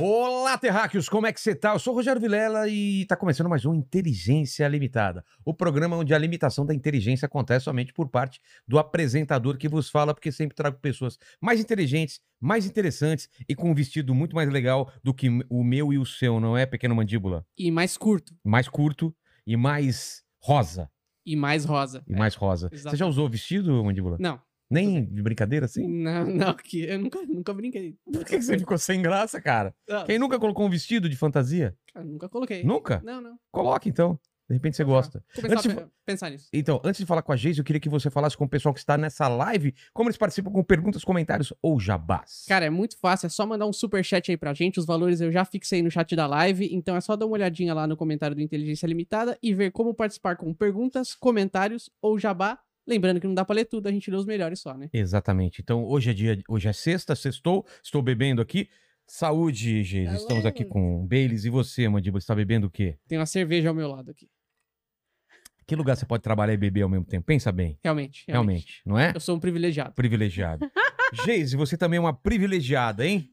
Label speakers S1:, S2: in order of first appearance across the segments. S1: Olá, terráqueos, como é que você tá? Eu sou o Rogério Vilela e tá começando mais um Inteligência Limitada, o programa onde a limitação da inteligência acontece somente por parte do apresentador que vos fala, porque sempre trago pessoas mais inteligentes, mais interessantes e com um vestido muito mais legal do que o meu e o seu, não é, pequeno mandíbula?
S2: E mais curto.
S1: Mais curto e mais rosa.
S2: E mais rosa.
S1: E mais rosa.
S2: exato.
S1: Você já usou vestido, mandíbula?
S2: Não.
S1: Nem de brincadeira assim?
S2: Não, não, que eu nunca, nunca brinquei.
S1: Por que que você ficou sem graça, cara?
S2: Não,
S1: Quem nunca colocou um vestido de fantasia?
S2: cara, nunca coloquei.
S1: Nunca?
S2: Não, não.
S1: Coloque então. De repente você gosta.
S2: Vou começar
S1: Antes
S2: a pe- pensar nisso.
S1: Então, antes de falar com a Geis, eu queria que você falasse com o pessoal que está nessa live, como eles participam com perguntas, comentários ou jabás.
S2: Cara, é muito fácil, é só mandar um super chat aí pra gente. Os valores eu já fixei no chat da live, então é só dar uma olhadinha lá no comentário do Inteligência Limitada e ver como participar com perguntas, comentários ou jabá. Lembrando que não dá pra ler tudo, a gente lê os melhores só, né?
S1: Exatamente. Então, hoje é dia, hoje é sexta, sextou, estou bebendo aqui. Saúde, Geis. Estamos aqui com o Baileys e você, Mandiba, está bebendo o quê?
S2: Tem uma cerveja ao meu lado aqui.
S1: Que lugar você pode trabalhar e beber ao mesmo tempo? Pensa bem.
S2: Realmente. Realmente.
S1: Realmente, não é?
S2: Eu sou um privilegiado.
S1: Privilegiado. Geise, você também é uma privilegiada, hein?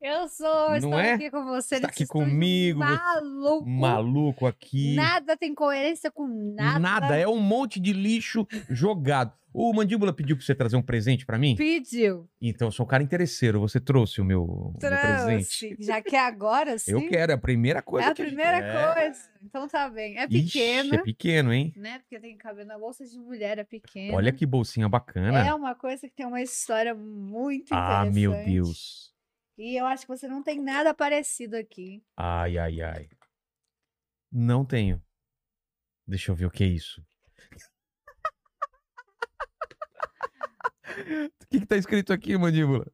S3: Eu sou, estou
S1: Não é?
S3: aqui com você.
S1: Está
S3: nesse
S1: aqui
S3: estúdio
S1: comigo, você-
S3: Maluco.
S1: Maluco aqui.
S3: Nada tem coerência com nada.
S1: Nada, é um monte de lixo jogado. O Mandíbula pediu pra você trazer um presente pra mim?
S3: Pediu.
S1: Então, eu sou um cara interesseiro. Você trouxe o meu, o meu presente.
S3: Trouxe. Já que é agora sim.
S1: Eu quero, é a primeira coisa
S3: É a
S1: que gente-
S3: primeira
S1: É.
S3: coisa. Então tá bem. É
S1: Ixi,
S3: pequeno,
S1: é pequeno, hein?
S3: né? Porque tem que caber na bolsa de mulher, é pequeno.
S1: Olha que bolsinha bacana.
S3: É uma coisa que tem uma história muito
S1: ah,
S3: interessante.
S1: meu Deus.
S3: E eu acho que você não tem nada parecido aqui.
S1: Ai, ai, ai. Não tenho. Deixa eu ver o que é isso. O que, que tá escrito aqui, mandíbula?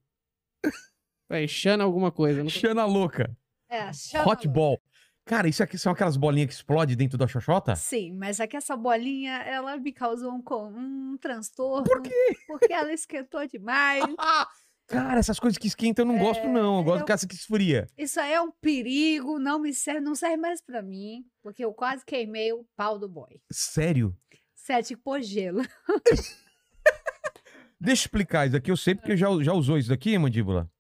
S2: Vai, Xana alguma coisa. eu Não...
S1: Xana louca.
S3: É, chama
S1: Hot ball. Cara, isso aqui são aquelas bolinhas que explodem dentro da xoxota?
S3: Sim, mas é que essa bolinha, ela me causou um, co- um transtorno. Por quê? Porque ela esquentou demais.
S1: Cara, essas coisas que esquentam eu não gosto, não. Eu gosto
S3: eu-
S1: de caça que esfria.
S3: Isso aí é um perigo, não me serve, não serve mais pra mim, porque eu quase queimei o pau do boi.
S1: Sério?
S3: Sete por gelo.
S1: Deixa eu explicar isso aqui. Eu sei porque eu já, já usou isso daqui, mandíbula.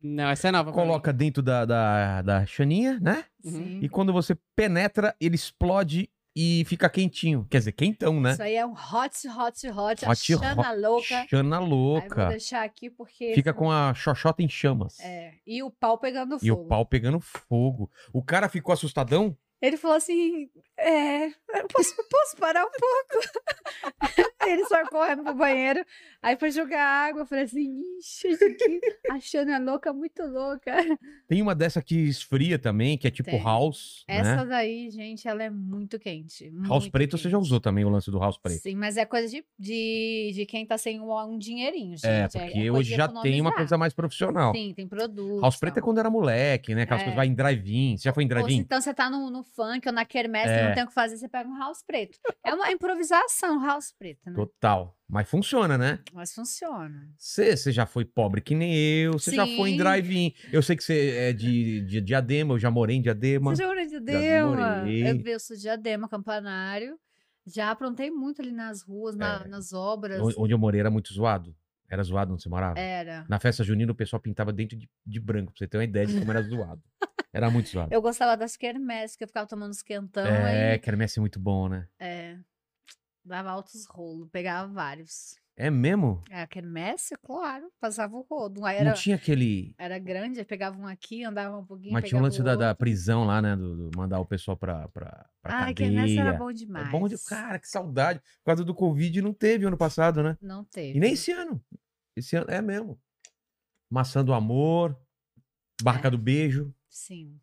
S2: não, essa é nova. pra mim.
S1: Coloca dentro da, da, da chaninha, né?
S2: Uhum.
S1: E quando você penetra, ele explode e fica quentinho. Quer dizer, quentão, né?
S3: Isso aí é um hot, hot,
S1: Hot,
S3: hot. a Xana louca.
S1: Chana
S3: Aí vou
S1: louca.
S3: deixar aqui porque.
S1: Fica com a xoxota em chamas.
S3: É, e o pau pegando fogo.
S1: E o pau pegando fogo. O cara ficou assustadão?
S3: Ele falou assim: é, eu posso, posso parar um pouco? Aí ele só correndo pro banheiro. Aí foi jogar água. Eu falei assim: ixi, isso aqui, a Xana é louca, muito louca.
S1: Tem uma dessa que esfria também, que é tipo
S3: Tem.
S1: house, né?
S3: Essa daí, gente, ela é muito quente.
S1: House
S3: muito
S1: preto você já
S3: quente.
S1: usou também o lance do house preto.
S3: Sim, mas é coisa de, de, de quem tá sem um, um dinheirinho, gente.
S1: É,
S3: coisa
S1: porque
S3: de
S1: hoje já tem uma
S3: economizar.
S1: coisa mais profissional.
S3: Sim, tem produto.
S1: House preto é quando era moleque, né? Aquelas
S3: É.
S1: coisas vai em drive-in. Você já foi em
S3: Ou se
S1: drive-in?
S3: então você tá no, no funk ou na quermesse,
S1: É.
S3: não tem o que fazer, você pega um house preto. É uma improvisação, house preto, né?
S1: Total. Mas funciona, né?
S3: Mas funciona.
S1: Você você já foi pobre que nem eu, você já foi em
S3: Sim.
S1: drive-in. Eu sei que você é de, de diadema, eu já morei em diadema.
S3: Você já morou em diadema? Eu,
S1: morei.
S3: eu sou de diadema, campanário. Já aprontei muito ali nas ruas, na-
S1: É.
S3: nas obras.
S1: O- Onde eu morei era muito zoado. Era zoado onde você morava.
S3: Era.
S1: Na festa junina o pessoal pintava dentro de, de branco, pra você ter uma ideia de como era zoado. Era muito zoado.
S3: Eu gostava das quermesses, que eu ficava tomando os quentão
S1: é,
S3: aí.
S1: quermesse é muito bom, né?
S3: É. Dava altos rolos, pegava vários.
S1: É mesmo?
S3: É, a quermesse, claro, passava o rodo. Aí era,
S1: Não tinha aquele...
S3: era grande, aí pegava um aqui, andava um pouquinho.
S1: Mas tinha um
S3: pegava
S1: lance
S3: o
S1: da, da
S3: outro.
S1: prisão lá, né? Do, do mandar o pessoal pra, pra, pra
S3: Ah, a quermesse
S1: cadeia.
S3: era bom
S1: É
S3: demais.
S1: bom de... Cara, que saudade. Por causa do Covid não teve ano passado, né?
S3: Não teve.
S1: E nem esse ano. Esse ano é mesmo. Maçã do amor, barca
S3: É.
S1: do beijo.
S3: Sim.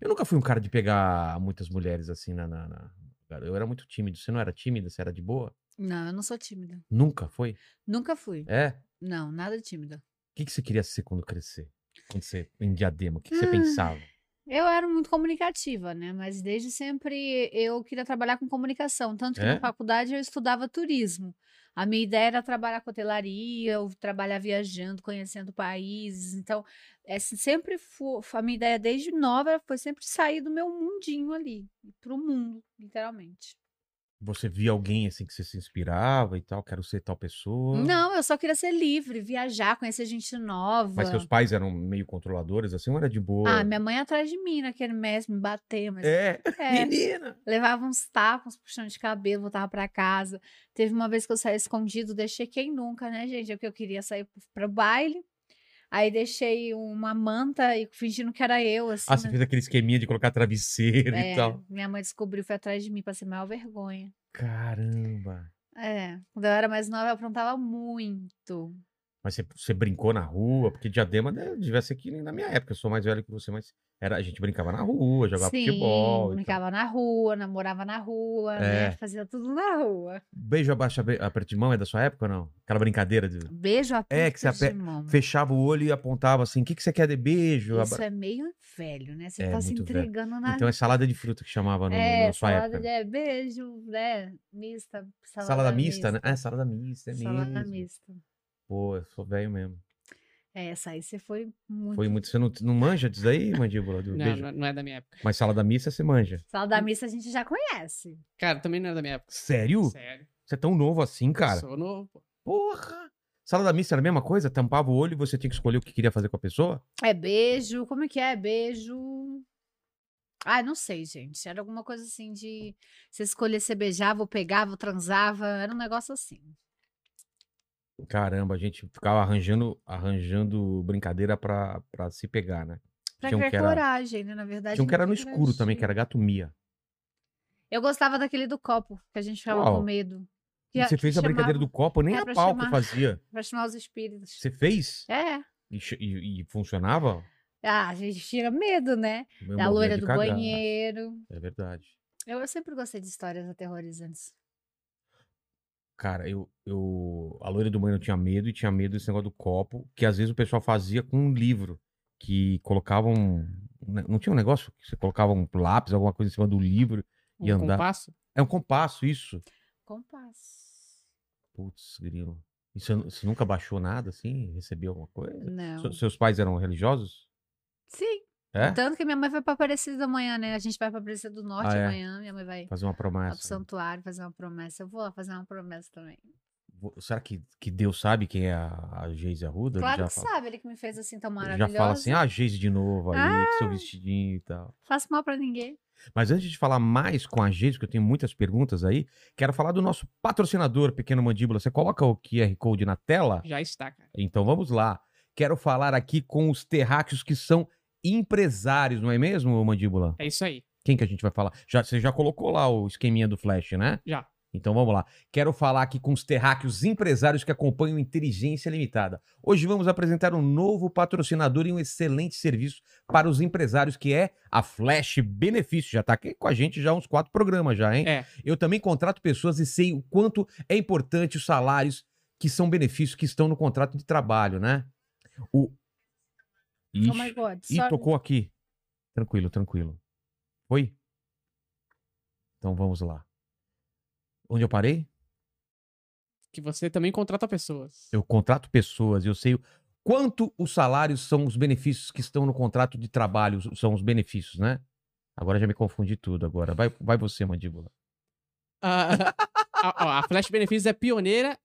S1: Eu nunca fui um cara de pegar muitas mulheres assim na, na- na- cara, Eu era muito tímido. Você não era tímida? Você era de boa?
S3: Não, eu não sou tímida.
S1: Nunca foi?
S3: Nunca fui.
S1: É? O
S3: Não, nada tímida.
S1: que, que você queria ser quando crescer? Quando você em diadema? O que, que você
S3: Ah.
S1: pensava?
S3: Eu era muito comunicativa, né? Mas desde sempre eu queria trabalhar com comunicação. Tanto que
S1: É?
S3: na faculdade eu estudava turismo. A minha ideia era trabalhar com hotelaria, ou trabalhar viajando, conhecendo países. Então, essa sempre foi, a minha ideia desde nova foi sempre sair do meu mundinho ali, pro mundo, literalmente.
S1: Você via alguém assim que você se inspirava e tal, quero ser tal pessoa.
S3: Não, eu só queria ser livre, viajar, conhecer gente nova.
S1: Hum. Mas seus pais eram meio controladores, assim, ou era de boa?
S3: Ah, minha mãe atrás de mim naquele mês, me bater, mas
S1: É,
S3: É.
S1: menina!
S3: Levava uns tapas, puxão de cabelo, voltava pra casa. Teve uma vez que eu saí escondido, deixei quem nunca, né, gente? É porque eu queria sair pro- pro baile. Aí deixei uma manta e fingindo que era eu, assim.
S1: Ah, você
S3: né?
S1: fez aquele esqueminha de colocar travesseiro
S3: É,
S1: e tal.
S3: Minha mãe descobriu, foi atrás de mim, passei maior vergonha.
S1: Caramba!
S3: É, quando eu era mais nova, eu aprontava muito.
S1: Mas você, você brincou na rua, porque Diadema né, devia ser que nem na minha época, eu sou mais velho que você, mas era, a gente brincava na rua, jogava
S3: Sim,
S1: futebol. e tal.
S3: brincava na rua, namorava na rua,
S1: É.
S3: né? Fazia tudo na rua.
S1: Beijo abaixo, abe- aperto de mão é da sua época ou não? Aquela brincadeira de...
S3: Beijo a
S1: É, que você
S3: aperto de
S1: ape-
S3: mão.
S1: Fechava o olho e apontava assim, o que, que você quer de beijo?
S3: Hum. Isso
S1: Aba-
S3: é meio velho, né? Você
S1: É,
S3: tá se
S1: muito velho.
S3: entregando na
S1: Então é salada de fruta que chamava no,
S3: É,
S1: na sua
S3: salada
S1: época.
S3: de é, beijo, né? Mista.
S1: Salada, mista, né? É, salada mista, é
S3: Salada
S1: mesmo.
S3: mista.
S1: Pô, eu sou velho mesmo.
S3: É, essa aí você foi muito.
S1: Foi muito... Você não, não manja disso aí, mandíbula? Do
S2: Não,
S1: beijo?
S2: não, não é da minha época.
S1: Mas salada mista você manja.
S3: Salada mista a gente já conhece.
S2: Cara, também não é da minha época.
S1: Sério?
S2: Sério.
S1: Você é tão novo assim, cara?
S2: Sou novo. pô.
S1: Porra! Salada mista era a mesma coisa? Tampava o olho e você tinha que escolher o que queria fazer com a pessoa?
S3: É beijo, como é que é? Beijo. Ai, não sei, gente. Era alguma coisa assim de você escolher se beijava, ou pegava, ou transava. Era um negócio assim.
S1: Caramba, a gente ficava arranjando, arranjando brincadeira pra, pra se pegar, né?
S3: Pra
S1: Tinha um
S3: criar
S1: que era-
S3: coragem, né? Na verdade.
S1: Tinha um que era no
S3: nunca
S1: escuro também, que
S3: achei.
S1: era gato Mia.
S3: Eu gostava daquele do copo, que a gente ficava
S1: Qual?
S3: com medo.
S1: E você fez a brincadeira do copo, nem
S3: É,
S1: a
S3: pra
S1: pau que
S3: chamar.
S1: fazia.
S3: Pra chamar os espíritos.
S1: Você fez?
S3: É.
S1: E, ch- e- e funcionava?
S3: Ah, a gente tira medo, né?
S1: Eu
S3: da
S1: morria
S3: loira
S1: de
S3: do
S1: cagar. né?
S3: banheiro.
S1: É verdade.
S3: Eu, eu sempre gostei de histórias aterrorizantes.
S1: Cara, eu, eu. A loira do banheiro eu tinha medo e tinha medo desse negócio do copo, que às vezes o pessoal fazia com um livro, que colocava um. né, Não tinha um negócio que você colocava um lápis, alguma coisa em cima do livro.
S2: Um
S1: E andar.
S2: compasso.
S1: É um compasso, isso.
S3: Compasso.
S1: Putz, grilo. E você, você nunca baixou nada assim? Recebeu alguma coisa?
S3: Não.
S1: Se- seus pais eram religiosos?
S3: Sim.
S1: É?
S3: Tanto que minha mãe vai pra Aparecida amanhã, né? A gente vai pra Aparecida do Norte
S1: Ah, é.
S3: amanhã. Minha mãe vai
S1: Fazer uma
S3: lá
S1: promessa.
S3: pro santuário fazer uma promessa. Eu vou lá fazer uma promessa também.
S1: Vo- Será que, que Deus sabe quem é a, a Geise Arruda? Ele
S3: Claro
S1: já
S3: que
S1: fala-
S3: sabe, ele que me fez assim tão
S1: ele
S3: maravilhosa. Ah!
S1: Já fala assim, ah, Geise de novo aí, com seu vestidinho e tal.
S3: Faço mal pra ninguém.
S1: Mas antes de falar mais com a Geise, porque eu tenho muitas perguntas aí, quero falar do nosso patrocinador, Pequeno Mandíbula. Você coloca o QR Code na tela?
S2: Já está, cara.
S1: Então vamos lá. Quero falar aqui com os terráqueos que são empresários, não é mesmo, Mandíbula?
S2: É isso aí.
S1: Quem que a gente vai falar? Já, você já colocou lá o esqueminha do Flash, né?
S2: Já.
S1: Então vamos lá. Quero falar aqui com os terráqueos empresários que acompanham Inteligência Limitada. Hoje vamos apresentar um novo patrocinador e um excelente serviço para os empresários, que é a Flash Benefício. Já está aqui com a gente já há uns quatro programas já, hein?
S2: É.
S1: Eu também contrato pessoas e sei o quanto é importante os salários que são benefícios que estão no contrato de trabalho, né? O...
S3: oh my
S1: Ixi,
S3: God.
S1: Ih,
S3: sorry.
S1: tocou aqui. Tranquilo, tranquilo. Foi? Então vamos lá. Onde eu parei?
S2: Que você também contrata pessoas.
S1: Eu contrato pessoas, eu sei o- quanto os salários são os benefícios que estão no contrato de trabalho, s- são os benefícios, né? Agora já me confundi tudo agora. Vai, vai você, mandíbula.
S2: Ah, a, ó, a Flash Benefícios é pioneira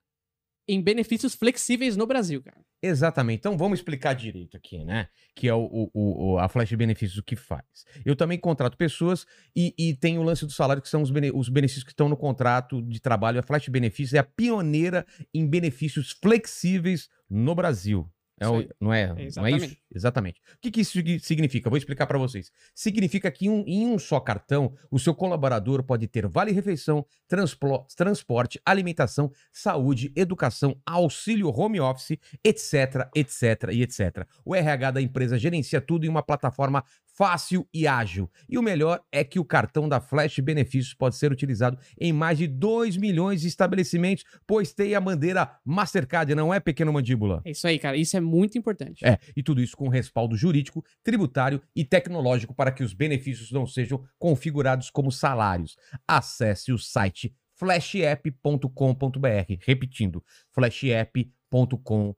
S2: em benefícios flexíveis no Brasil, cara.
S1: Exatamente. Então vamos explicar direito aqui, né? Que é o, o- o- o- a Flash Benefícios o que faz. Eu também contrato pessoas e, e tem o lance do salário, que são os, bene- os benefícios que estão no contrato de trabalho. A Flash Benefícios é a pioneira em benefícios flexíveis no Brasil. É
S2: Isso
S1: o-
S2: aí.
S1: não é, não é isso?
S2: Exatamente.
S1: Exatamente. O que, que isso signi- significa? Vou explicar para vocês. Significa que em um- em um só cartão, o seu colaborador pode ter vale-refeição, transplo- transporte, alimentação, saúde, educação, auxílio home office, etc, etc e etc. O RH da empresa gerencia tudo em uma plataforma fácil e ágil. E o melhor é que o cartão da Flash Benefícios pode ser utilizado em mais de 2 milhões de estabelecimentos, pois tem a bandeira Mastercard, não é pequeno mandíbula?
S2: É isso aí, cara. Isso é muito importante.
S1: É, e tudo isso com respaldo jurídico, tributário e tecnológico para que os benefícios não sejam configurados como salários. Acesse o site flashapp.com.br. Repetindo, flashapp.com.br.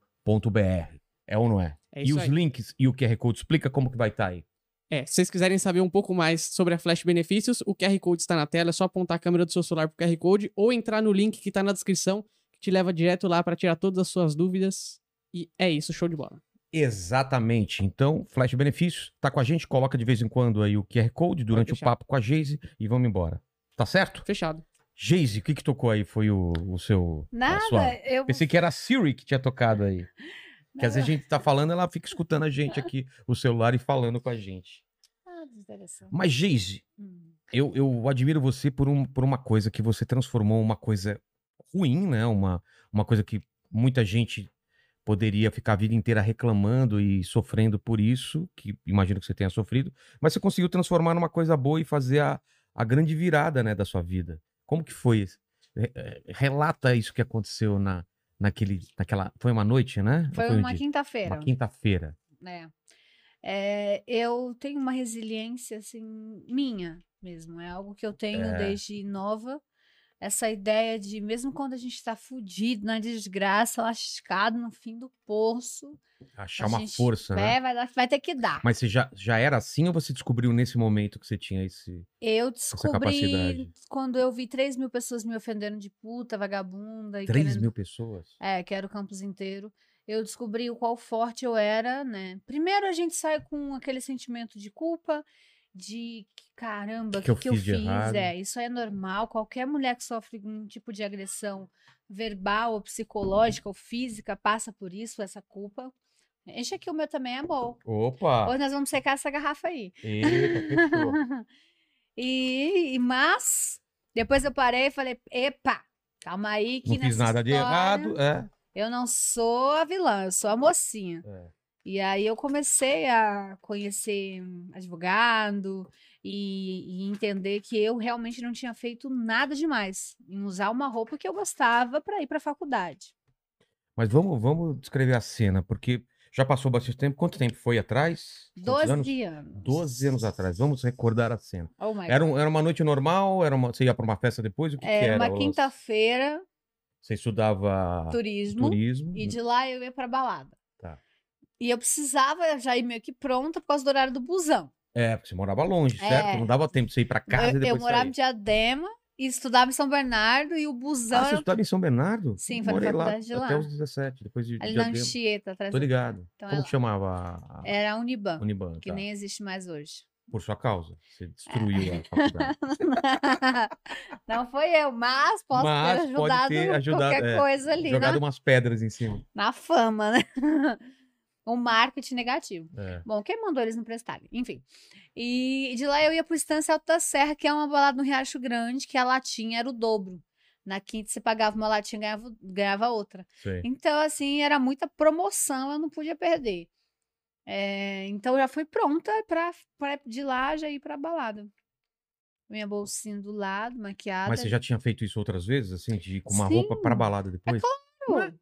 S1: É ou não é?
S2: É
S1: e
S2: isso
S1: os
S2: aí.
S1: links e o QR Code, explica como que vai estar aí.
S2: É, se vocês quiserem saber um pouco mais sobre a Flash Benefícios, o QR Code está na tela, é só apontar a câmera do seu celular pro QR Code ou entrar no link que tá na descrição, que te leva direto lá para tirar todas as suas dúvidas. E é isso, show de bola.
S1: Exatamente. Então, Flash Benefícios, tá com a gente, coloca de vez em quando aí o QR Code durante o
S2: deixar.
S1: papo com a Geise e vamos embora. Tá certo?
S2: Fechado.
S1: Geise, o que que tocou aí? Foi o, o seu... a
S3: Nada,
S1: sua-
S3: eu.
S1: Tá Pensei que era a Siri que tinha tocado aí. Porque às vezes a gente tá falando, ela fica escutando a gente aqui, o celular e falando com a gente.
S3: Ah, desinteressante.
S1: Mas, Geise,
S3: Hum.
S1: eu, eu admiro você por, um, por uma coisa que você transformou uma coisa ruim, né? Uma, uma coisa que muita gente poderia ficar a vida inteira reclamando e sofrendo por isso, que imagino que você tenha sofrido, mas você conseguiu transformar numa coisa boa e fazer a, a grande virada né, da sua vida. Como que foi? isso? Re- eh, Relata isso que aconteceu na, naquele, naquela... Foi uma noite, né? Ou
S3: Foi
S1: um
S3: uma
S1: dia?
S3: quinta-feira.
S1: Uma quinta-feira.
S3: né? É, eu tenho uma resiliência assim minha mesmo, é algo que eu tenho
S1: É.
S3: desde nova. Essa ideia de mesmo quando a gente tá fudido, na desgraça, lascado no fim do poço,
S1: Achar
S3: a
S1: uma
S3: gente,
S1: força, né?
S3: é, vai, dar- vai ter que dar.
S1: Mas você já, já era assim ou você descobriu nesse momento que você tinha esse...
S3: eu
S1: capacidade.
S3: descobri quando eu vi 3 mil pessoas me ofendendo de puta, vagabunda e
S1: 3
S3: querendo
S1: mil pessoas?
S3: É, que era o campus inteiro. Eu descobri o qual forte eu era, né? Primeiro a gente sai com aquele sentimento de culpa, de que, caramba,
S1: Que
S3: o
S1: que
S3: que,
S1: eu
S3: que eu
S1: fiz
S3: fiz?
S1: de errado?
S3: É, isso é normal. Qualquer mulher que sofre um tipo de agressão verbal,
S1: Uhum.
S3: ou psicológica, ou física, passa por isso, essa culpa. Enche aqui o meu também é bom.
S1: Opa!
S3: Hoje nós vamos secar essa garrafa aí.
S1: Eita, fechou.
S3: e, e- mas depois eu parei e falei, epa, calma aí que
S1: Não fiz
S3: nessa
S1: nada de
S3: história-
S1: errado. É.
S3: eu não sou a vilã, eu sou a mocinha.
S1: É.
S3: E aí eu comecei a conhecer hum, advogado e, e entender que eu realmente não tinha feito nada demais em usar uma roupa que eu gostava para ir para a faculdade.
S1: Mas vamos, vamos descrever a cena, porque já passou bastante tempo. Quanto tempo foi atrás? Quantos anos?
S3: Doze anos.
S1: 12 anos atrás. Vamos recordar a cena.
S3: Oh my
S1: Era,
S3: God.
S1: um- era uma noite normal? Era uma, você ia para uma festa depois? O que, que
S3: Era
S1: era? o
S3: É, uma
S1: lance?
S3: quinta-feira,
S1: Você estudava
S3: turismo,
S1: turismo.
S3: e de lá eu ia para balada.
S1: Tá.
S3: E eu precisava já ir meio que pronta por causa do horário do busão.
S1: É, porque você morava longe, certo?
S3: É.
S1: Não dava tempo de você ir para casa e
S3: eu,
S1: depois
S3: eu morava
S1: sair.
S3: em Diadema e estudava em São Bernardo e o busão
S1: Ah, você
S3: era
S1: estudava em São Bernardo?
S3: Sim,
S1: Eu
S3: foi na
S1: Morei lá
S3: faculdade de
S1: até
S3: lá.
S1: os 17, depois de,
S3: Ali
S1: de
S3: na Anchieta, atrás
S1: Tô
S3: da-
S1: ligado.
S3: Então
S1: Como
S3: é
S1: que
S3: lá.
S1: chamava a, a
S3: Era a Uniban,
S1: Unibank?
S3: que nem É. existe mais hoje.
S1: Por sua causa. Você destruiu a faculdade.
S3: Não foi eu, mas posso
S1: Mas
S3: ter
S1: pode
S3: ajudado
S1: ter ajudado,
S3: qualquer
S1: é,
S3: coisa ali
S1: Jogado
S3: na,
S1: umas pedras em cima.
S3: na fama, né? um marketing negativo.
S1: É.
S3: Bom, quem mandou eles não prestarem? Enfim. E de lá eu ia pro Estância Alto da Serra, que é uma balada no Riacho Grande, que a latinha era o dobro. Na quinta você pagava uma latinha e ganhava, ganhava outra.
S1: Sei.
S3: Então, assim, era muita promoção, eu não podia perder. É, então, eu já fui pronta pra, pra de lá já ir pra balada. Minha bolsinha do lado, maquiada.
S1: Mas você já tinha feito isso outras vezes, assim, de ir com uma
S3: Sim.
S1: roupa pra balada depois?
S3: claro.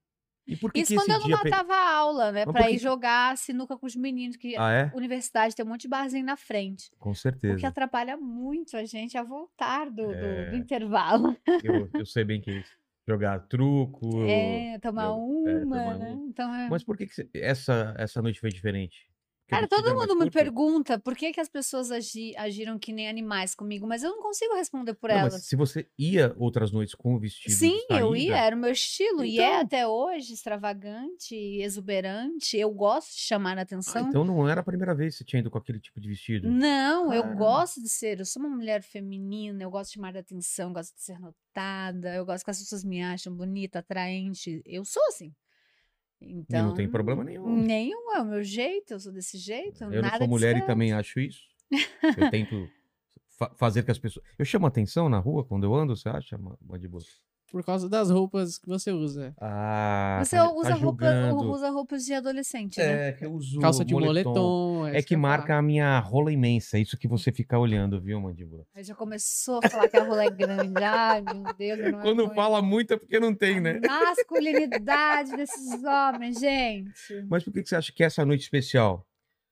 S1: E por que,
S3: Isso
S1: que esse
S3: quando eu não
S1: dia... pe-
S3: matava a aula, né?
S1: Mas por
S3: Pra
S1: que
S3: ir
S1: que-
S3: jogar sinuca com os meninos, que
S1: Ah, é?
S3: universidade tem um monte de barzinho na frente.
S1: Com
S3: O que
S1: certeza.
S3: atrapalha muito a gente a voltar do, do- do
S1: É.
S3: intervalo.
S1: Eu, eu sei bem que é isso. Jogar truco.
S3: É, tomar
S1: eu-
S3: uma,
S1: é, tomar
S3: né?
S1: uma.
S3: Então, é...
S1: Mas por que, que você- essa, essa noite foi diferente? Porque a
S3: Cara,
S1: noite era
S3: todo
S1: mais
S3: mundo me
S1: curta?
S3: pergunta por que, que as pessoas agi- agiram que nem animais comigo, mas eu não consigo responder por
S1: Não, mas
S3: elas.
S1: se você ia outras noites com o vestido de
S3: Sim, eu
S1: saída,
S3: ia, era o meu estilo, e é
S1: Então.
S3: até hoje extravagante, exuberante. Eu gosto de chamar a
S1: Ah,
S3: atenção.
S1: então não era a primeira vez que você tinha ido com aquele tipo de vestido.
S3: Não, eu
S1: Caramba.
S3: gosto de ser, eu sou uma mulher feminina, eu gosto de chamar a atenção, eu gosto de ser notada, eu gosto que as pessoas me acham bonita, atraente. Eu sou assim.
S1: E
S3: Então,
S1: não tem problema nenhum.
S3: nenhum, é o meu jeito, eu sou desse jeito.
S1: Eu não
S3: então, nada
S1: sou
S3: de
S1: mulher e
S3: escra-
S1: também acho isso. Eu tento fa- fazer que as pessoas. Eu chamo atenção na rua quando eu ando, você acha, Ma- Mandíbula?
S2: Por causa das roupas que você usa.
S1: Ah,
S3: Você
S1: tá- tá
S3: usa, roupa,
S1: julgando.
S3: usa roupas de adolescente, né?
S1: É, que eu uso
S2: Calça de moletom.
S1: É
S2: isso
S1: que
S2: eu ia falar.
S1: marca a minha rola imensa, é isso que você fica olhando, viu, Mandíbula?
S3: Aí já começou a falar que a rola é grande. Ai, meu Deus. eu Não aguento.
S1: muito é porque não tem,
S3: A masculinidade desses homens, gente.
S1: Mas por que que você acha que essa noite especial?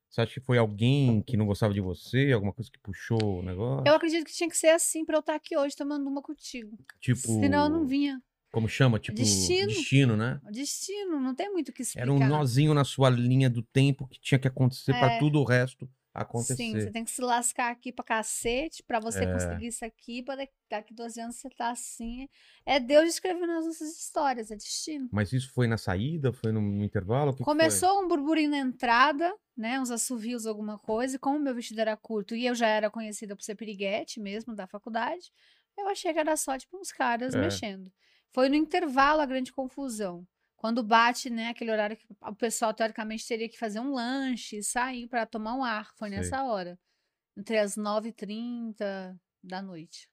S1: Você acha que foi alguém que não gostava de você? Alguma coisa que puxou o negócio?
S3: Eu acredito que tinha que ser assim pra eu estar aqui hoje tomando uma contigo.
S1: Tipo.
S3: Senão eu não vinha.
S1: Como chama? Tipo.
S3: Destino.
S1: destino, né?
S3: O destino, não tem muito o que explicar.
S1: Era um nozinho na sua linha do tempo que tinha que acontecer pra
S3: É.
S1: tudo o resto acontecer.
S3: Sim, você tem que se lascar aqui pra cacete pra você
S1: É.
S3: conseguir isso aqui, pra daqui- daqui 12 anos você tá assim. É Deus escrevendo as nossas histórias, é destino.
S1: Mas isso foi na saída? Foi no, no intervalo? O que que foi?
S3: Começou um burburinho na entrada, né? Uns assovios, alguma coisa. E como meu vestido era curto e eu já era conhecida por ser piriguete mesmo da faculdade, eu achei que era só tipo uns caras
S1: É.
S3: mexendo. Foi no intervalo a grande confusão. Quando bate, né, aquele horário que o pessoal teoricamente teria que fazer um lanche e sair para tomar um ar. Foi
S1: Sei.
S3: nessa hora. Entre as 9h30 da noite.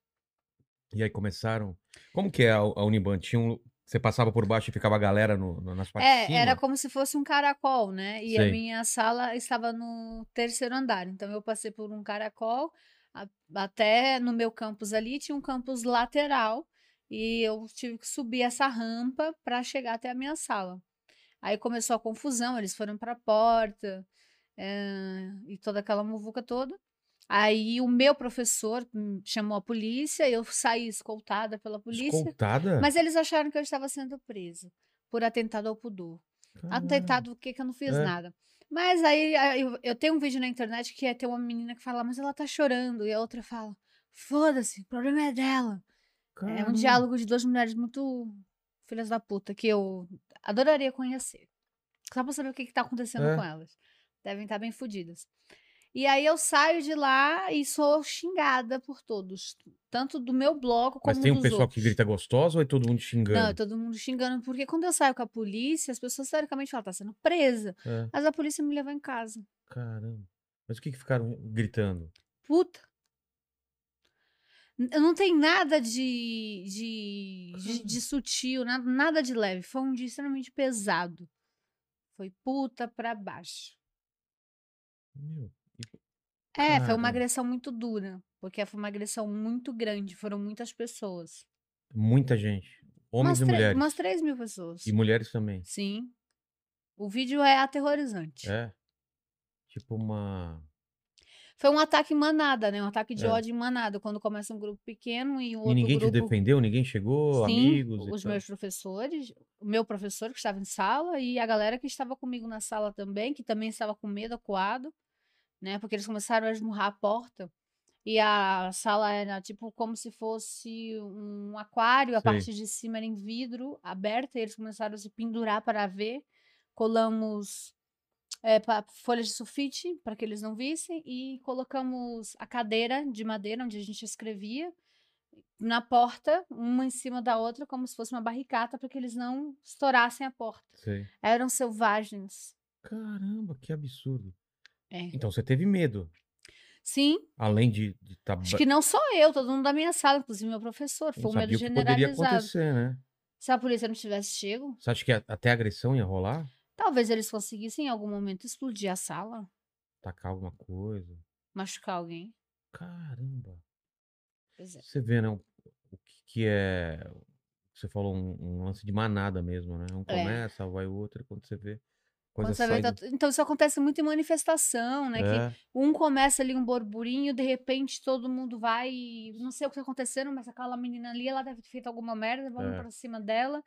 S1: E aí começaram. Como que é a, a Uniban? Tinha um- Você passava por baixo e ficava a galera no, no- nas partes de
S3: É,
S1: cima?
S3: era como se fosse um caracol, né? E
S1: Sei.
S3: a minha sala estava no terceiro andar. Então eu passei por um caracol a- até no meu campus ali tinha um campus lateral e eu tive que subir essa rampa para chegar até a minha sala. Aí começou a confusão, eles foram para a porta eh, e toda aquela muvuca toda. Aí o meu professor hum, chamou a polícia, eu saí escoltada pela polícia.
S1: Escoltada?
S3: Mas eles acharam que eu estava sendo presa por atentado ao pudor.
S1: Caramba.
S3: Atentado o quê? Que eu não fiz
S1: Ah. É.
S3: nada. Mas aí a- eu, eu tenho um vídeo na internet que é ter uma menina que fala, mas ela tá chorando. E a outra fala, foda-se, o problema é dela. É um
S1: Caramba.
S3: diálogo de duas mulheres muito filhas da puta que eu adoraria conhecer. Só pra saber o que, que tá acontecendo
S1: É.
S3: com elas. Devem estar bem fodidas. E aí eu saio de lá e sou xingada por todos. Tanto do meu bloco como
S1: Mas tem um
S3: dos
S1: pessoal
S3: outros.
S1: que grita gostosa ou é todo mundo xingando?
S3: Não, é todo mundo xingando, porque quando eu saio com a polícia, as pessoas teoricamente falam, tá sendo presa.
S1: É,
S3: Mas a polícia me levou em casa.
S1: Caramba. Mas o que, que ficaram gritando?
S3: Puta. N- Não tem nada de, de, de, de sutil, na- nada de leve. Foi um dia extremamente pesado. Foi puta pra baixo.
S1: Meu,
S3: É, foi
S1: Caramba.
S3: uma agressão muito dura. Porque foi uma agressão muito grande. Foram muitas pessoas.
S1: muita gente. Homens
S3: umas
S1: e
S3: três-
S1: mulheres.
S3: Umas 3 mil pessoas.
S1: E mulheres também.
S3: Sim. O vídeo é aterrorizante.
S1: É. Tipo uma.
S3: Foi um ataque em manada, né? Um ataque de
S1: É.
S3: ódio em manada. Quando começa um grupo pequeno e o outro
S1: e ninguém
S3: grupo...
S1: te defendeu, ninguém chegou,
S3: Sim,
S1: amigos. e
S3: os
S1: tal.
S3: meus professores, o meu professor que estava em sala e a galera que estava comigo na sala também, que também estava com medo, acuado, né? Porque eles começaram a esmurrar a porta. E a sala era tipo como se fosse um aquário, a
S1: Sei.
S3: parte de cima era em vidro, aberta, e eles começaram a se pendurar para ver. Colamos é, pa- folhas de sulfite para que eles não vissem e colocamos a cadeira de madeira onde a gente escrevia na porta, uma em cima da outra, como se fosse uma barricata para que eles não estourassem a porta.
S1: Sei.
S3: Eram selvagens.
S1: Caramba, que absurdo.
S3: É.
S1: Então você teve medo.
S3: Sim,
S1: Além de tá estar.
S3: acho que não só eu, todo mundo da minha sala, inclusive meu professor, foi um medo
S1: sabia o que poderia
S3: generalizado.
S1: acontecer, né?
S3: Se a polícia não tivesse chego,
S1: Você acha que a- até a agressão ia rolar?
S3: talvez eles conseguissem em algum momento explodir a sala,
S1: Tacar alguma coisa?
S3: machucar alguém.
S1: Caramba.
S3: Pois é.
S1: Você vê, né? O o que, que é. Você falou um, um lance de manada mesmo, né? Um começa, vai o outro, e quando você vê. Coisa
S3: É. Quando você vê,
S1: sai
S3: tá
S1: do-
S3: tu- Então isso acontece muito em manifestação, né?
S1: É,
S3: Que um começa ali um borburinho, de repente todo mundo vai, e não sei o que tá acontecendo, mas aquela menina ali, ela deve ter feito alguma merda, vamos
S1: É.
S3: pra cima dela.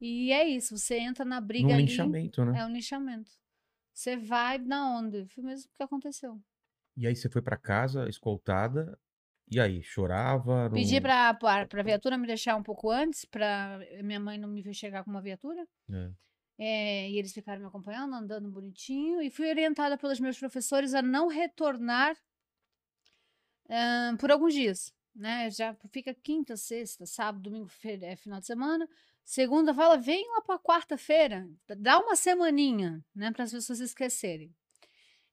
S3: E é isso, você entra na briga
S1: num
S3: ali,
S1: linchamento, né?
S3: é um linchamento. Você vai na onda, foi mesmo que aconteceu.
S1: E aí você foi pra casa, escoltada. E aí, chorava?
S3: Pedi
S1: não-
S3: pra, pra, pra viatura me deixar um pouco antes, pra eh, minha mãe não me ver chegar com uma viatura.
S1: É.
S3: É, e eles ficaram me acompanhando, andando bonitinho. E fui orientada pelos meus professores a não retornar ahn, por alguns dias. Né? Já fica quinta, sexta, sábado, domingo, feira, é final de semana. Segunda, fala, vem lá para quarta-feira, dá uma semaninha, né, para as pessoas esquecerem.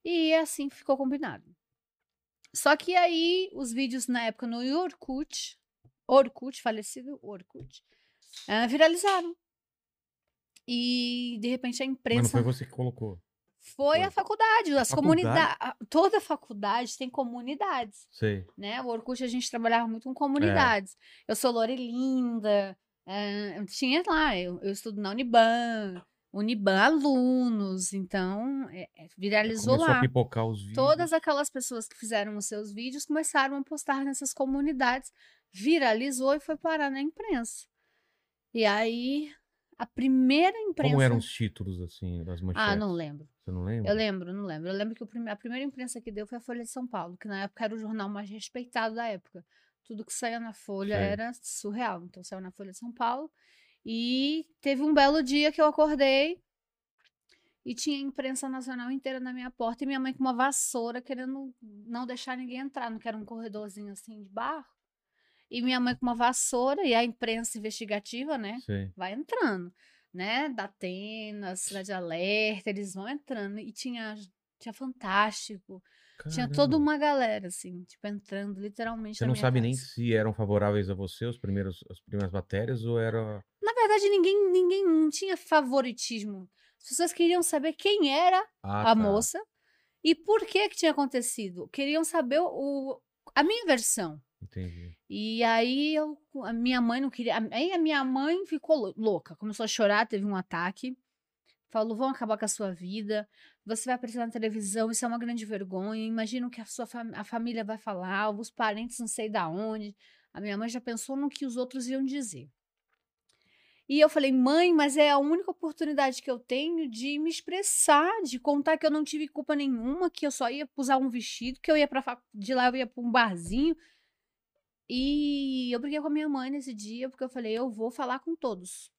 S3: E assim ficou combinado. Só que aí os vídeos na época no Orkut, Orkut, falecido Orkut, ah, viralizaram. E de repente a imprensa
S1: Mas não foi você que colocou.
S3: foi
S1: Foi.
S3: a faculdade, as
S1: Faculdade?
S3: comunidades. Toda faculdade tem comunidades,
S1: Sei.
S3: né? O Orkut a gente trabalhava
S1: É.
S3: muito com comunidades. Eu sou Lorelinda, eh, tinha lá, eu, eu estudo na Uniban, Uniban alunos, então é, é, viralizou
S1: Começou
S3: lá.
S1: a pipocar os vídeos.
S3: Todas aquelas pessoas que fizeram os seus vídeos começaram a postar nessas comunidades, viralizou e foi parar na imprensa. E aí, a primeira imprensa.
S1: Como eram os títulos, assim, das manchetes?
S3: Ah, não lembro.
S1: Você não lembra?
S3: Eu lembro, não lembro. Eu lembro que o prime- a primeira imprensa que deu foi a Folha de São Paulo, que na época era o jornal mais respeitado da época. Tudo que saía na Folha
S1: Sei.
S3: era surreal. Então saiu na Folha de São Paulo. E teve um belo dia que eu acordei e tinha a imprensa nacional inteira na minha porta e minha mãe com uma vassoura querendo não deixar ninguém entrar, não que era um corredorzinho assim de barro. E minha mãe com uma vassoura e a imprensa investigativa, né?
S1: Sei.
S3: vai entrando, né? Da Atenas, Cidade Alerta, eles vão entrando. E tinha, tinha Fantástico, tinha toda
S1: Caramba.
S3: uma galera, assim, tipo, entrando literalmente
S1: Você
S3: na
S1: não
S3: minha
S1: sabe nem
S3: casa.
S1: se eram favoráveis a você os primeiros, as primeiras matérias ou era.
S3: Na verdade, ninguém, ninguém não tinha favoritismo. As pessoas queriam saber quem era
S1: Ah,
S3: a
S1: tá.
S3: moça e por que que tinha acontecido. Queriam saber o, a minha versão.
S1: Entendi.
S3: E aí eu, a minha mãe não queria. a- Aí a minha mãe ficou lou- louca, começou a chorar, teve um ataque. Falou: vão acabar com a sua vida, você vai aparecer na televisão, isso é uma grande vergonha. Imagina o que a sua fam- a família vai falar, os parentes não sei da onde. A minha mãe já pensou no que os outros iam dizer. E eu falei, mãe, mas é a única oportunidade que eu tenho de me expressar, de contar que eu não tive culpa nenhuma, que eu só ia usar um vestido, que eu ia para de lá eu ia para um barzinho, e eu briguei com a minha mãe nesse dia, porque eu falei, eu vou falar com todos.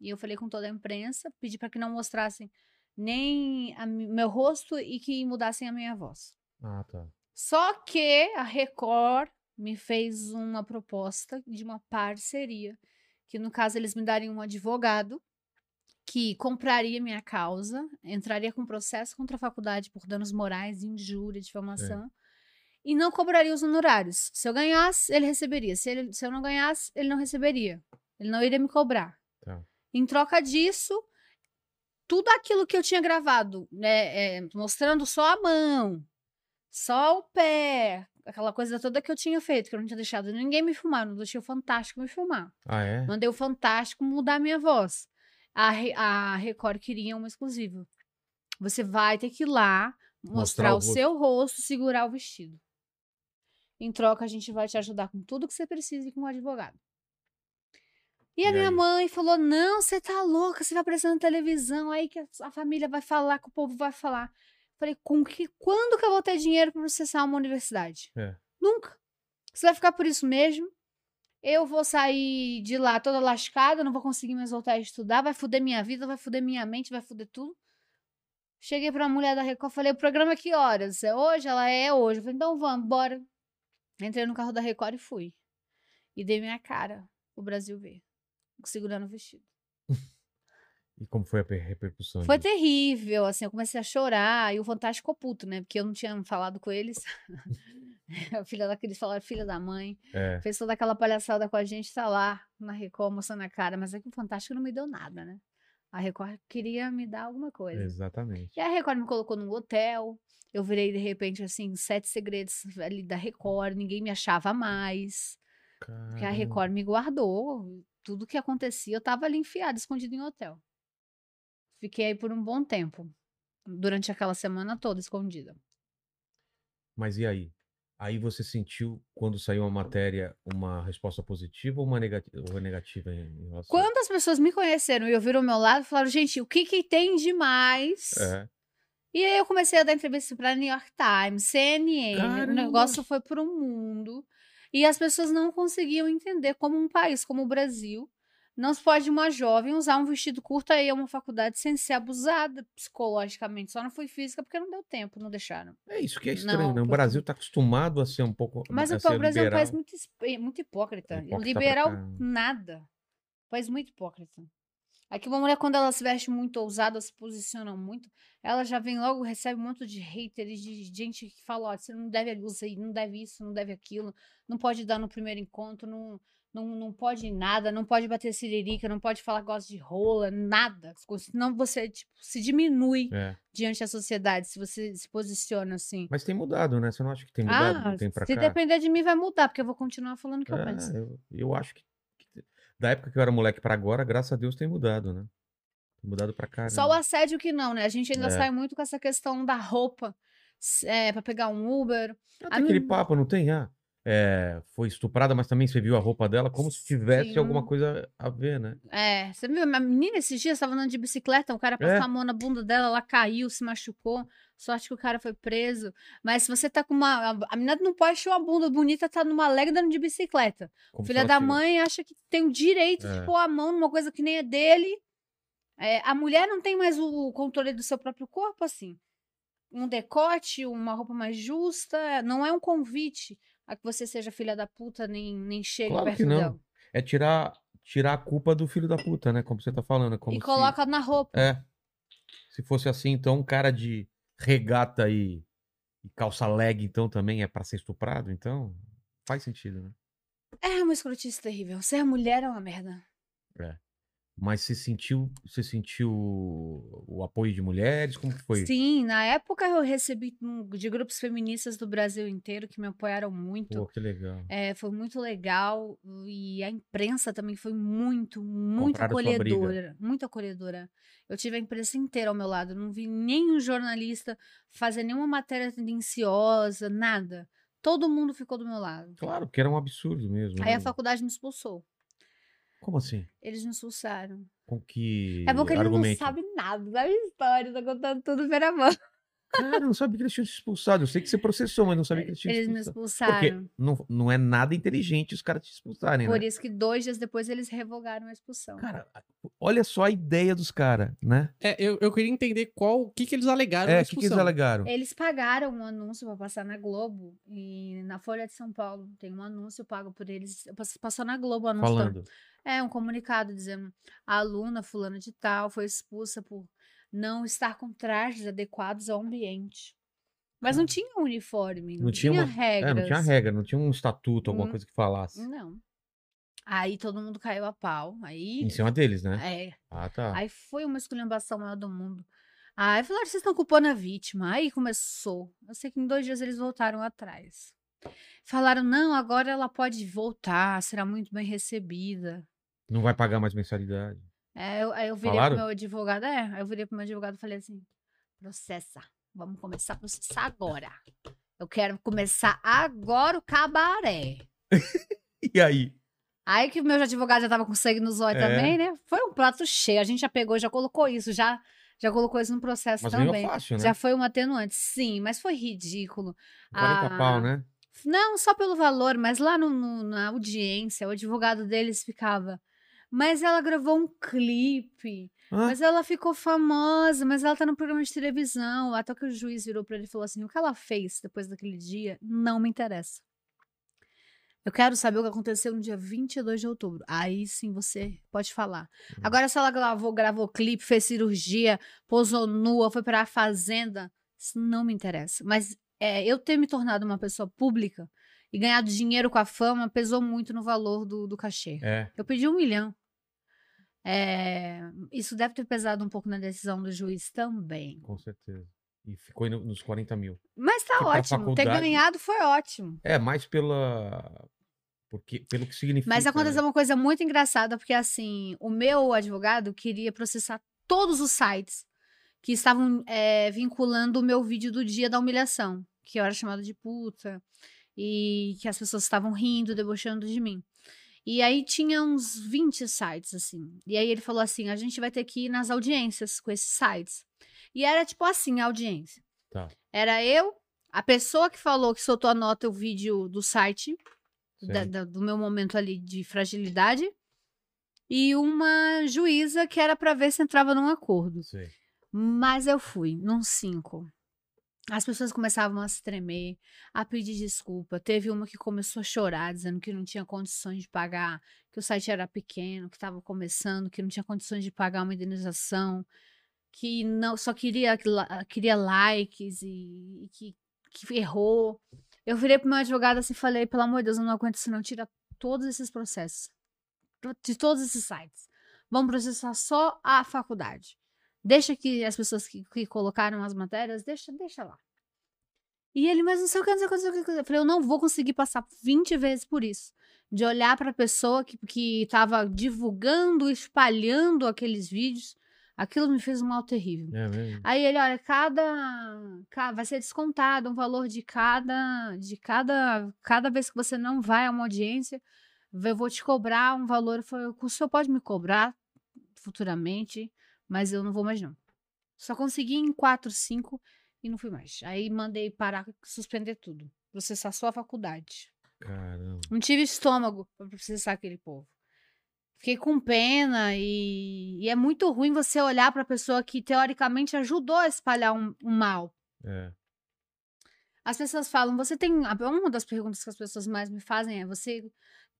S3: E eu falei com toda a imprensa, pedi para que não mostrassem nem a mi- meu rosto e que mudassem a minha voz.
S1: Ah, tá.
S3: Só que a Record me fez uma proposta de uma parceria, que no caso eles me dariam um advogado que compraria minha causa, entraria com processo contra a faculdade por danos morais, injúria, difamação, e não cobraria os honorários. Se eu ganhasse, ele receberia. Se, ele- se eu não ganhasse, ele não receberia. Ele não iria me cobrar.
S1: Tá.
S3: Em troca disso, tudo aquilo que eu tinha gravado, né, é, mostrando só a mão, só o pé, aquela coisa toda que eu tinha feito, que eu não tinha deixado ninguém me filmar, não deixei o Fantástico me filmar.
S1: Ah, é?
S3: Mandei o Fantástico mudar minha voz. A, Re- a Record queria uma exclusiva. Você vai ter que ir lá mostrar,
S1: Mostrar o
S3: o, seu rosto, segurar o vestido. Em troca, a gente vai te ajudar com tudo que você precisa e com o advogado. E a
S1: E
S3: minha
S1: aí?
S3: mãe falou: Não, você tá louca, você vai aparecer na televisão, aí que a, a família vai falar, que o povo vai falar. Falei: com que, Quando que eu vou ter dinheiro pra processar uma universidade?
S1: É.
S3: Nunca. Você vai ficar por isso mesmo. Eu vou sair de lá toda lascada, não vou conseguir mais voltar a estudar, vai fuder minha vida, vai fuder minha mente, vai fuder tudo. Cheguei pra mulher da Record, falei, o programa é que horas? É hoje? Ela é hoje. Eu falei, então vamos, bora. Entrei no carro da Record e fui. E dei minha cara o Brasil ver, segurando o vestido.
S1: E como foi a per- repercussão?
S3: Foi
S1: disso?
S3: terrível, assim, eu comecei a chorar e o Fantástico ficou puto, né? Porque eu não tinha falado com eles. a filha daqueles falaram, filha da mãe.
S1: É.
S3: Fez toda aquela palhaçada com a gente, tá lá na Record mostrando a cara, mas é que o Fantástico não me deu nada, né? A Record queria me dar alguma coisa.
S1: Exatamente.
S3: E a Record me colocou num hotel. Eu virei, de repente, assim, sete segredos ali da Record. Ninguém me achava mais. Porque
S1: Caramba.
S3: a Record me guardou. Tudo que acontecia, eu tava ali enfiada, escondida em hotel. Fiquei aí por um bom tempo. Durante aquela semana toda, escondida.
S1: Mas e aí? Aí você sentiu, quando saiu a matéria, uma resposta positiva ou uma negativa, ou negativa em em relação
S3: Quando as pessoas me conheceram e ouviram ao meu lado, falaram, gente, o que que tem demais?
S1: É.
S3: E aí eu comecei a dar entrevista pra New York Times, CNN,
S1: Caramba!
S3: o negócio foi pro mundo. E as pessoas não conseguiam entender como um país como o Brasil não se pode uma jovem usar um vestido curto aí a uma faculdade sem ser abusada psicologicamente. Só não foi física porque não deu tempo, não deixaram.
S1: É isso que é estranho,
S3: Não,
S1: né? O
S3: porque-
S1: Brasil tá acostumado a ser um pouco.
S3: Mas
S1: a
S3: o
S1: ser
S3: Brasil é um
S1: liberal.
S3: país
S1: É
S3: muito, esp- muito hipócrita.
S1: Hipócrita pra
S3: Liberal,
S1: caramba.
S3: nada. País muito hipócrita. Aqui uma mulher, quando ela se veste muito ousada, se posiciona muito, ela já vem logo, recebe um monte de haters, de gente que fala, ó, você não deve usar, não deve isso, não deve aquilo, não pode dar no primeiro encontro, não, não, não pode nada, não pode bater siririca, não pode falar que gosta de rola, nada. Senão você, tipo, se diminui
S1: É.
S3: diante da sociedade, se você se posiciona assim.
S1: Mas tem mudado, né? Você não acha que tem mudado?
S3: Ah,
S1: não tem pra
S3: se
S1: cá?
S3: depender de mim vai mudar, porque eu vou continuar falando o que eu
S1: Ah,
S3: penso.
S1: eu, eu acho que, que te- da época que eu era moleque pra agora, graças a Deus tem mudado, né? Mudado pra cá.
S3: Só o assédio que não, né? A gente ainda
S1: É.
S3: sai muito com essa questão da roupa s- é, pra pegar um Uber. a
S1: aquele
S3: mim-
S1: papo, não tem? Ah, é, foi estuprada, mas também você viu a roupa dela como se tivesse
S3: Sim.
S1: alguma coisa a ver, né?
S3: É, você viu? A menina esses dias tava andando de bicicleta, um cara passou
S1: É.
S3: a mão na bunda dela, ela caiu, se machucou. Sorte que o cara foi preso. Mas se você tá com uma. a- A menina não pode achar uma bunda bonita, tá numa leg andando de bicicleta.
S1: Como se
S3: Filha
S1: ela
S3: da
S1: tivesse-
S3: mãe acha que tem o direito
S1: É.
S3: de pôr a mão numa coisa que nem é dele. É, a mulher não tem mais o controle do seu próprio corpo, assim. Um decote, uma roupa mais justa, não é um convite a que você seja filha da puta, nem, nem chegue
S1: Claro
S3: perto
S1: que não.
S3: dela.
S1: É tirar, tirar a culpa do filho da puta, né? Como você tá falando. é Como
S3: e
S1: se-
S3: coloca na roupa.
S1: É. Se fosse assim, então, um cara de regata e, e calça leg, então, também é pra ser estuprado, então. Faz sentido, né?
S3: É uma escrotice terrível. Ser mulher é uma merda.
S1: Mas você sentiu, você sentiu o apoio de mulheres? Como que foi?
S3: Sim, na época eu recebi hum, de grupos feministas do Brasil inteiro que me apoiaram muito.
S1: Pô, que legal.
S3: É, foi muito legal e a imprensa também foi muito, muito
S1: Compraram sua briga.
S3: acolhedora, muito acolhedora. Eu tive a imprensa inteira ao meu lado, não vi nenhum jornalista fazer nenhuma matéria tendenciosa, nada. Todo mundo ficou do meu lado.
S1: Claro, porque era um absurdo mesmo.
S3: Aí
S1: né?
S3: a faculdade me expulsou.
S1: Como assim?
S3: Eles me expulsaram.
S1: Com que
S3: É bom que eles não
S1: argumento?
S3: sabem nada da minha história, tá contando tudo primeira mão.
S1: Cara, eu não sabia que eles tinham te expulsado. Eu sei que você processou, mas não sabia que eles tinham te
S3: Eles me
S1: expulsado. Porque
S3: expulsaram.
S1: não, não é nada inteligente os caras te expulsarem, né?
S3: Por isso que dois dias depois eles revogaram a expulsão.
S1: Cara, olha só a ideia dos caras, né?
S2: É, eu, eu queria entender qual, o que, que eles alegaram
S1: É,
S2: na
S1: o que, que eles
S2: expulsão.
S1: alegaram?
S3: Eles pagaram um anúncio para passar na Globo e na Folha de São Paulo tem um anúncio pago por eles. Pass- Passou na Globo o anúncio. também.
S1: Falando.
S3: É um comunicado dizendo a aluna fulana de tal foi expulsa por não estar com trajes adequados ao ambiente. Mas não tinha um uniforme, não,
S1: Hum. Não tinha
S3: tinha,
S1: uma-
S3: regras.
S1: É, não tinha regra, não tinha um estatuto, alguma
S3: Hum.
S1: coisa que falasse.
S3: Não. Aí todo mundo caiu a pau. Aí,
S1: Em cima deles, né?
S3: é,
S1: Ah, tá.
S3: Aí foi uma esculhambação maior do mundo. Aí falaram, vocês estão culpando a vítima. Aí começou. Eu sei que em dois dias eles voltaram atrás. Falaram, não, agora ela pode voltar, será muito bem recebida.
S1: Não vai pagar mais mensalidade.
S3: É, eu- aí eu virei
S1: Falaram?
S3: pro meu advogado, é, aí eu virei pro meu advogado e falei assim, processa, vamos começar a processar agora. Eu quero começar agora o cabaré.
S1: E aí?
S3: Aí que o meu advogado já tava com sangue nos olhos
S1: É.
S3: também, né? Foi um prato cheio, a gente já pegou, já colocou isso, já, já colocou isso no processo
S1: Mas
S3: também.
S1: ganhou fácil, né?
S3: Já foi um atenuante, sim, mas foi ridículo.
S1: 40
S3: Ah,
S1: pau, né?
S3: Não só pelo valor, mas lá no- no- na audiência, o advogado deles ficava. Mas ela gravou um clipe,
S1: Hã?
S3: mas ela ficou famosa, mas ela tá no programa de televisão. Até que o juiz virou pra ele e falou assim: o que ela fez depois daquele dia não me interessa. Eu quero saber o que aconteceu no dia 22 de outubro. Aí sim você pode falar. Agora, se ela gravou, gravou clipe, fez cirurgia, posou nua, foi pra fazenda, isso não me interessa. Mas é, eu ter me tornado uma pessoa pública e ganhado dinheiro com a fama pesou muito no valor do, do cachê.
S1: É.
S3: Eu pedi um milhão. É, isso deve ter pesado um pouco na decisão do juiz também.
S1: Com certeza. E ficou aí no- nos 40 mil.
S3: Mas tá
S1: Que pra
S3: ótimo. Ter
S1: faculdade-
S3: ganhado foi ótimo.
S1: É, mais pela. Porque, pelo que significa.
S3: Mas aconteceu
S1: né?
S3: uma coisa muito engraçada, porque assim, o meu advogado queria processar todos os sites que estavam é, vinculando o meu vídeo do dia da humilhação, que eu era chamada de puta, e que as pessoas estavam rindo, debochando de mim. E aí tinha uns 20 sites, assim. E aí ele falou assim: a gente vai ter que ir nas audiências com esses sites. E era tipo assim, a audiência.
S1: Tá.
S3: Era eu, a pessoa que falou que soltou a nota o vídeo do site, da-
S1: Certo.
S3: da- do meu momento ali de fragilidade e uma juíza que era pra ver se entrava num acordo.
S1: Sei.
S3: Mas eu fui num cinco. As pessoas começavam a se tremer, a pedir desculpa. Teve uma que começou a chorar, dizendo que não tinha condições de pagar, que o site era pequeno, que estava começando, que não tinha condições de pagar uma indenização, que não só queria, la- queria likes e, e que, que errou. Eu virei pro meu advogado assim e falei: pelo amor de Deus, eu não aguento isso, não. Tira todos esses processos, de todos esses sites. Vamos processar só a faculdade. Deixa que as pessoas que, que colocaram as matérias, deixa, deixa lá. E ele, mas não sei o que, não sei o que, não sei o que, não sei o que. Eu falei, eu não vou conseguir passar 20 vezes por isso. De olhar para a pessoa que, que tava divulgando, espalhando aqueles vídeos, Aquilo me fez um mal terrível.
S1: É mesmo.
S3: Aí ele, olha, cada, ca- vai ser descontado um valor de cada de cada cada vez que você não vai a uma audiência, eu vou te cobrar um valor, Eu falei, o senhor pode me cobrar futuramente, mas eu não vou mais não. Só consegui em 4, 5 e não fui mais. Aí mandei parar, suspender tudo, processar só a faculdade.
S1: Caramba.
S3: Não tive estômago pra processar aquele povo. Fiquei com pena e, e é muito ruim você olhar pra pessoa que teoricamente ajudou a espalhar um, um mal.
S1: É.
S3: As pessoas falam, você tem. a- Uma das perguntas que as pessoas mais me fazem é: você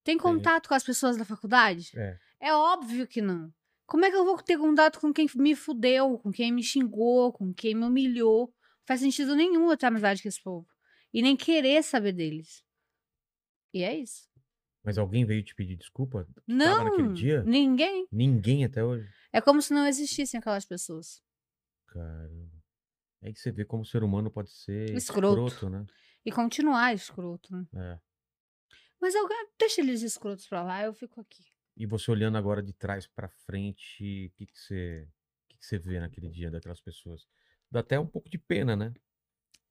S3: tem contato com as pessoas da faculdade?
S1: É.
S3: óbvio que não. Como é que eu vou ter contato com quem me fudeu, com quem me xingou, com quem me humilhou? Não faz sentido nenhum eu ter amizade com esse povo. E nem querer saber deles. E é isso.
S1: Mas alguém veio te pedir desculpa?
S3: Não,
S1: tava naquele dia?
S3: ninguém.
S1: Ninguém até hoje.
S3: É como se não existissem aquelas pessoas.
S1: Caramba. É que você vê como o ser humano pode ser
S3: Escroto.
S1: né?
S3: E continuar escroto. né?
S1: É.
S3: Mas eu deixa eles escrotos pra lá, eu fico aqui.
S1: E você olhando agora de trás pra frente, o que, que você o que, que você vê naquele dia daquelas pessoas? Dá até um pouco de pena, né?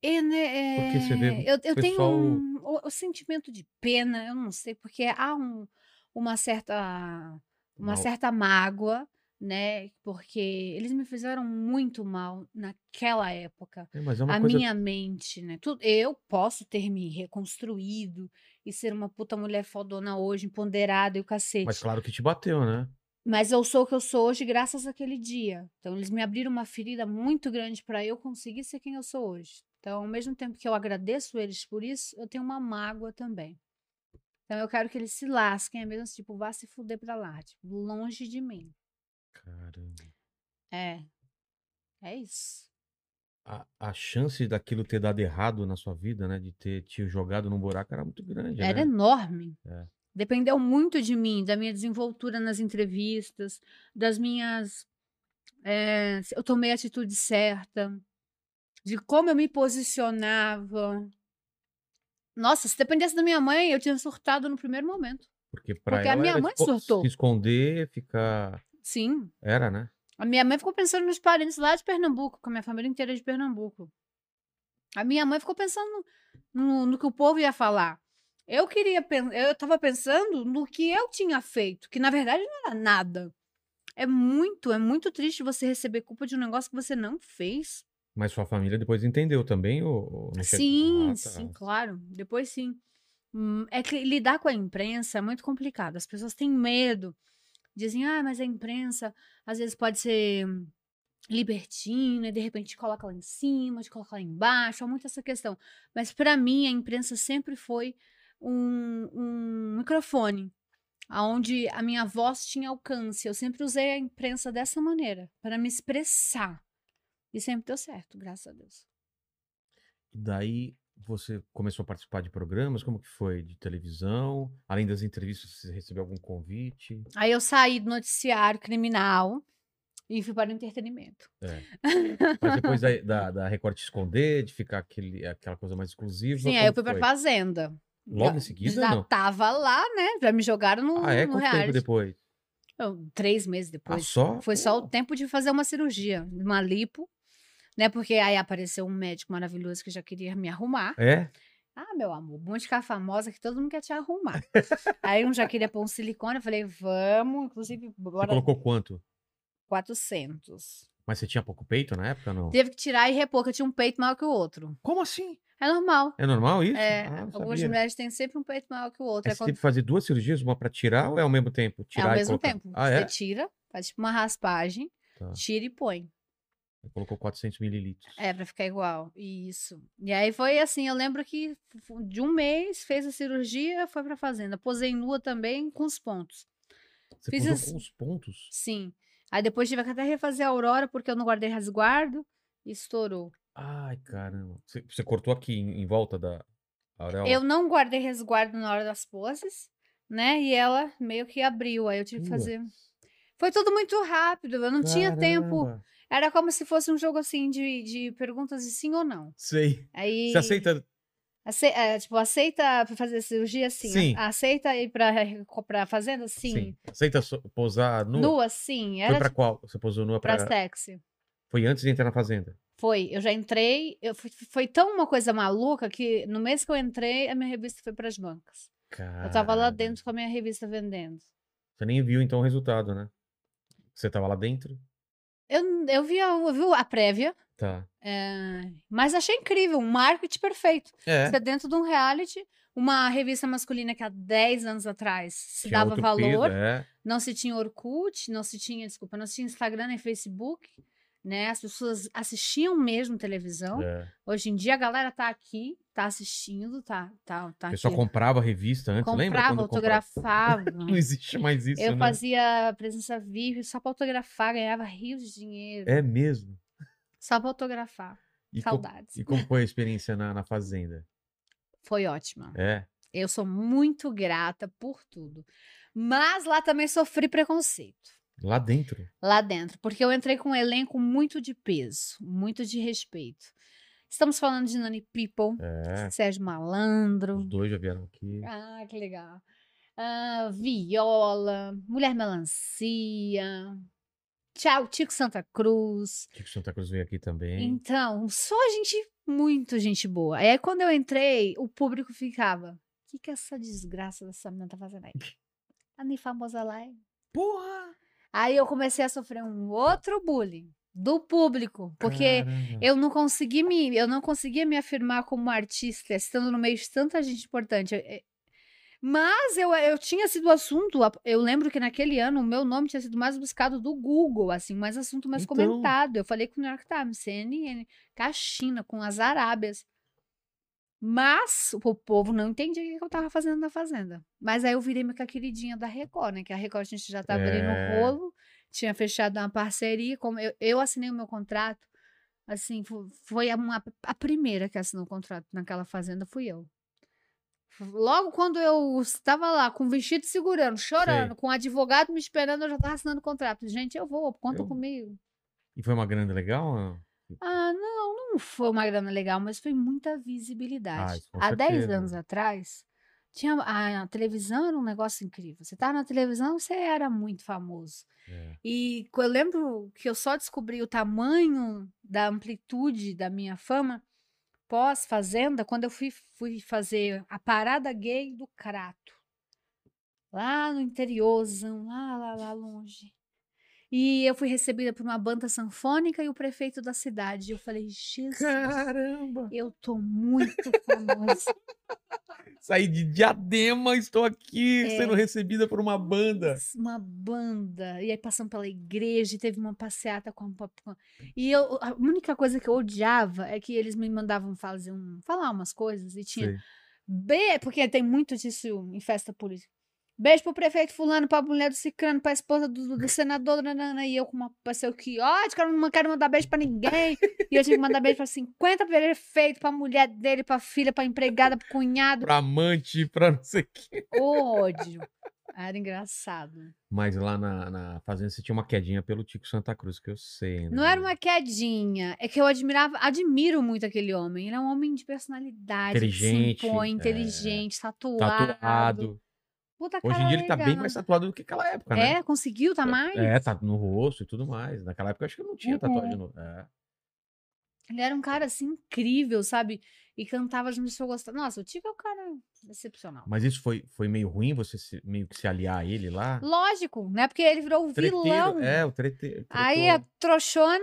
S3: E, né,
S1: Porque você vê
S3: é, eu, eu tenho
S1: pessoal-
S3: um- o, o sentimento de pena, eu não sei, porque há um- uma certa uma
S1: Mal.
S3: certa mágoa, né? Porque eles me fizeram muito mal naquela época.
S1: É, mas é uma
S3: a
S1: coisa.
S3: minha mente, né? Tudo, eu posso ter me reconstruído e ser uma puta mulher fodona hoje, empoderada e o cacete.
S1: Mas claro que te bateu, né?
S3: Mas eu sou o que eu sou hoje graças àquele dia. Então eles me abriram uma ferida muito grande para eu conseguir ser quem eu sou hoje. Então, ao mesmo tempo que eu agradeço eles por isso, eu tenho uma mágoa também. Então eu quero que eles se lasquem, é mesmo tipo, vá se fuder pra lá, tipo, longe de mim.
S1: Caramba.
S3: É. É isso.
S1: A, a chance daquilo ter dado errado na sua vida, né? De ter te jogado num buraco era muito grande,
S3: Era
S1: né?
S3: enorme.
S1: É.
S3: Dependeu muito de mim, da minha desenvoltura nas entrevistas, das minhas. eh, se eu tomei a atitude certa, de como eu me posicionava. Nossa, se dependesse da minha mãe, eu tinha surtado no primeiro momento.
S1: Porque pra
S3: porque a
S1: ela
S3: minha
S1: era
S3: mãe
S1: esco-
S3: surtou.
S1: Se esconder, ficar.
S3: Sim.
S1: Era, né?
S3: A minha mãe ficou pensando nos parentes lá de Pernambuco, com a minha família inteira de Pernambuco. A minha mãe ficou pensando no, no que o povo ia falar. Eu queria, pen- eu tava pensando no que eu tinha feito, que na verdade não era nada. É muito, é muito triste você receber culpa de um negócio que você não fez.
S1: Mas sua família depois entendeu também, ou, ou não chegou-
S3: Sim,
S1: Ah, tá.
S3: sim, claro. Depois sim. Hum, É que lidar com a imprensa é muito complicado. As pessoas têm medo. Dizem, ah, mas a imprensa às vezes pode ser hum, libertina, e de repente coloca lá em cima, te coloca lá embaixo, há muito essa questão. Mas para mim, a imprensa sempre foi um, um microfone onde a minha voz tinha alcance. Eu sempre usei a imprensa dessa maneira, para me expressar. E sempre deu certo, graças a Deus.
S1: E daí você começou a participar de programas, como que foi? De televisão? Além das entrevistas, você recebeu algum convite?
S3: Aí eu saí do noticiário criminal e fui para o entretenimento.
S1: É. Mas depois da, da, da Record te esconder, de ficar aquele, aquela coisa mais exclusiva.
S3: Sim, aí
S1: como
S3: eu fui para
S1: foi?
S3: Fazenda.
S1: Logo em
S3: Eu
S1: seguida,
S3: Já
S1: não?
S3: tava lá, né? Já me jogaram no,
S1: Ah, é?
S3: no
S1: Quanto tempo
S3: reality.
S1: depois?
S3: Eu- três meses
S1: Ah,
S3: depois.
S1: só?
S3: Foi só
S1: Pô,
S3: o tempo de fazer uma cirurgia, uma lipo, né? Porque aí apareceu um médico maravilhoso que já queria me arrumar.
S1: É?
S3: Ah, meu amor, bom de ficar famosa que todo mundo quer te arrumar. aí um já queria pôr um silicone, eu falei, vamos, inclusive,
S1: Você
S3: bora
S1: colocou quanto?
S3: 400.
S1: Mas você tinha pouco peito na época, não?
S3: Teve que tirar e repor, que eu tinha um peito maior que o outro.
S1: Como assim?
S3: É normal.
S1: É normal isso?
S3: É,
S1: Ah, não
S3: algumas
S1: sabia.
S3: mulheres têm sempre um peito maior que o outro.
S1: Aí
S3: É,
S1: você
S3: quando-
S1: teve que fazer duas cirurgias, uma pra tirar ou é ao mesmo tempo?
S3: é
S1: Tirar
S3: ao
S1: e
S3: mesmo
S1: colocar?
S3: tempo.
S1: Ah,
S3: você
S1: é?
S3: tira, faz tipo uma raspagem,
S1: Tá.
S3: tira e põe.
S1: Aí Colocou 400 mililitros.
S3: É, pra ficar igual. Isso. E aí foi assim, eu lembro que f- de um mês fez a cirurgia, foi pra fazenda. Posei nua também com os pontos.
S1: Você
S3: fiz
S1: colocou
S3: as-
S1: os pontos?
S3: Sim. Aí depois tive que até refazer a aurora, porque eu não guardei resguardo. E estourou.
S1: Ai, caramba. Você, você cortou aqui em, em volta da auréola?
S3: Eu não guardei resguardo na hora das poses, né? E ela meio que abriu. Aí eu tive que fazer. Foi tudo muito rápido. Eu não tinha tempo.
S1: Caramba.
S3: Era como se fosse um jogo assim de, de perguntas de sim ou não.
S1: Sei.
S3: Aí.
S1: Você aceita
S3: Ace- é, tipo, aceita pra fazer cirurgia? Sim.
S1: Sim.
S3: A- Aceita ir pra, pra fazenda? Sim.
S1: Aceita so- posar nua?
S3: Nua? Sim.
S1: Foi
S3: Era
S1: pra
S3: tipo,
S1: qual? Você posou nua
S3: pra,
S1: pra...
S3: sexy.
S1: Foi antes de entrar na fazenda.
S3: Foi. Eu já entrei. Eu fui- foi tão uma coisa maluca que no mês que eu entrei, a minha revista foi pras bancas. Eu tava lá
S1: Cara,
S3: dentro com a minha revista vendendo.
S1: Você nem viu, então, o resultado, né? Você tava lá dentro?
S3: Eu, eu, vi, a, eu vi a prévia,
S1: Tá.
S3: é, mas achei incrível, um marketing perfeito.
S1: É.
S3: Você é dentro de um reality, uma revista masculina que há 10 anos atrás se
S1: tinha
S3: dava
S1: outro
S3: valor,
S1: peso, é.
S3: não se tinha Orkut, não se tinha, desculpa, não se tinha Instagram nem Facebook, né? As pessoas assistiam mesmo televisão.
S1: é.
S3: Hoje em dia a galera tá aqui, tá assistindo, tá, tá,
S1: O
S3: tá aqui.
S1: pessoal comprava revista antes, lembra?
S3: comprava,
S1: quando comprava?
S3: autografava.
S1: Não existe mais isso,
S3: Eu
S1: né?
S3: fazia presença VIP só pra autografar, ganhava rios de dinheiro.
S1: É mesmo.
S3: Só pra autografar.
S1: E co-
S3: Saudades.
S1: E como foi a experiência na, na fazenda?
S3: Foi ótima.
S1: É.
S3: Eu sou muito grata por tudo. Mas lá também sofri preconceito.
S1: Lá dentro.
S3: Lá dentro. Porque eu entrei com um elenco muito de peso, muito de respeito. Estamos falando de Nani People,
S1: É.
S3: Sérgio Malandro.
S1: Os dois já vieram aqui.
S3: Ah, que legal. Ah, Viola, Mulher Melancia. Tchau, Tico Santa Cruz.
S1: Tico Santa Cruz veio aqui também.
S3: Então, só gente, muito gente boa. Aí quando eu entrei, o público ficava: o que, que essa desgraça dessa menina tá fazendo aí? A nem famosa lá. hein?"
S1: Porra!
S3: Aí eu comecei a sofrer um outro bullying do público, porque
S1: Caramba.
S3: eu não consegui me, eu não conseguia me afirmar como artista estando no meio de tanta gente importante. Eu- eh, Mas eu, eu tinha sido assunto, a- eu lembro que naquele ano o meu nome tinha sido mais buscado do Google, assim, mais assunto mais
S1: Então.
S3: comentado. Eu falei com o New York Times, CNN, com a China, com as Arábias. Mas o povo não entendia o que que eu tava fazendo na Fazenda. Mas aí eu virei meio que a queridinha da Record, né? Que a Record a gente já tava ali
S1: É.
S3: no rolo tinha fechado uma parceria, como eu, eu assinei o meu contrato, assim, fo- foi a, uma- a primeira que assinou o contrato naquela fazenda, fui eu. Logo quando eu estava lá, com o vestido segurando, chorando, com o advogado me esperando, eu já estava assinando o contrato. Gente, eu vou, conta
S1: Eu-
S3: comigo.
S1: E foi uma grana legal? ou não?
S3: Ah, não, não foi uma grana legal, mas foi muita visibilidade.
S1: Ah, isso com
S3: Há 10
S1: certeza.
S3: anos atrás, tinha, a, a televisão era um negócio incrível. Você estava na televisão, você era muito famoso.
S1: É.
S3: E co- eu lembro que eu só descobri o tamanho da amplitude da minha fama pós-fazenda quando eu fui, fui fazer a parada gay do Crato. Lá no interiorzão, lá, lá, lá longe. E eu fui recebida por uma banda sanfônica e o prefeito da cidade. Eu falei, Jesus,
S1: Caramba!
S3: eu tô muito famosa.
S1: Saí de diadema, estou aqui
S3: É.
S1: sendo recebida por uma banda.
S3: uma banda. E aí passando pela igreja, e teve uma passeata com a. com a- E eu, a única coisa que eu odiava é que eles me mandavam fazer um, falar umas coisas e tinha.
S1: Sei.
S3: Be... Porque tem muito disso em festa política. Beijo pro prefeito fulano, pra mulher do cicrano, pra esposa do, do- do senador, nanana, e eu com uma pessoa que ódio, que eu não quero mandar beijo pra ninguém. e eu tinha que mandar beijo pra 50 prefeitos, pra mulher dele, pra filha, pra empregada, pro cunhado.
S1: Pra amante, pra não sei o quê.
S3: Ódio. Era engraçado.
S1: Mas lá na, na fazenda você tinha uma quedinha pelo Tico Santa Cruz, que eu sei.
S3: Não
S1: né?
S3: era um uma quedinha, é que eu admirava, admiro muito aquele homem. Ele é um homem de personalidade, que
S1: Inteligente,
S3: se impõe,
S1: é,
S3: inteligente, tatuado.
S1: Tatuado.
S3: Puta
S1: Hoje em
S3: cara
S1: dia ele tá bem
S3: legal.
S1: mais tatuado do que naquela época, né?
S3: É, conseguiu, tá mais?
S1: É, tá no rosto e tudo mais. Naquela época eu acho que eu não tinha
S3: Uhum.
S1: tatuagem no. É.
S3: Ele era um cara assim incrível, sabe? E cantava as músicas que eu gostava. Nossa, o Tico é um cara excepcional.
S1: Mas isso foi, foi meio ruim você se- meio que se aliar a ele lá?
S3: Lógico, né? Porque ele virou o
S1: Uhum. Treteiro,
S3: vilão.
S1: É, o treteiro.
S3: Aí a trouxona,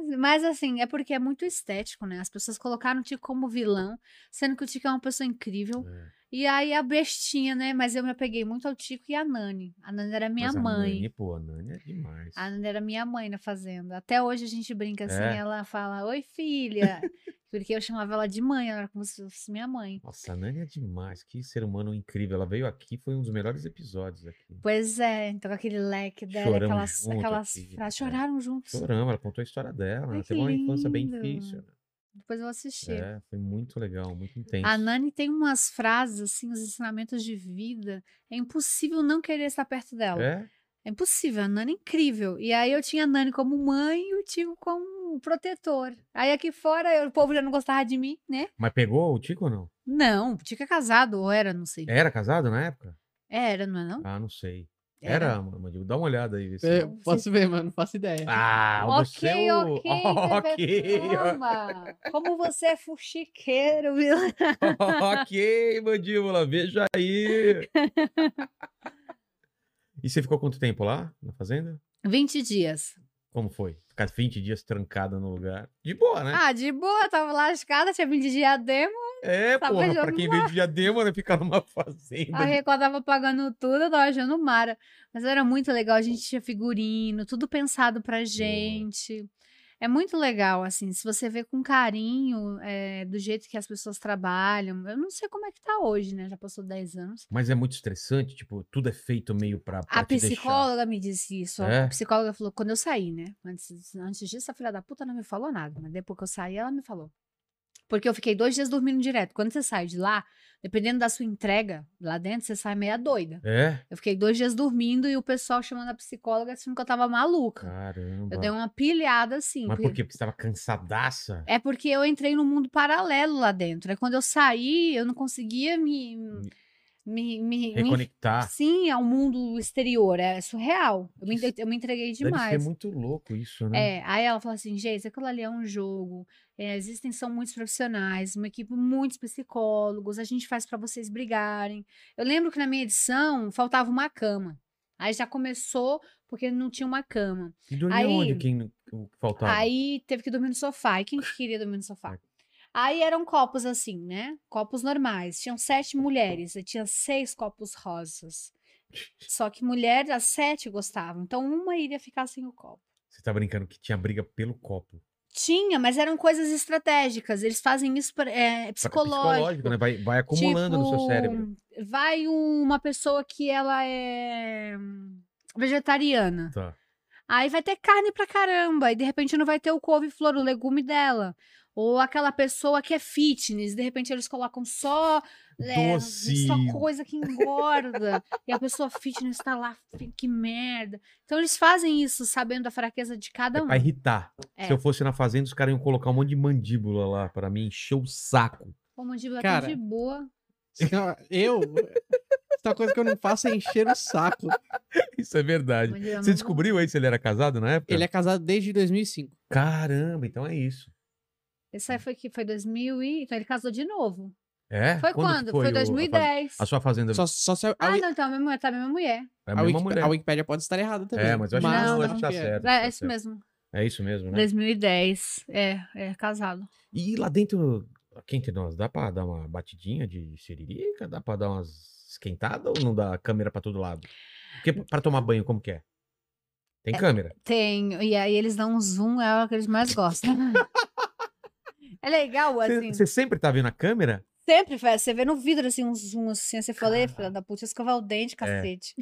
S3: né? Mas assim, é porque é muito estético, né? As pessoas colocaram o Tico como vilão, sendo que o Tico é uma pessoa incrível.
S1: É.
S3: E aí a bestinha, né? Mas eu me apeguei muito ao Tico e à Nani. A Nani era minha mãe.
S1: A Nani, pô, a Nani é demais.
S3: A Nani era minha mãe na fazenda. Até hoje a gente brinca assim,
S1: É?
S3: ela fala, oi filha. Porque eu chamava ela de mãe, ela era como se fosse minha mãe.
S1: Nossa, a Nani é demais. Que ser humano incrível. Ela veio aqui, foi um dos melhores episódios aqui.
S3: Pois é, então com aquele leque dela,
S1: Choramos
S3: aquelas,
S1: junto
S3: aquelas
S1: aqui,
S3: frases.
S1: é.
S3: Choraram juntos.
S1: Choramos, ela contou a história dela.
S3: Ai,
S1: ela
S3: que
S1: teve uma infância bem
S3: lindo.
S1: difícil. né?
S3: Depois eu assisti.
S1: É, foi muito legal, muito intenso.
S3: A Nani tem umas frases, assim, os ensinamentos de vida. É impossível não querer estar perto dela.
S1: É?
S3: É impossível, a Nana é incrível. E aí eu tinha a Nani como mãe e o Tico como um protetor. Aí aqui fora eu- o povo já não gostava de mim, né?
S1: Mas pegou o Tico ou não?
S3: Não, tinha casado, ou era, não sei.
S1: Era casado na época?
S3: Era, não é não?
S1: Ah, não sei.
S3: É.
S1: Era, Mandíbula. Dá uma olhada aí. vê se-
S2: Eu É, posso ver, mano, não faço ideia.
S1: Ah, você
S3: Ok,
S1: é o...
S3: ok,
S1: ok,
S3: Tevetama. Como você é fuxiqueiro, viu?
S1: ok, Mandíbula, veja aí. e você ficou quanto tempo lá, na fazenda?
S3: 20 dias.
S1: Como foi? Ficar 20 dias trancada no lugar. De boa, né?
S3: Ah, de boa, tava lascada, tinha vindo de diadema,
S1: é,
S3: tá
S1: porra, pra
S3: beijando
S1: quem veio de diadema, né? Ficar numa fazenda.
S3: a Record tava pagando tudo, eu tava achando mara. Mas era muito legal, a gente tinha figurino, tudo pensado pra gente. É muito legal, assim, se você vê com carinho, é, do jeito que as pessoas trabalham. Eu não sei como é que tá hoje, né? Já passou 10 anos.
S1: Mas é muito estressante, tipo, tudo é feito meio pra, pra
S3: A
S1: te deixar.
S3: psicóloga me disse isso.
S1: É?
S3: A psicóloga falou, quando eu saí, né? Antes, antes disso, a filha da puta não me falou nada. Mas depois que eu saí, ela me falou. Porque eu fiquei dois dias dormindo direto. Quando você sai de lá, dependendo da sua entrega lá dentro, você sai meia doida.
S1: É?
S3: Eu fiquei dois dias dormindo e o pessoal chamando a psicóloga achando que eu tava maluca.
S1: Caramba.
S3: Eu dei uma pilhada assim.
S1: Mas
S3: porque-
S1: por quê? Porque você tava cansadaça?
S3: É porque eu entrei num mundo paralelo lá dentro. Aí quando eu saí, eu não conseguia me. me, me, me
S1: Hum. Reconectar.
S3: Sim, ao mundo exterior. É surreal. Eu me, eu me entreguei
S1: Deve
S3: demais.
S1: ser muito louco isso, né?
S3: É, aí ela falou assim, gente, aquilo ali é um jogo. é, existem, são muitos profissionais, uma equipe, muitos psicólogos, a gente faz pra vocês brigarem. Eu lembro que na minha edição faltava uma cama. Aí já começou porque não tinha uma cama.
S1: E dormia
S3: Aí-
S1: onde quem não- o que faltava?
S3: Aí teve que dormir no sofá. E quem que queria dormir no sofá?
S1: Ai.
S3: Aí eram copos assim, né? Copos normais. Tinham sete mulheres, e tinha seis copos rosas. Só que mulheres, as sete gostavam. Então uma iria ficar sem o copo.
S1: Você tá brincando que tinha briga pelo copo.
S3: Tinha, mas eram coisas estratégicas. Eles fazem isso pra- é,
S1: Pra-
S3: psicológico.
S1: né? Vai, vai acumulando no seu
S3: Tipo,
S1: cérebro.
S3: Vai uma pessoa que ela é hum, vegetariana.
S1: Tá.
S3: Aí vai ter carne pra caramba. E de repente não vai ter o couve-flor, o legume dela. Ou aquela pessoa que é fitness, de repente eles colocam só, é,
S1: Doce.
S3: só coisa que engorda. e a pessoa fitness tá lá, que merda. Então eles fazem isso sabendo a fraqueza de
S1: É
S3: cada um.
S1: pra irritar.
S3: É.
S1: Se eu fosse na fazenda, os caras iam colocar um monte de mandíbula lá pra mim, encher o saco.
S3: O mandíbula tá
S2: Cara,
S3: de boa.
S2: Senhora, Eu? Uma coisa que eu não faço é encher o saco.
S1: Tá. Isso é verdade.
S3: Mandíbula
S1: Você
S3: não-
S1: descobriu aí se ele era casado na época?
S2: Ele é casado desde 2005.
S1: Caramba, então é isso.
S3: Esse aí foi que foi 2000 e... Então ele casou de novo.
S1: É?
S3: Foi
S1: que
S3: quando? Foi,
S1: o- a faz-
S3: 2010.
S1: A sua fazenda
S2: Só, só se a, a
S3: Ah,
S2: Wi-
S3: não, então a minha mulher tá a minha mulher.
S1: Tá. é
S2: a
S1: a mesma
S2: Wiki-
S1: mulher.
S2: a Wikipédia pode estar errada também.
S1: É, mas eu acho que
S3: Mas
S1: não,
S3: não,
S1: acho que tá
S2: é.
S1: certo.
S3: É,
S1: tá
S3: é isso
S1: certo.
S3: mesmo.
S1: É isso mesmo, né?
S3: 2010. É, é casado.
S1: E lá dentro, quem que nós? Dá pra dar uma batidinha de siririca? Dá pra dar umas esquentadas ou não dá câmera pra todo lado? Porque pra tomar banho, como que é?
S3: É,
S1: Tem câmera?
S3: Tem. E aí eles dão um zoom, é o que eles mais gostam. é legal, assim.
S1: Você sempre tá vendo a câmera?
S3: Sempre, velho, você vê no vidro assim um zoom assim. Aí Você fala, "Ei, filha da puta, escovar o dente, cacete.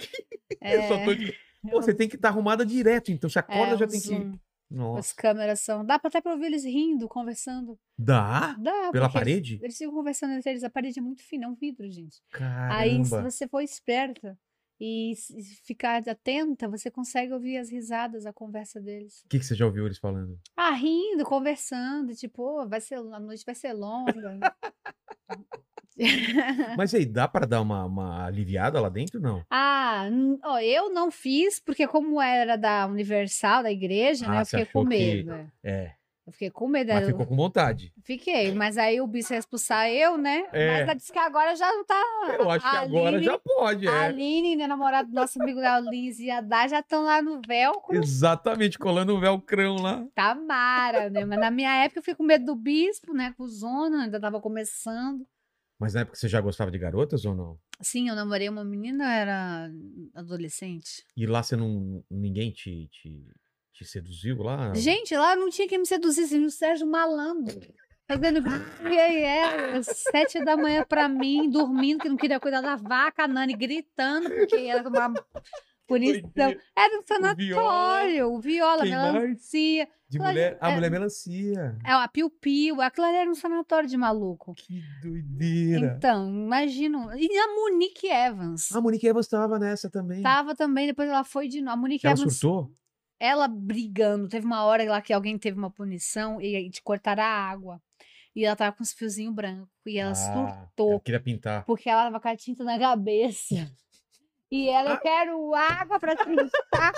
S3: É.
S1: Eu só tô de- Pô, você tem que estar arrumada direto, então. Você acorda,
S3: é,
S1: já
S3: um
S1: tem que.
S3: zoom.
S1: Nossa.
S3: As câmeras são. Dá pra até pra ouvir eles rindo, conversando.
S1: Dá?
S3: Dá,
S1: Pela
S3: porque eles-
S1: parede?
S3: Eles ficam conversando entre eles. A parede é muito fina, é um vidro, gente. Aí, se
S1: Caramba.
S3: você for esperta e s- e ficar atenta, você consegue ouvir as risadas, a conversa deles.
S1: O que, que você já ouviu eles falando?
S3: Ah, rindo, conversando, tipo, "Ô, vai ser, a noite vai ser longa.
S1: Mas aí, dá pra dar uma, uma aliviada lá dentro? Não.
S3: ah, n- ó, eu não fiz, porque como era da Universal, da igreja,
S1: Ah,
S3: né? Eu
S1: você
S3: fiquei com
S1: achou que-
S3: medo. né?
S1: É.
S3: Eu fiquei com medo.
S1: Mas
S3: eu-
S1: ficou com vontade.
S3: Fiquei, mas aí o bicho ia expulsar eu, né?
S1: É.
S3: Mas ela disse que agora já não tá.
S1: Eu acho que
S3: a
S1: agora
S3: Aline-
S1: já pode,
S3: A
S1: é.
S3: Aline, né, namorado do nosso amigo da Lins e a Dá já estão lá no velcro.
S1: Exatamente, colando o velcrão lá.
S3: Tá mara, né? Mas na minha época eu fiquei com medo do bispo, né? Com o Zona, ainda tava começando.
S1: Mas na época você já gostava de garotas ou não?
S3: Sim, eu namorei uma menina, eu era adolescente.
S1: E lá você não. ninguém te, te, te seduziu lá?
S3: Gente, lá não tinha quem me seduzisse, assim, o Sérgio Malandro. Fazendo é, às sete da manhã pra mim, dormindo, que não queria cuidar da vaca, a Nani gritando, porque era uma punição.
S1: Doideira.
S3: Era um
S1: Viola.
S3: sanatório, o viola,
S1: Quem mais?
S3: melancia.
S1: De
S3: Olha,
S1: mulher. A
S3: é-
S1: mulher melancia.
S3: É, a piu-piu, aquilo ali era um sanatório de maluco.
S1: Que doideira.
S3: Então, imagino. E a Monique Evans.
S1: A Monique Evans tava nessa também.
S3: Tava também, depois ela foi de novo. A Monique
S1: Ela
S3: Evans.
S1: surtou?
S3: ela brigando. Teve uma hora lá que alguém teve uma punição e aí de cortar a água. E ela tava com os fiozinhos brancos. E ela surtou.
S1: Ah, Eu queria pintar.
S3: Porque ela tava com a tinta na cabeça. E
S1: Ah.
S3: ela, eu quero água pra pintar.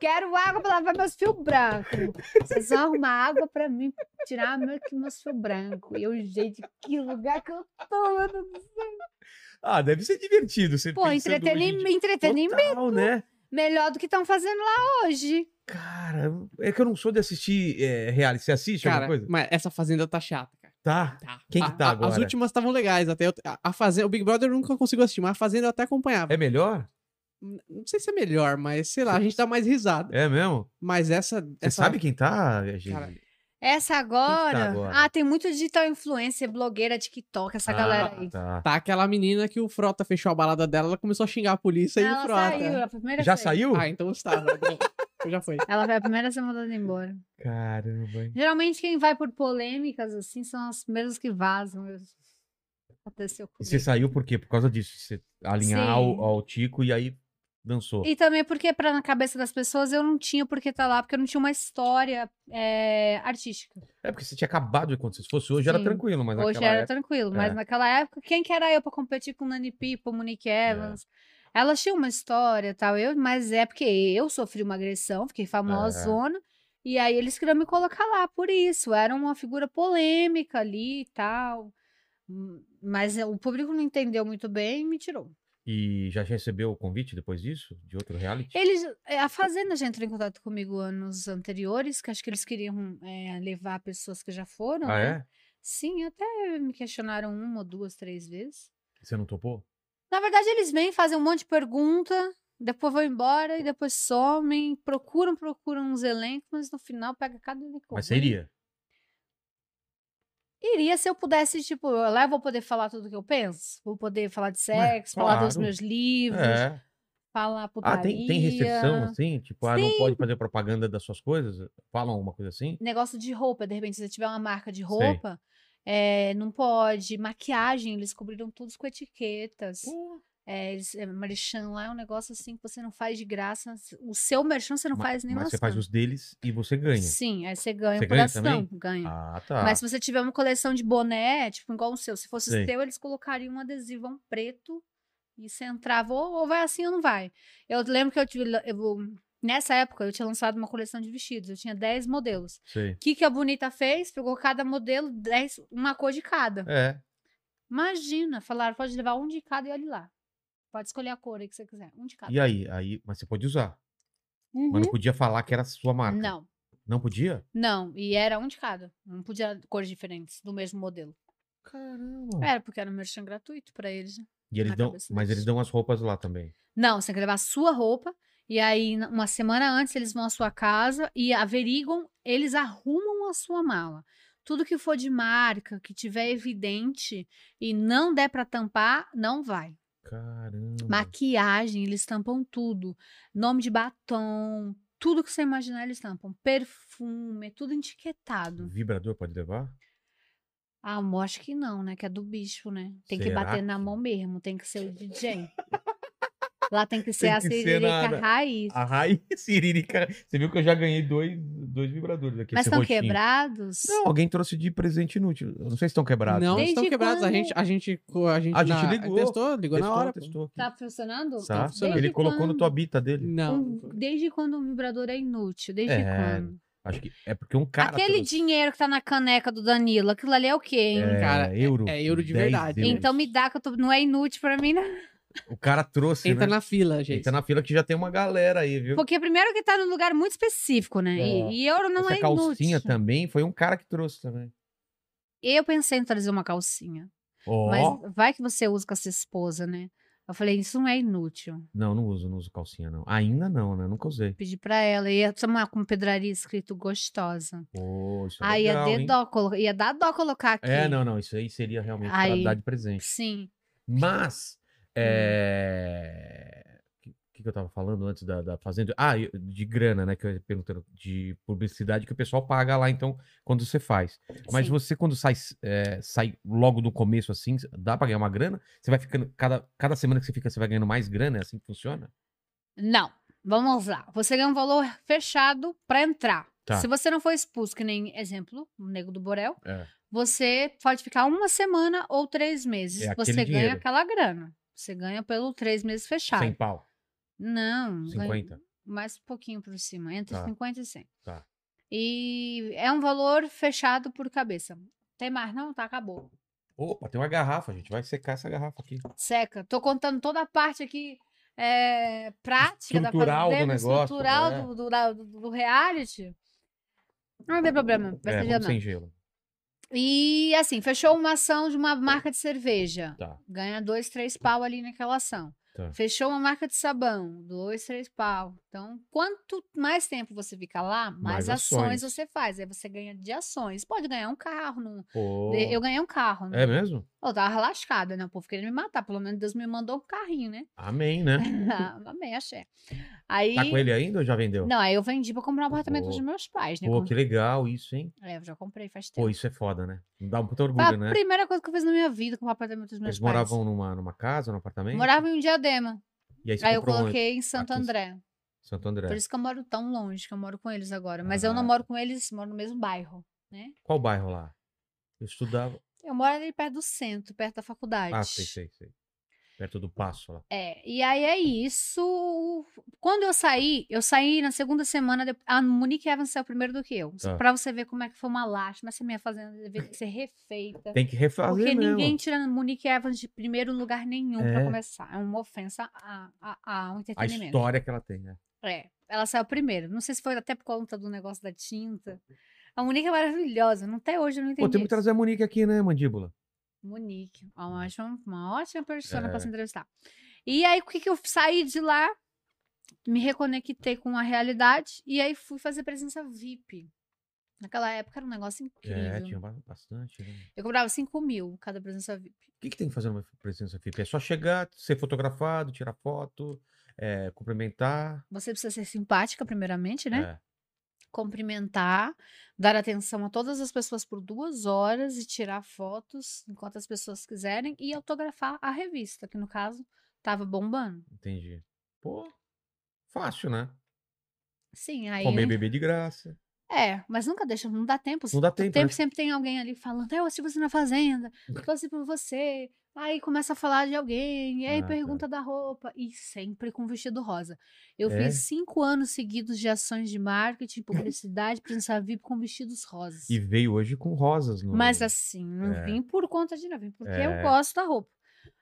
S3: Quero água pra lavar meus fios brancos. Vocês vão arrumar água pra mim tirar meu, meus fios brancos. E eu, gente, que lugar que eu tô, meu Deus do céu.
S1: Ah, deve ser divertido. Você
S3: Pô,
S1: pensando hoje em
S3: entreteni-
S1: dia.
S3: entretenimento
S1: Total, né?
S3: melhor do que estão fazendo lá hoje.
S1: Cara, é que eu não sou de assistir é, reality. Você assiste
S2: Cara,
S1: alguma coisa?
S2: mas essa fazenda tá chata, cara.
S1: Tá.
S2: Tá.
S1: Quem que
S2: A-
S1: tá
S2: a- As
S1: agora?
S2: últimas estavam legais até. eu- a, a fazenda, o Big Brother eu nunca consigo assistir, mas a fazenda eu até
S3: hum.
S2: acompanhava.
S1: É melhor?
S2: Não sei se é melhor, mas sei lá, a gente dá mais risada.
S1: É mesmo?
S2: Mas essa.
S3: É
S1: Você
S2: essa-
S1: sabe quem tá, gente?
S2: Cara,
S3: Essa agora.
S1: agora?
S3: Ah, tem muito digital influencer, blogueira, TikTok, essa
S1: Ah,
S3: galera aí.
S1: tá.
S2: Tá aquela menina que o Frota fechou a balada dela, ela começou a xingar a polícia e o
S3: Ela
S2: Frota.
S3: saiu, a primeira
S1: Já
S3: foi.
S1: saiu?
S2: Ah, então estava. então já foi.
S3: Ela foi a primeira a ser mandada embora.
S1: Caramba. hein?
S3: Geralmente quem vai por polêmicas assim são as mesmas que vazam. Eu- Aconteceu
S1: E
S3: comigo.
S1: você saiu por quê? Por causa disso. Você alinhar
S3: Sim.
S1: ao, ao Tico e aí dançou.
S3: E também porque pra, na cabeça das pessoas eu não tinha por que estar lá, porque eu não tinha uma história é, artística.
S1: É porque você tinha acabado de acontecer. Se fosse hoje, era
S3: Sim.
S1: tranquilo, mas
S3: Hoje
S1: naquela
S3: era
S1: época...
S3: tranquilo, mas
S1: é.
S3: naquela época, quem que era eu pra competir com Nani Pipo, Monique Evans?
S1: É.
S3: Elas tinham uma história e tal, eu, mas é porque eu sofri uma agressão, fiquei
S1: É.
S3: famosona, e aí eles queriam me colocar lá por isso. Era uma figura polêmica ali e tal. hum, Mas o público não entendeu muito bem e me tirou.
S1: E já recebeu o convite depois disso? De outro reality?
S3: Eles, é, a Fazenda já entrou em contato comigo anos anteriores, que acho que eles queriam é, levar pessoas que já foram.
S1: Ah,
S3: né?
S1: é?
S3: Sim, até me questionaram uma, ou duas, três vezes.
S1: Você não topou?
S3: Na verdade, eles vêm, fazem um monte de pergunta, depois vão embora e depois somem, procuram, procuram uns elencos, mas no final pega cada um elenco.
S1: Mas
S3: ruim.
S1: seria.
S3: Iria se eu pudesse, tipo, eu lá eu vou poder falar tudo que eu penso, vou poder falar de
S1: Ué,
S3: sexo, falar dos
S1: claro.
S3: meus livros,
S1: É.
S3: falar putaria.
S1: Ah, tem, tem restrição assim? Tipo, ah, não pode fazer propaganda das suas coisas? Falam alguma coisa assim?
S3: Negócio de roupa, de repente, se você tiver uma marca de roupa, é, não pode. Maquiagem, eles cobriram todos com etiquetas. É, eles, é, merchan lá é um negócio assim que você não faz de graça. O seu merchan você não
S1: Ma-
S3: faz nem
S1: Mas você
S3: lascando.
S1: faz os deles e você ganha.
S3: Sim, aí você ganha
S1: Você
S3: por
S1: ganha
S3: ação.
S1: também?
S3: Ganha.
S1: Ah, tá.
S3: Mas se você tiver uma coleção de boné, tipo, igual o seu, se fosse
S1: Sei.
S3: o seu, eles colocariam um adesivão preto e você entrava, ou, ou vai assim ou não vai. Eu lembro que eu tive. la- eu- nessa época, eu tinha lançado uma coleção de vestidos, eu tinha 10 modelos.
S1: Sei.
S3: O que, que a Bonita fez? Pegou cada modelo, 10, uma cor de cada.
S1: É.
S3: Imagina, falaram, pode levar um de cada e olha lá. Pode escolher a cor aí que você quiser, um de cada.
S1: E aí? aí? Mas você pode usar.
S3: Uhum.
S1: Mas não podia falar que era sua marca.
S3: Não,
S1: Não podia?
S3: não, e era um de cada. Não podia cores diferentes do mesmo modelo.
S1: Caramba.
S3: Era, porque era um merchan gratuito pra eles. né?
S1: E eles
S3: na
S1: dão,
S3: cabeça
S1: mas
S3: deles.
S1: eles dão as roupas lá também.
S3: Não, você tem que levar a sua roupa. E aí, na- uma semana antes, eles vão à sua casa e averigam, eles arrumam a sua mala. Tudo que for de marca, que tiver evidente e não der pra tampar, não vai.
S1: Caramba.
S3: Maquiagem, eles tampam tudo. Nome de batom, tudo que você imaginar, eles tampam. Perfume, é tudo etiquetado.
S1: Vibrador pode levar?
S3: Ah, eu acho que não, né? Que é do bicho, né? Tem que
S1: Será
S3: bater na
S1: que-
S3: mão mesmo, tem que ser o DJ. Lá tem que ser
S1: Tem
S3: a
S1: que ser Ah,
S3: siririca
S1: na- na-
S3: raiz.
S1: A raiz cirílica. Você viu que eu já ganhei dois, dois vibradores aqui.
S3: Mas
S1: esse
S3: estão
S1: roxinho.
S3: quebrados?
S1: Não, alguém trouxe de presente inútil. Eu não sei se estão quebrados.
S2: Não,
S1: né?
S2: estão
S3: Desde
S2: quebrados. A
S3: quando-
S2: gente, a gente, a gente,
S1: A gente
S2: na-
S1: ligou.
S2: Testou, ligou na
S1: Testou,
S2: hora. pô.
S1: testou aqui.
S3: Tá funcionando?
S1: Tá.
S3: Tá funcionando.
S1: Ele
S3: Desde
S1: colocou no
S3: quando?
S1: Tobita dele.
S2: Não.
S3: Um- desde quando o vibrador é inútil? Desde
S1: É,
S3: quando?
S1: Acho que é porque um cara.
S3: Aquele
S1: trouxe.
S3: dinheiro que tá na caneca do Danilo, aquilo ali é o quê, hein?
S1: É,
S2: cara, é-
S1: euro.
S2: é euro de
S1: 10
S2: verdade.
S1: euros.
S3: Então me dá que eu tô- não é inútil pra mim, não.
S1: O cara trouxe.
S2: Entra
S1: né?
S2: na fila, gente.
S1: Entra na fila que já tem uma galera aí, viu?
S3: Porque primeiro que tá num lugar muito específico, né?
S1: É.
S3: E, e euro não
S1: Essa
S3: é
S1: calcinha
S3: inútil.
S1: também foi um cara que trouxe também.
S3: Eu pensei em trazer uma calcinha.
S1: Ó,
S3: Mas vai que você usa com a sua esposa, né? Eu falei, isso não é inútil.
S1: não, não uso, não uso calcinha não. Ainda não, né? Nunca usei.
S3: Pedi pra ela. Ia tomar com pedraria escrito gostosa.
S1: Pô, isso é
S3: Aí
S1: legal,
S3: ia,
S1: hein?
S3: ter dó, colo- ia dar dó colocar aqui.
S1: É, não, não, isso aí seria realmente
S3: Aí.
S1: pra dar de presente.
S3: Sim.
S1: Mas,
S3: Hum.
S1: é... O que, que que eu tava falando antes da, da Fazenda? Ah, eu- de grana, né? Que eu ia perguntando de publicidade que o pessoal paga lá, então, quando você faz. Mas
S3: sim.
S1: você, quando sai, é, sai logo do começo, assim, dá pra ganhar uma grana? Você vai ficando, cada, cada semana que você fica, você vai ganhando mais grana? É assim que funciona?
S3: Não. Vamos lá. Você ganha um valor fechado pra entrar.
S1: Tá.
S3: Se você não for expulso, que nem exemplo, o nego do Borel,
S1: É.
S3: você pode ficar uma semana ou três meses.
S1: É
S3: você
S1: aquele
S3: ganha
S1: dinheiro.
S3: aquela grana. Você ganha pelo três meses fechado.
S1: 100 pau.
S3: Não, ganha
S1: 50.
S3: mais um pouquinho por cima, entre
S1: Tá.
S3: 50 e 100.
S1: Tá.
S3: E é um valor fechado por cabeça. Tem mais? Não, tá, acabou.
S1: Opa, tem uma garrafa, gente. Vai secar essa garrafa aqui.
S3: Seca. Tô contando toda a parte aqui é, prática
S1: Estrutural do
S3: da fazenda,
S1: negócio,
S3: estrutural
S1: né?
S3: do, do, da- do- do reality. Não tem problema, vai
S1: é,
S3: ser
S1: vamos
S3: não.
S1: sem gelo.
S3: E assim, fechou uma ação de uma marca de cerveja.
S1: Tá.
S3: Ganha dois, três pau ali naquela ação.
S1: Tá.
S3: Fechou uma marca de sabão, dois, três pau. Então, quanto mais tempo você fica lá, mais,
S1: Mais
S3: ações.
S1: ações.
S3: você faz. Aí você ganha de ações. Pode ganhar um carro. Num...
S1: Pô.
S3: Eu ganhei um carro.
S1: É mesmo?
S3: Eu tava lascada, né? O povo queria me matar. Pelo menos Deus me mandou um carrinho, né?
S1: Amém, né?
S3: Amém, axé. Aí.
S1: Tá com ele ainda ou já vendeu?
S3: Não, aí eu vendi pra comprar um apartamento dos
S1: Pô.
S3: meus pais, né?
S1: Pô,
S3: Com-
S1: que legal isso, hein?
S3: É, eu já comprei faz tempo.
S1: Pô, isso é foda, né? Dá um puta
S3: Foi a
S1: orgulho, né?
S3: primeira coisa que eu fiz na minha vida com o apartamento dos meus
S1: Eles
S3: pais.
S1: moravam numa, numa casa, num apartamento?
S3: Moravam em um Diadema.
S1: E aí você
S3: Aí eu
S1: comprou um Ah, onde?
S3: coloquei em Santo
S1: Aqui em-
S3: André.
S1: Santo
S3: Por
S1: André.
S3: isso que eu moro tão longe, que eu moro com eles agora. Mas eu não
S1: É. Ah.
S3: moro com eles, moro no mesmo bairro.
S1: Qual bairro lá? Eu estudava.
S3: Eu moro ali perto do centro, perto da faculdade.
S1: Ah, sei, sei, sei. Perto do Passo lá.
S3: É, e aí é isso. Quando eu saí, eu saí na segunda semana. de- A Monique Evans saiu primeiro do que eu.
S1: Tá.
S3: Pra você ver como é que foi uma lástima. Essa minha fazenda deveria ser refeita.
S1: Tem que refazer
S3: Porque
S1: mesmo.
S3: ninguém tira a Monique Evans de primeiro lugar nenhum pra
S1: É.
S3: começar. É uma ofensa a- a- a- ao
S1: A
S3: entretenimento.
S1: história que ela tem, né?
S3: É, ela saiu primeiro. Não sei se foi até por conta do negócio da tinta. A Monique é maravilhosa. não- Até hoje eu não entendi.
S1: Pô, temos que
S3: isso.
S1: trazer a Monique aqui, né, Mandíbula?
S3: Monique, uma ótima, uma ótima persona para
S1: É.
S3: se entrevistar. E aí, o que que eu saí de lá? Me reconectei com a realidade e aí fui fazer presença VIP. Naquela época era um negócio
S1: É,
S3: incrível.
S1: tinha ba- bastante, né?
S3: eu cobrava 5 mil cada presença VIP.
S1: O que, que tem que fazer numa presença VIP? É só chegar, ser fotografado, tirar foto, é, cumprimentar.
S3: Você precisa ser simpática, primeiramente, né?
S1: É.
S3: Cumprimentar, dar atenção a todas as pessoas por duas horas e tirar fotos enquanto as pessoas quiserem e autografar a revista, que no caso tava bombando.
S1: Entendi. Pô, fácil, né?
S3: Sim, aí.
S1: Comer
S3: eu-
S1: bebê de graça.
S3: É, mas nunca deixa, não dá tempo.
S1: Não dá
S3: Todo
S1: tempo, né?
S3: sempre tem alguém ali falando, "Ah, eu assisti você na fazenda, eu torci por você. Aí começa a falar de alguém, e aí
S1: Ah, tá.
S3: pergunta da roupa, e sempre com vestido rosa. Eu
S1: É?
S3: fiz cinco anos seguidos de ações de marketing, publicidade, presença VIP com vestidos rosas.
S1: E veio hoje com rosas no.
S3: Mas assim, não
S1: É.
S3: vim por conta de nada, vim porque eu
S1: É.
S3: gosto da roupa.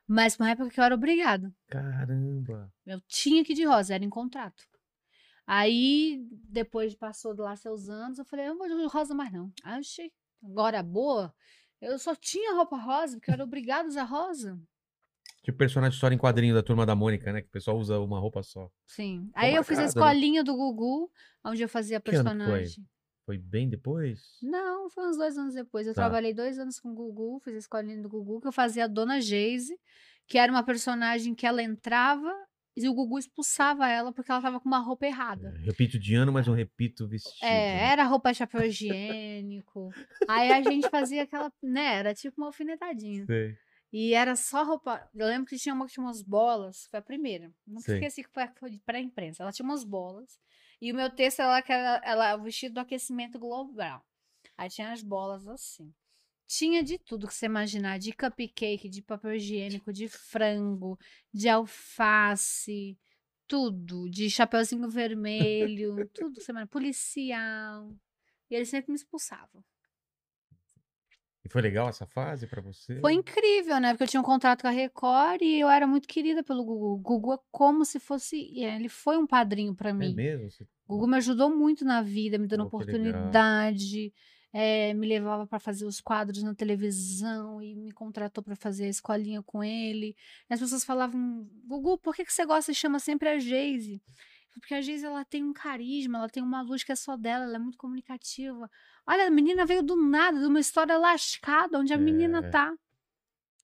S3: Mas uma época que eu era obrigada.
S1: Caramba.
S3: Eu tinha que ir de rosa, era em contrato. Aí, depois de passou lá seus anos, eu falei, eu não vou de rosa mais não. Aí eu achei, agora boa. Eu só tinha roupa rosa, porque eu era obrigada a usar rosa.
S1: Tipo personagem de história em quadrinho da turma da Mônica, né? Que o pessoal usa uma roupa só.
S3: Sim. Aí eu fiz a
S1: marcada, né?
S3: escolinha do Gugu, onde eu fazia
S1: Que ano que foi?
S3: personagem.
S1: Foi bem depois?
S3: Não, foi uns dois anos depois. Eu
S1: Tá.
S3: trabalhei dois anos com o Gugu, fiz a escolinha do Gugu, que eu fazia a Dona Geise, que era uma personagem que ela entrava e o Gugu expulsava ela porque ela tava com uma roupa errada.
S1: É, repito de ano, mas não repito vestido.
S3: É,
S1: né?
S3: era roupa chapéu higiênico. Aí a gente fazia aquela, né, era tipo uma alfinetadinha.
S1: Sei.
S3: E era só roupa, eu lembro que tinha uma que tinha umas bolas, foi a primeira. Não
S1: Sei.
S3: esqueci que foi, a que foi pra imprensa. Ela tinha umas bolas. E o meu texto ela que era ela, o vestido do aquecimento global. Aí tinha as bolas assim. Tinha de tudo que você imaginar, de cupcake, de papel higiênico, de frango, de alface, tudo, de chapeuzinho vermelho, tudo que você imagina, policial. E eles sempre me expulsavam.
S1: E foi legal essa fase pra você?
S3: Foi incrível, né? Porque eu tinha um contrato com a Record e eu era muito querida pelo Gugu. O Gugu é como se fosse. Ele foi um padrinho pra
S1: É
S3: mim.
S1: mesmo? Você-
S3: O Gugu me ajudou muito na vida, me dando
S1: Pô, que legal.
S3: oportunidade, eh, me levava para fazer os quadros na televisão e me contratou para fazer a escolinha com ele. E as pessoas falavam: Gugu, por que, que você gosta e chama sempre a Geise? Porque a Geise ela tem um carisma, ela tem uma luz que é só dela, ela é muito comunicativa. Olha, a menina veio do nada, de uma história lascada, onde a menina
S1: É.
S3: tá.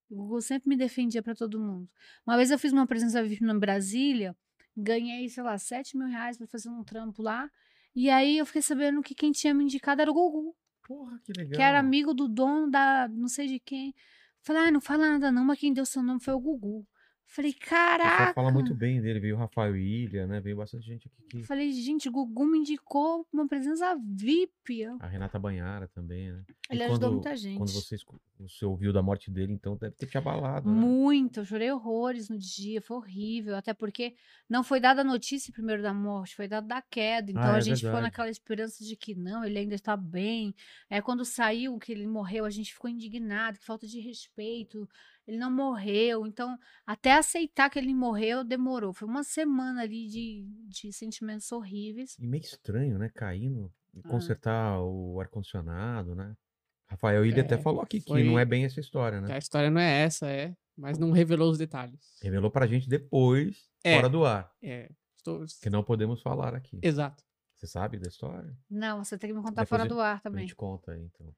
S3: O Gugu sempre me defendia para todo mundo. Uma vez eu fiz uma presença VIP na Brasília, ganhei, sei lá, 7 mil reais pra fazer um trampo lá. E aí eu fiquei sabendo que quem tinha me indicado era o Gugu,
S1: Porra, que legal.
S3: que era amigo do dono da não sei de quem. Falei, ah, não fala nada não, mas quem deu seu nome foi o Gugu. Falei,
S1: O pessoal
S3: caraca.
S1: fala muito bem dele. Veio o Rafael Ilha, né? Veio bastante gente aqui. que-
S3: Falei, gente, o Gugu me indicou uma presença VIP. Eu-
S1: A Renata Banhara também, né? E
S3: Ele ajudou
S1: quando-
S3: muita gente.
S1: Quando você, escu- você ouviu da morte dele, então deve ter te abalado, né?
S3: Muito, eu chorei horrores no dia, foi horrível. Até porque não foi dada a notícia primeiro da morte, foi dada da queda. Então
S1: Ah,
S3: a
S1: é
S3: gente ficou
S1: verdade.
S3: naquela esperança de que não, ele ainda está bem. É quando saiu que ele morreu, a gente ficou indignado, que falta de respeito. Ele não morreu. Então, até aceitar que ele morreu demorou. Foi uma semana ali de, de sentimentos horríveis.
S1: E meio estranho, né? Caindo e
S3: Ah.
S1: consertar o ar-condicionado, né? Rafael Ilha até
S2: É,
S1: falou aqui
S2: foi-
S1: que não é bem essa história, né?
S2: A história não é essa, é. Mas não revelou os detalhes.
S1: Revelou pra gente depois,
S2: É.
S1: fora do ar,
S2: É. Estou...
S1: que não podemos falar aqui.
S2: Exato.
S1: Você sabe da história?
S3: Não, você tem que me contar
S1: Depois
S3: fora
S1: eu-
S3: do ar
S1: A
S3: também.
S1: gente conta aí, então.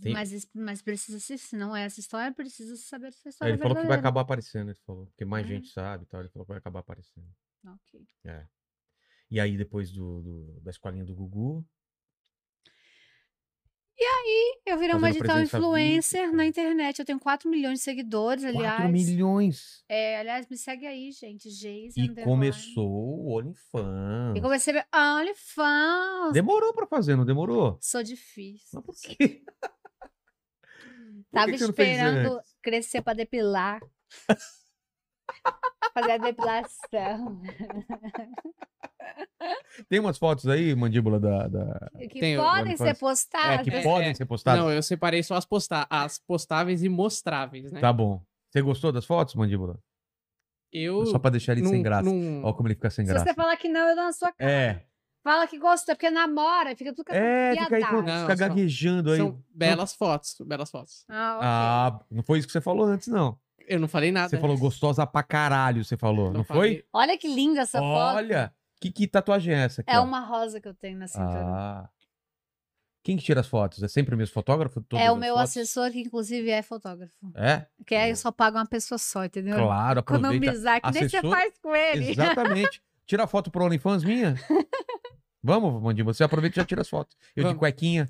S1: Tem-
S3: Mas, es- mas precisa ser, se não é essa história, precisa saber essa
S1: Aí É,
S3: história.
S1: ele falou que vai
S3: verdadeira.
S1: acabar aparecendo, ele falou. Porque mais
S3: Ah.
S1: gente sabe e tal, ele falou que vai acabar aparecendo.
S3: Ok.
S1: É. E aí, depois do, do- da escolinha do Gugu,
S3: Eu virei uma
S1: Fazendo
S3: digital
S1: presença
S3: influencer
S1: física.
S3: na internet. Eu tenho 4 milhões de seguidores,
S1: 4
S3: aliás.
S1: milhões.
S3: É, aliás, me segue aí, gente. Geis
S1: E
S3: underline.
S1: começou o OnlyFans.
S3: E comecei a ver OnlyFans.
S1: Demorou pra fazer, não demorou?
S3: Sou difícil.
S1: Mas por quê? Por
S3: Tava
S1: que que você não fez é?
S3: esperando
S1: antes?
S3: crescer pra depilar. Fazer a depilação.
S1: Tem umas fotos aí, mandíbula da. da-
S3: Que
S2: Tem o
S3: podem ser
S1: OnlyFans. É,
S3: postadas.
S1: que
S2: é,
S1: podem
S2: é.
S1: ser postadas.
S2: Não, eu separei só as, posta... as postáveis e mostráveis, né?
S1: Tá bom. Você gostou das fotos, mandíbula?
S2: Eu.
S1: É Só pra deixar ele sem
S2: Uh, não-
S1: graça.
S2: não-
S1: Ó, como ele fica sem
S3: Se
S1: graça.
S3: você falar que não, eu dou na sua cara.
S1: É,
S3: Fala que gostou, porque namora, fica tudo com
S1: é, fica aí com-
S3: piadada.
S2: Não,
S1: fica
S2: são-
S1: gaguejando aí.
S2: São belas fotos. Belas fotos.
S3: Ah, ok.
S1: Ah, não foi isso que você falou antes, não.
S2: Eu não falei nada. né?
S1: Você falou gostosa pra caralho, você falou, não, foi?
S2: falei.
S3: Olha que linda essa foto.
S1: Olha, que, que tatuagem é essa aqui?
S3: É
S1: ó?
S3: uma rosa que eu tenho na cintura. É
S1: Ah. Quem que tira as fotos? É sempre o mesmo fotógrafo? Todas
S3: É o
S1: as
S3: meu
S1: fotos?
S3: assessor, que inclusive é fotógrafo.
S1: É?
S3: Que aí eu
S1: Boa.
S3: só pago uma pessoa só, entendeu?
S1: Claro, aproveita.
S3: Economizar, que nem você
S1: Assessor-
S3: faz com ele.
S1: Exatamente. Tira a foto pro OnlyFans minha? Vamos, Mandinho, você aproveita e já tira as fotos. Eu de
S2: Vamos.
S1: cuequinha,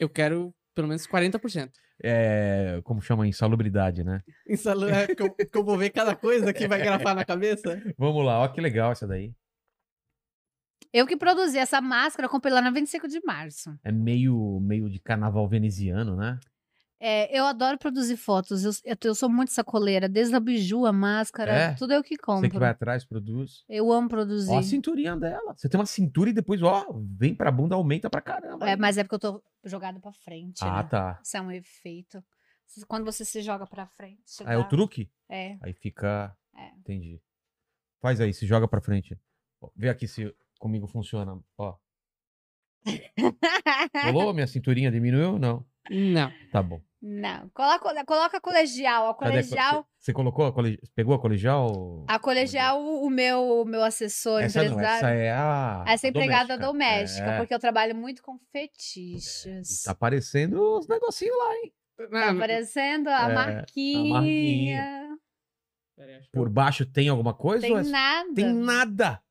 S2: Eu quero pelo menos 40%.
S1: é, como chama? Insalubridade, né?
S2: Instalando, é, que, eu, que eu vou ver cada coisa que vai gravar na cabeça.
S1: Vamos lá, ó que legal essa daí.
S3: Eu que produzi essa máscara, eu comprei lá na 25 de março.
S1: É meio, meio de carnaval veneziano, né?
S3: É, eu adoro produzir fotos, eu, eu- eu sou muito sacoleira. Desde a biju, a máscara,
S1: É?
S3: tudo eu que compro.
S1: Você que vai atrás, produz.
S3: Eu amo produzir.
S1: Ó a cinturinha dela. Você tem uma cintura e depois, ó, vem pra bunda, aumenta pra caramba.
S3: É, mas é porque eu tô jogada pra frente,
S1: Ah,
S3: né?
S1: tá.
S3: Isso é um efeito. Quando você se joga pra frente.
S1: Ah, é o
S3: dá-
S1: truque?
S3: É,
S1: Aí fica.
S3: É.
S1: Entendi. Faz aí, se joga pra frente. Ó, Vê aqui se comigo funciona. Ó. Rolou? Minha cinturinha diminuiu? Não.
S2: Não.
S1: Tá bom.
S3: Não, coloca, coloca a colegial. A
S1: Cadê a co-
S3: colegial,
S1: cê- Você colocou a cole- Pegou a colegial?
S3: a colegial o meu, o meu assessor
S1: essa não, essa
S3: empresário.
S1: é a.
S3: essa
S1: a
S3: empregada doméstica,
S1: É.
S3: porque eu trabalho muito com
S1: E
S3: fetiches.
S1: tá aparecendo os negocinhos lá, hein?
S3: Tá
S2: Não,
S3: aparecendo a
S1: É, a
S3: marquinha.
S2: pera aí, acho que eu-
S1: Por baixo tem alguma coisa?
S3: Tem
S1: ou é-
S3: nada.
S1: Tem nada.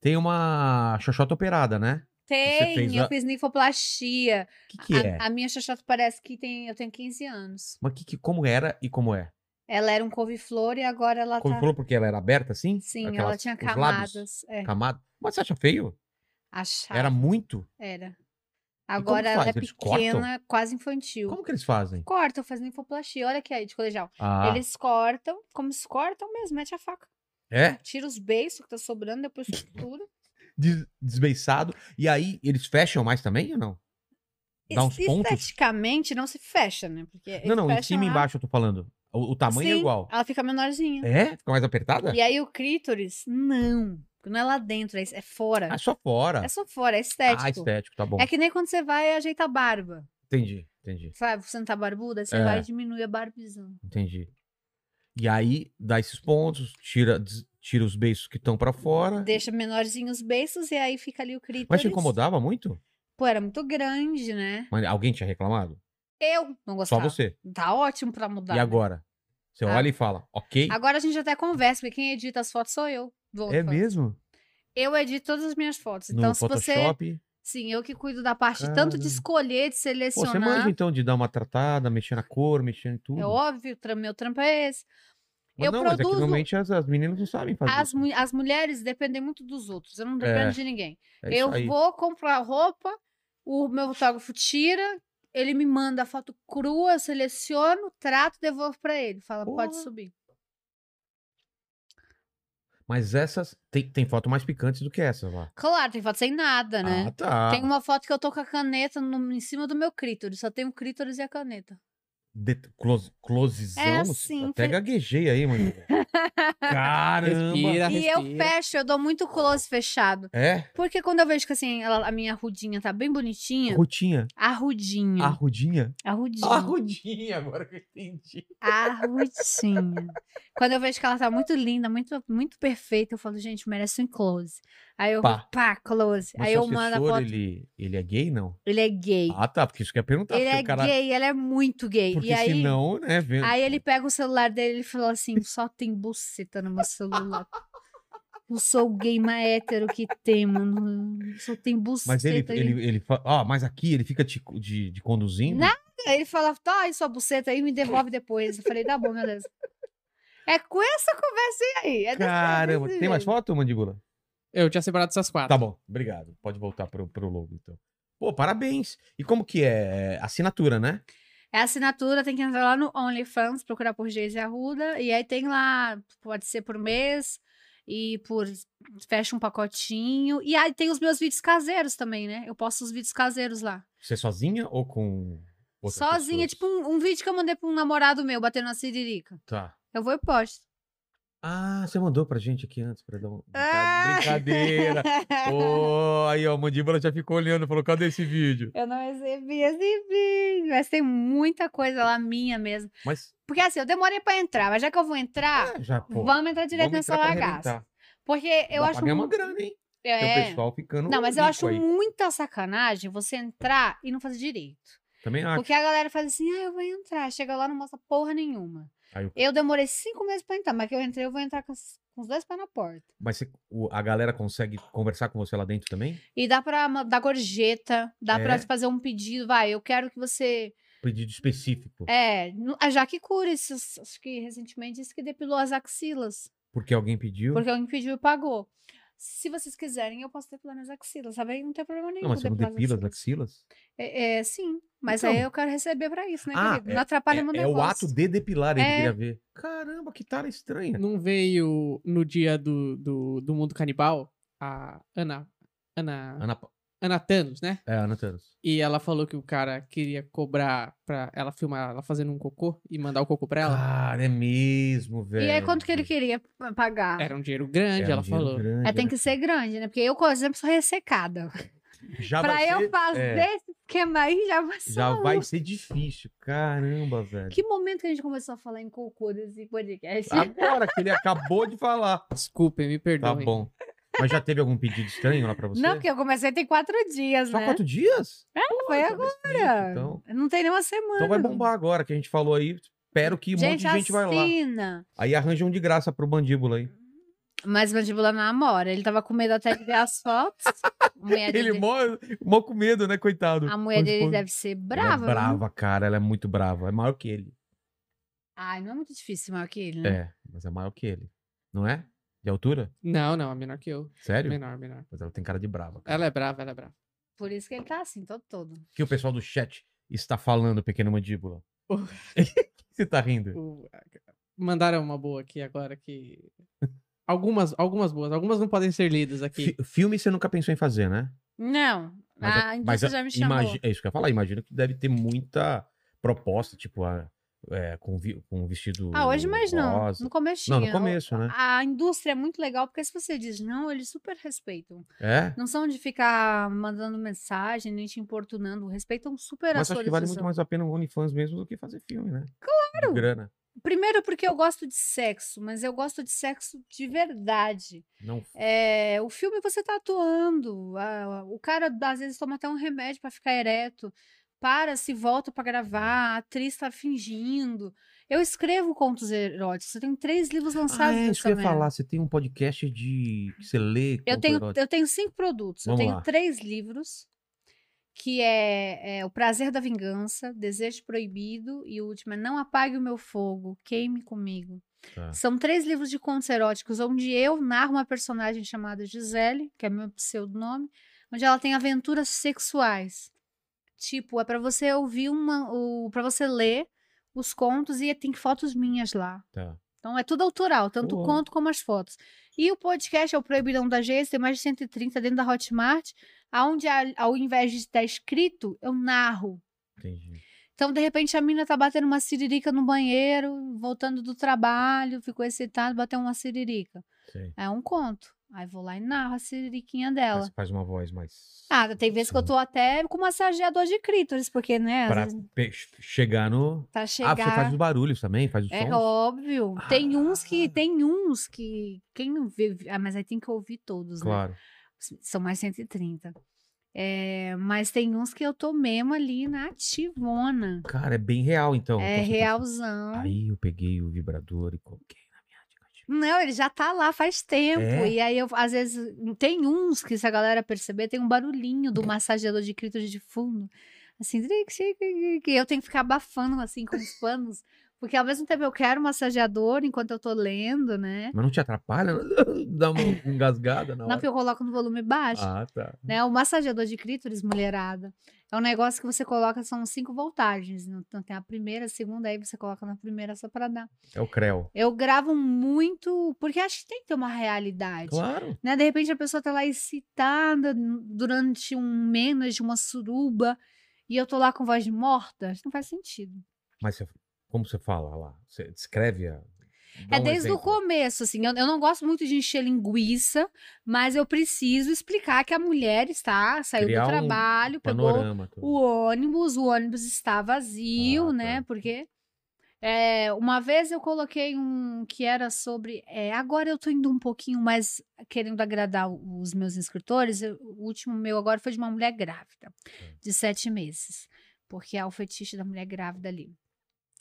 S1: Tem uma xoxota operada, né?
S3: Tem,
S1: fez
S3: eu
S1: a-
S3: fiz ninfoplastia.
S1: O que, que
S3: a,
S1: é?
S3: a minha xoxota parece que tem, eu tenho 15 anos.
S1: Mas que, que- como era e como é?
S3: Ela era um couve-flor e agora ela
S1: Como
S3: tá.
S1: falou porque ela era aberta assim?
S3: Sim, ela
S1: Aquelas-
S3: tinha
S1: os lábios?
S3: camadas. É, Tá.
S1: Camada. Mas você acha feio?
S3: achava.
S1: Era muito?
S3: Era.
S1: como que
S3: Agora ela é
S1: faz? Eles cortam?
S3: pequena, quase infantil.
S1: Como que eles fazem?
S3: Cortam, fazem infoplastia. Olha aqui aí, de colegial.
S1: Ah,
S3: Eles cortam, como se cortam mesmo, mete a faca.
S1: é?
S3: Tira os beiços que tá sobrando, depois costura.
S1: Des- desbeiçado. E aí, eles fecham mais também ou não? Dá uns pontos?
S3: Esteticamente não se fecha, né? Porque
S1: não, não, em
S3: eles
S1: cima e
S3: fecham
S1: embaixo eu tô falando. O, o
S3: lá.
S1: tamanho é
S3: Sim,
S1: igual.
S3: Ela fica menorzinha.
S1: É? Fica mais apertada?
S3: E aí o clítoris, não. Não é lá dentro, é é fora.
S1: Ah, só fora.
S3: É só fora, é
S1: Ah,
S3: estético.
S1: estético, tá bom.
S3: É que nem quando você vai ajeitar a barba.
S1: Entendi, entendi,
S3: Sabe, você não tá barbuda, aí você
S1: É.
S3: vai e diminui a barbizão.
S1: entendi. E aí, dá esses pontos, tira, des- tira os beiços que estão pra fora.
S3: Deixa menorzinhos os beiços e aí fica ali o clítoris.
S1: Mas te incomodava muito?
S3: Pô, era muito grande, né?
S1: Mas alguém tinha reclamado?
S3: Eu
S1: Só
S3: não gostava.
S1: você.
S3: Tá ótimo pra mudar.
S1: e
S3: né?
S1: agora? Você
S3: Ah.
S1: olha e fala, ok?
S3: Agora a gente até conversa, porque quem edita as fotos sou eu. Vou
S1: É
S3: falar.
S1: mesmo?
S3: Eu edito todas as minhas fotos.
S1: No
S3: Então, se você.
S1: Photoshop.
S3: Sim, eu que cuido da parte tanto
S1: Caramba.
S3: de escolher, de
S1: Pô, você manja
S3: selecionar. É
S1: então de dar uma tratada, mexer na cor, mexer em tudo.
S3: é óbvio, tra- meu trampo é esse.
S1: Mas
S3: Eu
S1: não, mas é que
S3: produzo-
S1: normalmente as, as meninas não sabem fazer.
S3: As, mu- as mulheres dependem muito dos outros. Eu não dependo
S1: Tá É.
S3: de ninguém.
S1: É isso
S3: eu
S1: aí.
S3: vou comprar roupa, o meu fotógrafo tira, ele me manda a foto crua, eu seleciono, trato, devolvo pra ele. Fala, pode
S1: Porra.
S3: subir.
S1: Mas essas. Tem, tem foto mais picantes do que essas lá.
S3: Claro, tem foto sem nada, né?
S1: Ah, tá.
S3: Tem uma foto que eu tô com a caneta no- em cima do meu clítoris. Só tem o clítoris e a caneta.
S1: De, close, closezão.
S3: É
S1: no-
S3: assim,
S1: Até
S3: fe-
S1: gaguejei aí, mano. Caramba.
S2: Respira,
S3: e eu
S2: respira.
S3: fecho, eu dou muito close fechado.
S1: É?
S3: Porque quando eu vejo que assim, ela- a minha rudinha tá bem bonitinha.
S1: Rotinha.
S3: Arrudinha.
S1: Ah. Arrudinha?
S3: Arrudinha.
S1: Arrudinha, agora que eu entendi.
S3: Arrudinha. Quando eu vejo que ela tá muito linda, muito, muito perfeita, eu falo, gente, merece um close. Aí eu
S1: Pá.
S3: pá, close.
S1: Mas
S3: Aí
S1: seu
S3: eu mando a
S1: assessor,
S3: foto. Ele,
S1: Ele, ele é gay, não?
S3: é gay.
S1: Ah, tá. Porque isso quer perguntar.
S3: ele
S1: porque
S3: é
S1: o cara...
S3: gay, ela é muito gay.
S1: Porque
S3: e aí,
S1: senão, né? Vendo...
S3: aí ele pega o celular dele e fala assim: só tem buceta no meu celular. Eu sou o gay mais hétero que tem, mano. Só tem buceta.
S1: Mas ele,
S3: gente.
S1: ele, ele fala. Ah, mas aqui ele fica te, co- de, de conduzindo.
S3: Não. Aí ele falava, tá aí sua buceta aí, me devolve depois. Eu falei, tá bom, beleza. É com essa conversa aí. É desse- é
S1: Caramba.
S3: desse
S1: Tem mais
S3: jeito.
S1: foto, mandíbula?
S2: Eu tinha separado essas quatro.
S1: Tá bom, obrigado. Pode voltar pro, pro logo, então. Pô, parabéns. E como que é? Assinatura, né?
S3: É assinatura, tem que entrar lá no OnlyFans, procurar por Geise Arruda. E aí tem lá, pode ser por mês e por. Fecha um pacotinho. E aí tem os meus vídeos caseiros também, né? Eu posto os vídeos caseiros lá.
S1: Você é sozinha ou com. outras
S3: Sozinha,
S1: pessoas?
S3: tipo um, um vídeo que eu mandei pra um namorado meu batendo na siririca.
S1: Tá.
S3: Eu vou e posto.
S1: Ah, você mandou pra gente aqui antes pra dar um.
S3: Ah!
S1: Brincadeira. Ô, aí, ó, a mandíbula já ficou olhando, falou: cadê esse vídeo?
S3: Eu não recebi esse vídeo, mas tem muita coisa lá minha mesmo.
S1: Mas.
S3: Porque assim, eu demorei pra entrar, mas já que eu vou entrar,
S1: é, já, pô.
S3: vamos entrar direto
S1: vamos
S3: nessa
S1: entrar pra
S3: bagaça.
S1: arrebentar.
S3: Porque eu
S1: Dá
S3: acho.
S1: pra ganhar uma
S3: mu-
S1: grana, hein? Tem
S3: É.
S1: o pessoal ficando.
S3: Não, mas eu
S1: rico
S3: acho
S1: aí.
S3: muita sacanagem você entrar e não fazer direito.
S1: Também acho.
S3: Porque a galera faz assim, ah, eu vou entrar. Chega lá, não mostra porra nenhuma.
S1: Aí o-
S3: Eu demorei cinco meses pra entrar, mas que eu entrei, eu vou entrar com, as- com os dois pés na porta.
S1: Mas você- o- a galera consegue conversar com você lá dentro também?
S3: E dá pra ma- dar gorjeta, dá pra
S1: É?
S3: fazer um pedido, vai, eu quero que você.
S1: Pedido específico.
S3: É, nu- a Jaque Curis, acho que recentemente disse que depilou as axilas.
S1: Porque alguém pediu.
S3: Porque alguém pediu e pagou. Se vocês quiserem, eu posso depilar minhas axilas, sabe? Aí Não tem problema nenhum.
S1: Não, mas você não
S3: depilar as
S1: depila as
S3: axilas.
S1: axilas?
S3: É, é, sim. Mas aí
S1: Então.
S3: eu quero receber pra isso, né,
S1: Ah,
S3: querido? Não atrapalha meu
S1: É, é
S3: negócio.
S1: o ato de depilar, ele
S3: É.
S1: queria ver. Caramba, que tara estranha.
S2: Não veio no dia do, do, do mundo canibal a Ana. Ana.
S1: Ana, Pa-
S2: Ana Thanos, né?
S1: é, Ana Thanos.
S2: E ela falou que o cara queria cobrar pra ela filmar ela fazendo um cocô e mandar o cocô pra ela.
S1: Cara, é mesmo, velho.
S3: E aí, quanto que ele queria p- pagar?
S2: Era um dinheiro grande,
S1: é, Era um
S2: ela
S1: dinheiro
S2: falou.
S1: grande,
S3: É, tem
S1: né?
S3: que ser grande, né? Porque eu, por exemplo, sou ressecada.
S1: Já
S3: pra
S1: vai
S3: eu
S1: ser-
S3: fazer
S1: é,
S3: esse esquema aí, já vai ser um
S1: já
S3: uma
S1: vai
S3: luta.
S1: ser difícil. Caramba, velho.
S3: Que momento que a gente começou a falar em cocô desse
S1: Ah,
S3: podcast?
S1: Agora que ele acabou de falar.
S2: Desculpem, me
S1: Tá
S2: perdoem.
S1: bom. Mas já teve algum pedido estranho lá pra você?
S3: Não, porque eu comecei tem quatro dias,
S1: Só
S3: né?
S1: quatro dias?
S3: Foi
S1: Tá
S3: agora.
S1: desse jeito, Então,
S3: Não tem nem uma semana.
S1: então vai bombar agora que a gente falou aí. Espero que um monte de gente vai
S3: assim
S1: lá.
S3: assina.
S1: Aí arranja um de graça pro mandíbula aí.
S3: Mas mandíbula namora. Ele tava com medo até de ver as fotos. A mulher dele,
S1: Ele mó, mó com medo, né, coitado?
S3: a mulher
S1: Com
S3: dele
S1: esposa.
S3: deve ser
S1: Ela
S3: brava.
S1: É
S3: viu?
S1: brava, cara. Ela é muito brava. É maior que ele.
S3: Ai, não é muito difícil maior que ele, né?
S1: É, mas é maior que ele. Não é? De altura?
S2: Não, não, é menor que eu.
S1: Sério?
S2: Menor, menor.
S1: Mas ela tem cara de brava. cara.
S2: Ela é brava, ela é brava.
S3: Por isso que ele tá assim, todo todo.
S1: O que o pessoal do chat está falando, pequeno mandíbula?
S2: O-
S1: Você tá rindo?
S2: O- Mandaram uma boa aqui agora que. Algumas, algumas boas, algumas não podem ser lidas aqui.
S1: Fi- filme você nunca pensou em fazer, né?
S3: Não, a
S1: a-
S3: indústria Ah, então já me chamou.
S1: imagi- É isso que eu ia falar. Imagino que deve ter muita proposta, tipo, a, é, com, vi- com vestido.
S3: Ah, hoje mais não.
S1: rosa.
S3: No começo.
S1: Não, no começo, né?
S3: A indústria é muito legal, porque se você diz não, eles super respeitam.
S1: É?
S3: Não são de ficar mandando mensagem, nem te importunando. Respeitam super a
S1: Mas
S3: sua
S1: acho que vale muito
S3: decisão.
S1: mais a pena um OnlyFans mesmo do que fazer filme, né? Claro! grana.
S3: Primeiro porque eu gosto de sexo, mas eu gosto de sexo de verdade.
S1: Não
S3: É, o filme você tá atuando. a- o cara às vezes toma até um remédio pra ficar ereto. Para, se volta pra gravar, a atriz tá fingindo. Eu escrevo contos eróticos. Eu tenho três livros
S1: Ah,
S3: lançados
S1: é isso que
S3: nessa
S1: eu ia
S3: merda.
S1: falar. Você tem um podcast de. que você lê.
S3: né? Eu
S1: conto
S3: tenho,
S1: erótico.
S3: eu tenho cinco produtos.
S1: Vamos
S3: eu tenho
S1: lá.
S3: três livros, que é, é O Prazer da Vingança, Desejo Proibido e o último é Não Apague o Meu Fogo, Queime Comigo.
S1: Tá.
S3: São três livros de contos eróticos, onde eu narro uma personagem chamada Gisele, que é meu pseudonome, onde ela tem aventuras sexuais. Tipo, é pra você ouvir uma. O, pra você ler os contos e tem fotos minhas lá.
S1: Tá.
S3: Então é tudo autoral, tanto
S1: Uau.
S3: o conto como as fotos. E o podcast é o Proibidão da Geis, tem mais de 130 dentro da Hotmart, onde ao invés de estar escrito, eu narro.
S1: Entendi.
S3: Então, de repente, a mina tá batendo uma siririca no banheiro, voltando do trabalho, ficou excitada, bateu uma siririca.
S1: Sei.
S3: É um conto. Aí vou lá e narro a siririquinha
S1: Mas
S3: dela.
S1: Você faz uma voz mais. assim,
S3: Ah, tem vezes que eu tô até com massageador de clítoris, porque, né, às
S1: Pra
S3: vezes,
S1: pe- chegar no.
S3: pra
S1: Ah, você faz
S3: chegar...
S1: os barulhos também, faz os
S3: É
S1: sons.
S3: óbvio. Tem
S1: Ah,
S3: uns que. Tem uns que. Quem não vê. Ah, mas aí tem que ouvir todos, né?
S1: Claro.
S3: S- São mais 130. É, mas tem uns que eu tô mesmo ali na ativona.
S1: Cara, é bem real, então.
S3: é
S1: Então você tá-
S3: realzão.
S1: Aí eu peguei o vibrador e coloquei na minha dica.
S3: Não, ele já tá lá faz tempo.
S1: É?
S3: E aí, eu, às vezes, hum, tem uns que, se a galera perceber, tem um barulhinho do massageador de clítoris de fundo. Assim, tric, tric, tric, e eu tenho que ficar abafando, assim, com os panos. Porque, ao mesmo tempo, eu quero um massageador enquanto eu tô lendo, né?
S1: Mas não te atrapalha? Dá uma engasgada na
S3: Não,
S1: hora.
S3: porque eu coloco no volume baixo.
S1: Então, é Ah, tá.
S3: Né? O massageador de clítoris, mulherada, é um negócio que você coloca, são cinco voltagens. né? Então tem a primeira, a segunda, aí você coloca na primeira só pra dar.
S1: É o creu.
S3: Eu gravo muito, porque acho que tem que ter uma realidade.
S1: Claro.
S3: Né? De repente a pessoa tá lá excitada n- durante um menos, uma suruba, e eu tô lá com voz morta, isso não faz sentido.
S1: Mas você- como você fala lá? Você descreve a. dá
S3: É
S1: um
S3: desde
S1: exemplo.
S3: o começo, assim. Eu, eu não gosto muito de encher linguiça, mas eu preciso explicar que a mulher está, saiu
S1: Criar um
S3: do trabalho, pegou
S1: Panorama. tudo.
S3: o ônibus, o ônibus está vazio,
S1: Ah,
S3: né?
S1: tá.
S3: Porque é, uma vez eu coloquei um que era sobre. é, agora eu tô indo um pouquinho mais querendo agradar o- os meus escritores. eu- o último meu agora foi de uma mulher grávida,
S1: Hum.
S3: de sete meses, porque há o fetiche da mulher grávida ali.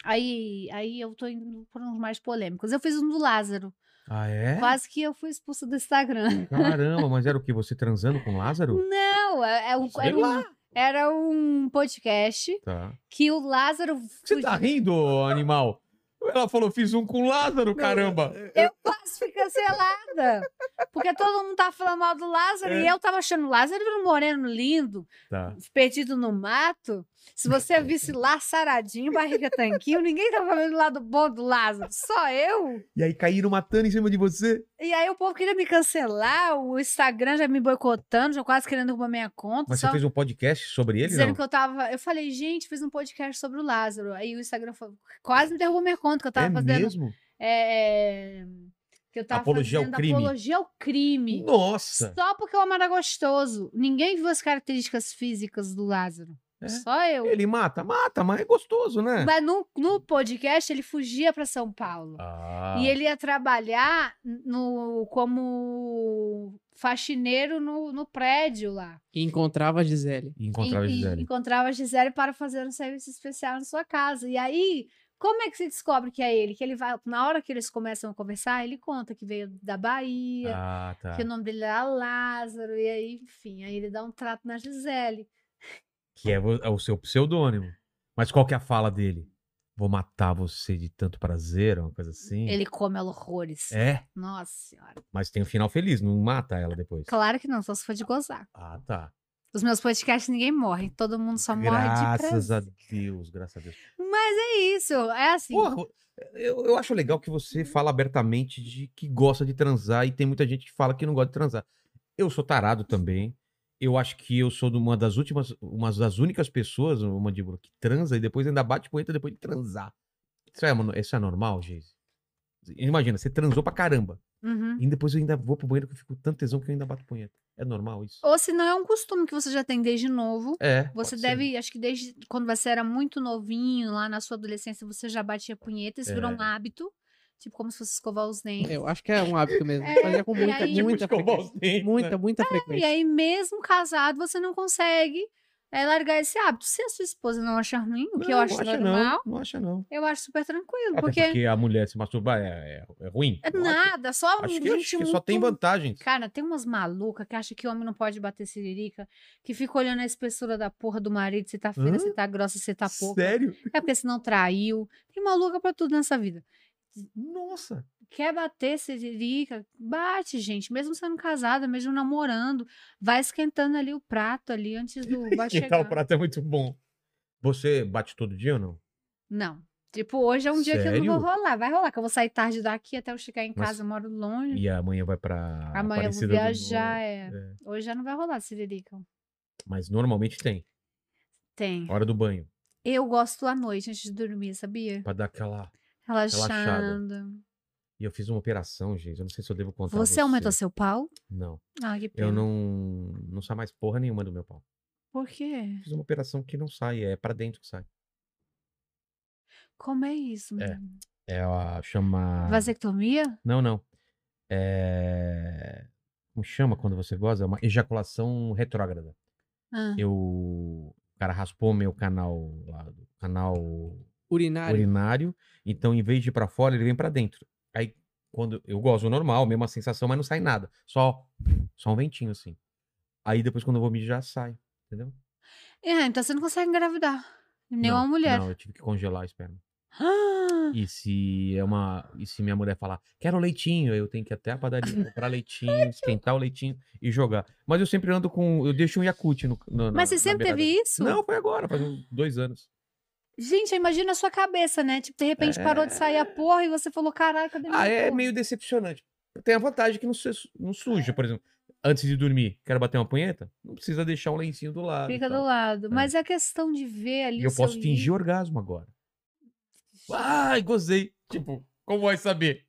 S3: Aí, aí eu tô indo por uns mais polêmicos. Eu fiz um do Lázaro.
S1: Ah, é?
S3: Quase que eu fui expulsa do Instagram.
S1: Caramba, mas era o que? Você transando com Lázaro?
S3: Não, é, é um-
S1: Sei
S3: era, um, era um podcast
S1: Tá.
S3: que o Lázaro.
S1: Você tá rindo, ô animal? Ela falou, fiz um com Lázaro, caramba.
S3: Eu quase fui cancelada. Porque todo mundo tá falando mal do Lázaro
S1: É.
S3: e eu tava achando o Lázaro um moreno lindo,
S1: Tá.
S3: perdido no mato. Se você visse lá saradinho, barriga tanquinho, ninguém tava vendo o lado bom do Lázaro, só eu.
S1: E aí caíram matando em cima de você?
S3: E aí o povo queria me cancelar, o Instagram já me boicotando, já quase querendo roubar minha conta.
S1: Mas
S3: só
S1: você fez um podcast sobre ele,
S3: dizendo
S1: não?
S3: que eu tava. Eu falei, gente, fiz um podcast sobre o Lázaro. Aí o Instagram falou- quase me derrubou minha conta, que eu tava
S1: é
S3: fazendo.
S1: mesmo?
S3: é, é, que eu tava
S1: Apologia ao
S3: fazendo
S1: crime.
S3: apologia ao crime.
S1: Nossa!
S3: Só porque o Omar era gostoso. Ninguém viu as características físicas do Lázaro.
S1: É.
S3: Só eu.
S1: Ele mata, mata, mas é gostoso, né?
S3: Então Mas no, no podcast ele fugia pra São Paulo.
S1: Ah,
S3: E ele ia trabalhar no, como faxineiro no, no prédio lá.
S2: E encontrava a Gisele.
S1: e encontrava a
S3: E- e
S1: Gisele.
S3: encontrava a Gisele para fazer um serviço especial na sua casa. E aí, como é que se descobre que é ele? Que ele vai. Na hora que eles começam a conversar, ele conta que veio da Bahia.
S1: Ah, tá.
S3: Que o nome dele era Lázaro, e aí, enfim, aí ele dá um trato na Gisele.
S1: Que é, vo- é o seu pseudônimo. Mas qual que é a fala dele? Vou matar você de tanto prazer, uma coisa assim.
S3: Ele come ela horrores.
S1: É,
S3: Nossa senhora.
S1: mas tem um final feliz, não mata ela depois.
S3: Claro que não, só se for de gozar.
S1: Ah, tá.
S3: Os meus podcasts ninguém morre, todo mundo só morre de
S1: graças a
S3: prazer.
S1: Deus, graças a Deus.
S3: Mas é isso, é assim.
S1: Porra, eu, eu acho legal que você
S3: Uhum.
S1: fala abertamente de que gosta de transar e tem muita gente que fala que não gosta de transar. Eu sou tarado também. Eu acho que eu sou de uma das últimas, uma das únicas pessoas, o mandíbula, que transa e depois ainda bate punheta depois de transar. Isso é, mano- isso é normal, Geise? Imagina, você transou pra caramba.
S3: Uhum.
S1: E depois eu ainda vou pro banheiro que eu fico com tanto tesão que eu ainda bato punheta. É normal isso?
S3: Ou se não é um costume que você já tem desde novo.
S1: É.
S3: Você
S1: pode ser.
S3: deve, acho que desde quando você era muito novinho, lá na sua adolescência, você já batia punheta, isso
S1: É.
S3: virou um hábito. Tipo, como se fosse escovar os dentes.
S2: Eu acho que é um hábito mesmo.
S3: É,
S2: Fazia com
S3: e
S2: muita,
S3: aí- Ah,
S1: Tipo,
S2: muita
S1: escovar
S2: frequência.
S1: os dentes, né?
S2: Muita, muita frequência.
S3: E aí, mesmo casado, você não consegue é, largar esse hábito. Se a sua esposa não acha ruim, o que eu
S1: Não,
S3: acho
S1: não acha
S3: normal,
S1: Não, não acha não.
S3: eu acho super tranquilo.
S1: Até
S3: porque,
S1: porque... É, a mulher se masturbar é, é- é ruim.
S3: é
S1: Não acho.
S3: nada, só
S1: Acho que,
S3: gente
S1: acho que só tem
S3: muito-
S1: vantagens.
S3: Cara, tem umas malucas que acham que homem não pode bater siririca, que fica olhando a espessura da porra do marido, se tá fina,
S1: Hã?
S3: se tá grossa, se tá pouca.
S1: Sério?
S3: É porque se não traiu. Tem maluca pra tudo nessa vida.
S1: Nossa.
S3: Quer bater, se liga, bate, gente. Mesmo sendo casada, mesmo namorando, vai esquentando ali o prato ali antes do bate
S1: Quintal prato é muito bom. Você bate todo dia ou não?
S3: Não. Tipo, hoje é um dia que eu não vou rolar. Vai rolar, que eu vou sair tarde daqui até eu chegar em
S1: Mas-
S3: casa, eu moro longe.
S1: E amanhã vai pra.
S3: Hum. Amanhã eu vou
S1: Aparecida do
S3: viajar,
S1: Norte.
S3: é. Hoje já não vai rolar, se dedicam.
S1: Mas normalmente tem.
S3: Tem.
S1: Hora do banho.
S3: Eu gosto à noite antes de dormir, sabia?
S1: Pra dar aquela.
S3: Relaxando.
S1: E eu fiz uma operação, gente. Eu não sei se eu devo contar. a
S3: Você é aumentou seu pau?
S1: Não.
S3: Ah, que pena.
S1: Eu não. Não sai mais porra nenhuma do meu pau.
S3: Por quê?
S1: Fiz uma operação que não sai. É pra dentro que sai.
S3: Como é isso,
S1: É. ah.
S3: menino?
S1: É a. Chama.
S3: Vasectomia?
S1: Não, não. É. Como chama quando você goza? É uma ejaculação retrógrada.
S3: Ah,
S1: Eu. O cara raspou meu canal lá, do canal
S2: Urinário.
S1: urinário. Então, em vez de ir pra fora, ele vem pra dentro. Aí, quando eu gosto normal, mesma sensação, mas não sai nada. Só, só um ventinho, assim. Aí, depois, quando eu vou mijar, sai. Entendeu?
S3: É, então você não consegue engravidar. Nem
S1: Não,
S3: uma mulher.
S1: Não, eu tive que congelar a esperma.
S3: Ah,
S1: E se é uma. E se minha mulher falar, quero leitinho, eu tenho que ir até a padaria comprar leitinho, esquentar o leitinho e jogar. Mas eu sempre ando com. Eu deixo um Yakut no. no- na-
S3: Mas você
S1: na
S3: sempre
S1: beirada.
S3: teve isso?
S1: Não, foi agora, faz uns dois anos.
S3: Gente, imagina a sua cabeça, né? Tipo, de repente parou de sair a porra e você falou, caralho, cadê minha
S1: É. Ah, é
S3: porra?"
S1: meio decepcionante. Tem a vantagem que não, se- não suja, por exemplo. Antes de dormir, quero bater uma punheta? Não precisa deixar um lencinho do lado. e
S3: Fica do
S1: tal.
S3: lado. Mas é a questão de ver ali
S1: E
S3: o
S1: eu
S3: seu
S1: posso fingir orgasmo agora. Ai, gozei. Tipo, como vai saber?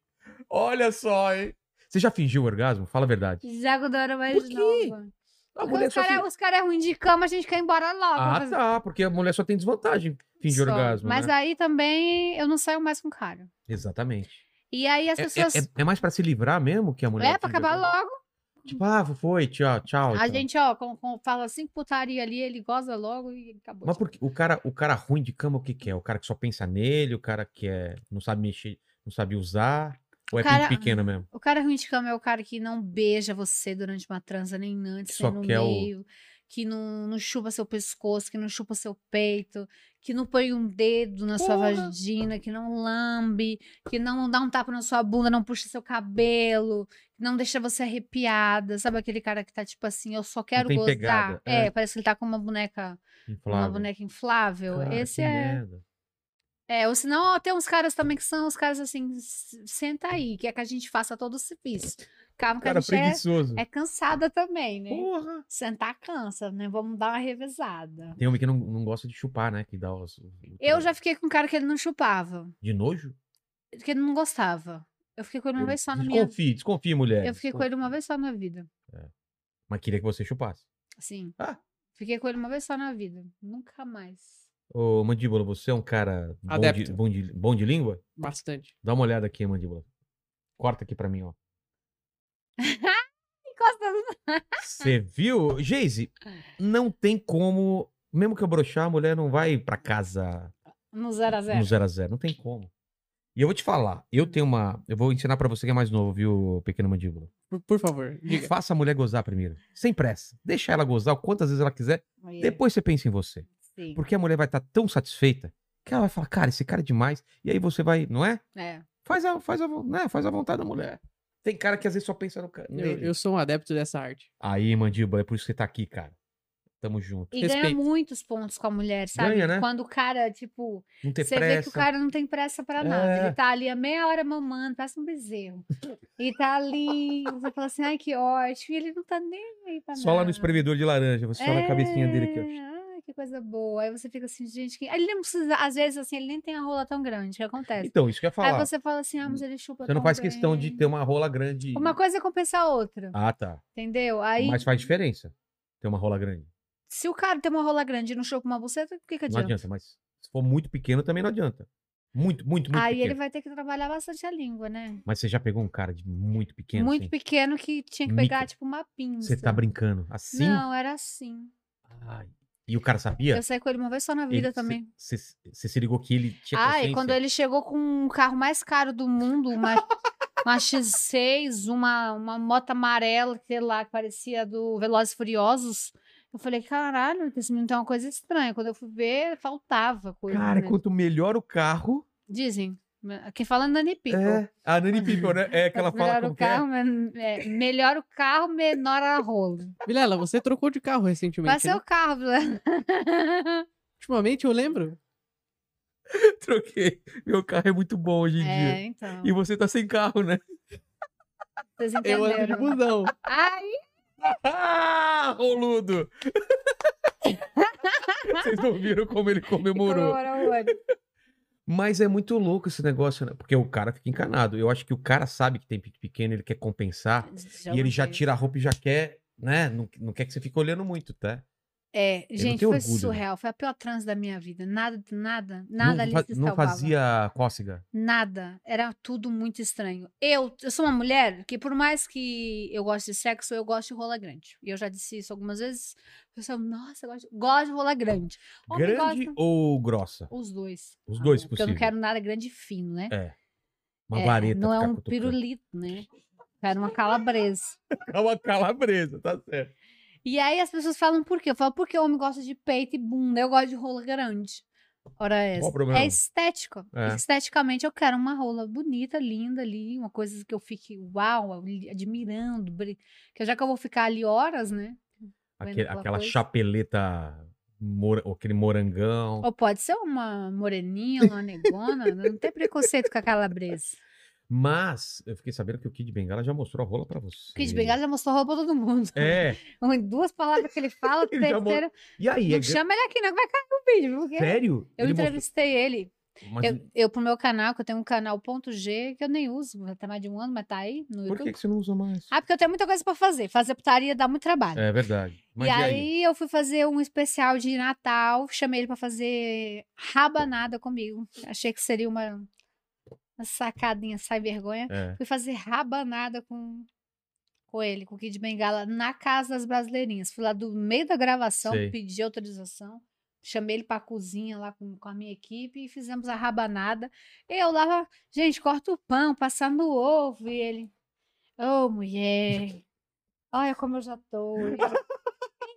S1: Olha só, hein? Você já fingiu orgasmo? Fala a verdade.
S3: líquido. Já quando eu era mais
S1: Por quê?
S3: nova.
S1: A
S3: Porque
S1: mulher
S3: Os
S1: só
S3: caras
S1: fin-
S3: cara é ruim de cama, a gente quer ir embora logo. pra
S1: Ah,
S3: fazer
S1: tá. Porque a mulher só tem desvantagem fingir
S3: só.
S1: orgasmo.
S3: Mas
S1: né?
S3: aí também eu não saio mais com cara.
S1: Exatamente.
S3: E aí as
S1: É, é-
S3: pessoas. É,
S1: é- é mais pra se livrar mesmo que a mulher.
S3: pra
S1: finge
S3: acabar
S1: orgasmo?
S3: logo.
S1: Tipo, ah, foi, tchau, tchau.
S3: A
S1: tchau.
S3: gente, ó, com, com- fala cinco putaria ali, ele goza logo e acabou.
S1: Mas por que- o cara, o cara ruim de cama, o que que é? O cara que só pensa nele, o cara que é, não sabe mexer, não sabe usar, ou é
S3: Cara-
S1: pinto pequeno mesmo?
S3: O cara ruim de cama é o cara que não beija você durante uma transa, nem antes,
S1: Que só
S3: nem no
S1: quer o-
S3: meio. Que não, não chupa seu pescoço, que não chupa seu peito, que não põe um dedo na sua
S1: Porra!
S3: vagina, que não lambe, que não dá um tapa na sua bunda, não puxa seu cabelo, que não deixa você arrepiada. Sabe aquele cara que tá tipo assim, eu só quero
S1: tem
S3: gozar?
S1: pegada,
S3: É.
S1: é.
S3: parece que ele tá com uma boneca, uma
S1: Inflável.
S3: boneca inflável.
S1: Cara,
S3: Esse
S1: que
S3: é.
S1: merda.
S3: É, ou senão ó, tem uns caras também que são os caras assim, "S- senta aí, quer que a gente faça todo o serviço. Calma que
S1: Cara
S3: a gente
S1: preguiçoso.
S3: é, é cansada também, né?
S1: Porra.
S3: Sentar cansa, né? Vamos dar uma revezada.
S1: Tem homem que não, não gosta de chupar, né? Que dá os, o- o-
S3: Eu já fiquei com um cara que ele não chupava,
S1: De nojo?
S3: que ele não gostava. Eu fiquei com ele uma
S1: Eu-
S3: vez só na minha
S1: desconfie, desconfie, mulher.
S3: Eu fiquei com
S1: desconfie.
S3: ele uma vez só na vida.
S1: Mas queria que você chupasse.
S3: Assim.
S1: Ah.
S3: Fiquei com ele uma vez só na vida. Nunca mais.
S1: Ô, Mandíbula, você é um cara bom de,
S2: Adepto.
S1: bom, de, bom de língua?
S2: Bastante.
S1: Dá uma olhada aqui, Mandíbula. Corta aqui pra mim, ó.
S3: Encosta no-
S1: Você viu? Geise, não tem como. Mesmo que eu broxar, a mulher não vai pra casa
S3: no 0 a 0
S1: no 0 a 0 Não tem como. E eu vou te falar, eu tenho uma. Eu vou ensinar pra você que é mais novo, viu, pequeno mandíbula?
S2: Por, por favor, diga.
S1: Faça a mulher gozar primeiro. Sem pressa. Deixa ela gozar o quantas vezes ela quiser. Depois você pensa em você.
S3: Sim.
S1: Porque a mulher vai estar tão satisfeita que ela vai falar, cara, esse cara é demais. E aí você vai, não é?
S3: É.
S1: Faz a, faz a, vo- né? faz a vontade da mulher. Tem cara que às vezes só pensa no cara.
S2: Eu, eu sou um adepto dessa arte.
S1: Aí, mandíbula, é por isso que você tá aqui, cara. Tamo junto.
S3: E ganha
S2: Respeito.
S3: muitos pontos com a mulher, sabe?
S1: Ganha, né?
S3: Quando o cara, tipo,
S1: Não ter
S3: Você
S1: pressa.
S3: vê que o cara não tem pressa pra nada.
S1: É.
S3: Ele tá ali a meia hora mamando, parece um bezerro. E tá ali, você fala assim, ai, que ótimo. E ele não tá nem aí pra
S1: Só lá no
S3: nada.
S1: espremedor de laranja, você olha a cabecinha dele aqui.
S3: É, Ai, que coisa boa. Aí você fica assim, gente, que... ele não precisa, às vezes, assim, ele nem tem a rola tão grande, que
S1: ó.
S3: acontece.
S1: Então, isso que eu ia
S3: É. Aí
S1: falar. Você,
S3: você fala assim, ah, mas ele chupa
S1: não
S3: tão
S1: faz questão de
S3: bem.
S1: ter uma rola grande.
S3: Uma coisa compensa a outra,
S1: Ah, tá.
S3: entendeu? Aí,
S1: Mas faz diferença ter uma rola grande.
S3: se o cara tem uma rola grande e não chupa uma buceta, o que que
S1: Não
S3: adianta?
S1: adianta, mas se for muito pequeno também não adianta. Muito, muito, muito
S3: Aí
S1: pequeno.
S3: ele vai ter que trabalhar bastante a língua, né?
S1: Mas você já pegou um cara de muito pequeno?
S3: Muito
S1: assim?
S3: pequeno que tinha que
S1: Micro.
S3: pegar, tipo, uma pinça.
S1: Você tá brincando. Assim?
S3: Não, era assim.
S1: Ai. E o cara sabia?
S3: Eu saí com ele uma vez só na vida também.
S1: Você se ligou que ele tinha
S3: Ah,
S1: consciência?
S3: e quando ele chegou com um carro mais caro do mundo, uma, uma X6, uma, uma moto amarela, sei lá, que parecia do Velozes e Furiosos, eu falei, caralho, esse menino tem uma coisa estranha. Quando eu fui ver, faltava coisa.
S1: Cara,
S3: né?
S1: quanto melhor o carro,
S3: Dizem, né, Aqui fala Nani People.
S1: É, a Nani People, né? É que ela fala
S3: melhor
S1: como
S3: o
S1: que é.
S3: carro, men- é, melhor o carro, menor a rolo.
S2: Vilela, você trocou de carro recentemente.
S3: Passei
S2: né?
S3: o carro, Vilela.
S2: Ultimamente eu lembro.
S1: Troquei. Meu carro é muito bom hoje em
S3: É,
S1: dia.
S3: então.
S1: E você tá sem carro, né?
S3: Vocês
S2: Eu ando de
S3: entenderam.
S2: busão.
S3: Ai,
S1: Ah, roludo! Vocês não viram como ele comemorou.
S3: comemorou o ano.
S1: Mas é muito louco esse negócio, né? Porque o cara fica encanado. Eu acho que o cara sabe que tem pinto pequeno, ele quer compensar. e ele já
S3: mudei.
S1: tira a roupa e já quer, né? Não, não quer que você fique olhando muito, tá?
S3: É,
S1: tenho
S3: gente, foi
S1: orgulho, né?
S3: surreal. Foi a pior trans da minha vida. Nada, nada, nada
S1: não,
S3: ali
S1: fa-
S3: se
S1: não
S3: salvava.
S1: fazia cócega.
S3: Nada. Era tudo muito estranho. Eu, eu sou uma mulher que, por mais que eu goste de sexo, eu gosto de rola grande. E eu já disse isso algumas vezes. Eu sou, nossa, eu gosto, de- gosto de rola grande. Homem
S1: Grande
S3: gosta-
S1: ou grossa?
S3: Os dois.
S1: Os dois,
S3: Porque eu não
S1: possível.
S3: quero nada grande e fino, né?
S1: Uma
S3: É,
S1: vareta.
S3: não é
S1: ficar
S3: um
S1: cutucando.
S3: pirulito, né? Era uma calabresa.
S1: É uma calabresa, tá certo.
S3: E aí as pessoas falam por quê? Eu falo, porque o homem gosta de peito e bunda, eu gosto de rola grande. Ora, é,
S1: o problema?
S3: é estético.
S1: É.
S3: Esteticamente, eu quero uma rola bonita, linda ali, uma coisa que eu fique, uau, admirando. bri- Que já que eu vou ficar ali horas, né? Vendo
S1: Aquele-
S3: aquela
S1: aquela
S3: coisa.
S1: chapeleta, mora- aquele morangão.
S3: Ou pode ser uma moreninha, uma negona, não tem preconceito com a calabresa.
S1: Mas eu fiquei sabendo que o Kid Bengala já mostrou a rola pra você.
S3: Porque de bengala já mostrou roupa pra todo mundo.
S1: É.
S3: Em Duas palavras que ele fala,
S1: Ele já mo-
S3: terceira.
S1: E aí, é
S3: Não
S1: gra-
S3: chama ele aqui, não, que vai cair o vídeo. Porque
S1: sério?
S3: né? eu
S1: Ele
S3: entrevistei ele.
S1: mostrou- Mas
S3: Eu, eu, pro meu canal, que eu tenho um canal ponto .g, que eu nem uso, até mais de um ano, mas tá aí no
S1: por
S3: YouTube.
S1: que, que você não usa mais?
S3: Ah, porque eu tenho muita coisa pra fazer. Fazer putaria dá muito trabalho.
S1: É verdade. Mas
S3: e aí, eu fui fazer um especial de Natal, chamei ele pra fazer rabanada comigo. Achei que seria uma, uma sacadinha, sai vergonha.
S1: É.
S3: Fui fazer rabanada com, com ele, com o Kid Bengala, na casa das brasileirinhas. Fui lá do meio da gravação,
S1: Sei.
S3: pedi autorização, chamei ele pra cozinha lá com, com a minha equipe e fizemos a rabanada. Eu lá, gente, corta o pão, passando o ovo, e ele. Ô, mulher! Olha como eu já tô. Ele,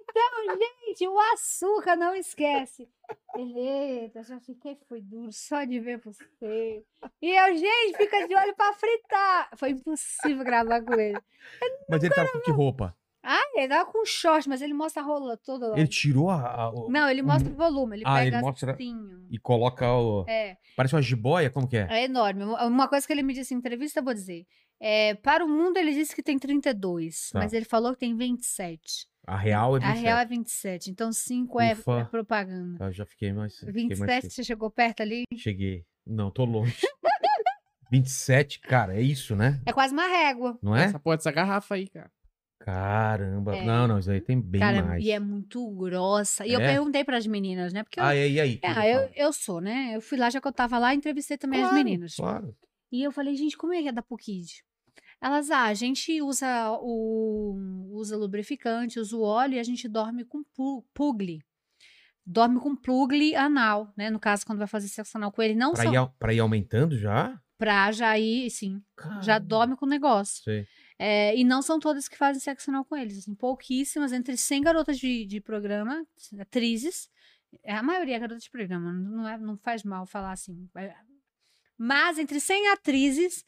S3: Então, gente, o açúcar não esquece. Ele, "Eita, já fiquei foi duro só de ver você. E eu, gente, fica de olho pra fritar. Foi impossível gravar com ele.
S1: Mas ele tava com que roupa?
S3: Ah, ele tava com short, mas ele mostra a rola toda lá.
S1: Ele tirou a. a- o-
S3: Não, ele mostra o volume, ele
S1: Ah,
S3: pega
S1: ele mostra- Uhum.
S3: assim.
S1: E coloca o.
S3: É,
S1: Parece uma jiboia, como que é?
S3: é enorme. Uma coisa que ele me disse em entrevista, eu vou dizer. É, para o mundo, ele disse que tem 32,
S1: Tá.
S3: mas ele falou que tem 27.
S1: A real é
S3: A
S1: 27.
S3: real é 27, então 5 é,
S1: Ufa.
S3: é propaganda.
S1: Eu já fiquei mais. fiquei mais
S3: 27, você chegou perto ali?
S1: cheio. Cheguei. Não, tô longe. 27, cara, é isso, né?
S3: É quase uma régua.
S1: Não é?
S2: Essa porra dessa garrafa aí, cara.
S1: Caramba.
S3: É.
S1: Não, não, isso aí tem bem
S3: Cara,
S1: mais.
S3: e é muito grossa. E eu
S1: É?
S3: perguntei para as meninas, né? Porque eu
S1: Ah, e aí? e aí? O que
S3: Ah,
S1: que
S3: eu,
S1: fala?
S3: eu sou, né? Eu fui lá, já que eu tava lá, entrevistei também as
S1: Claro,
S3: meninas.
S1: Claro.
S3: E eu falei, gente, como é que é da PUKID? Elas, ah, a gente usa o usa lubrificante, usa o óleo e a gente dorme com pu- pugli. Dorme com pugli anal, né? No caso, quando vai fazer sexo anal com ele, não
S1: Pra
S3: só
S1: ir, au- pra ir aumentando já?
S3: pra já ir, sim, já
S1: Caramba.
S3: dorme com o negócio.
S1: Sei.
S3: É, e não são todas que fazem sexo anal com eles. Assim, pouquíssimas, entre 100 garotas de, de programa, atrizes. é, A maioria é garota de programa, não, é- não faz mal falar assim. é, Mas entre 100 atrizes,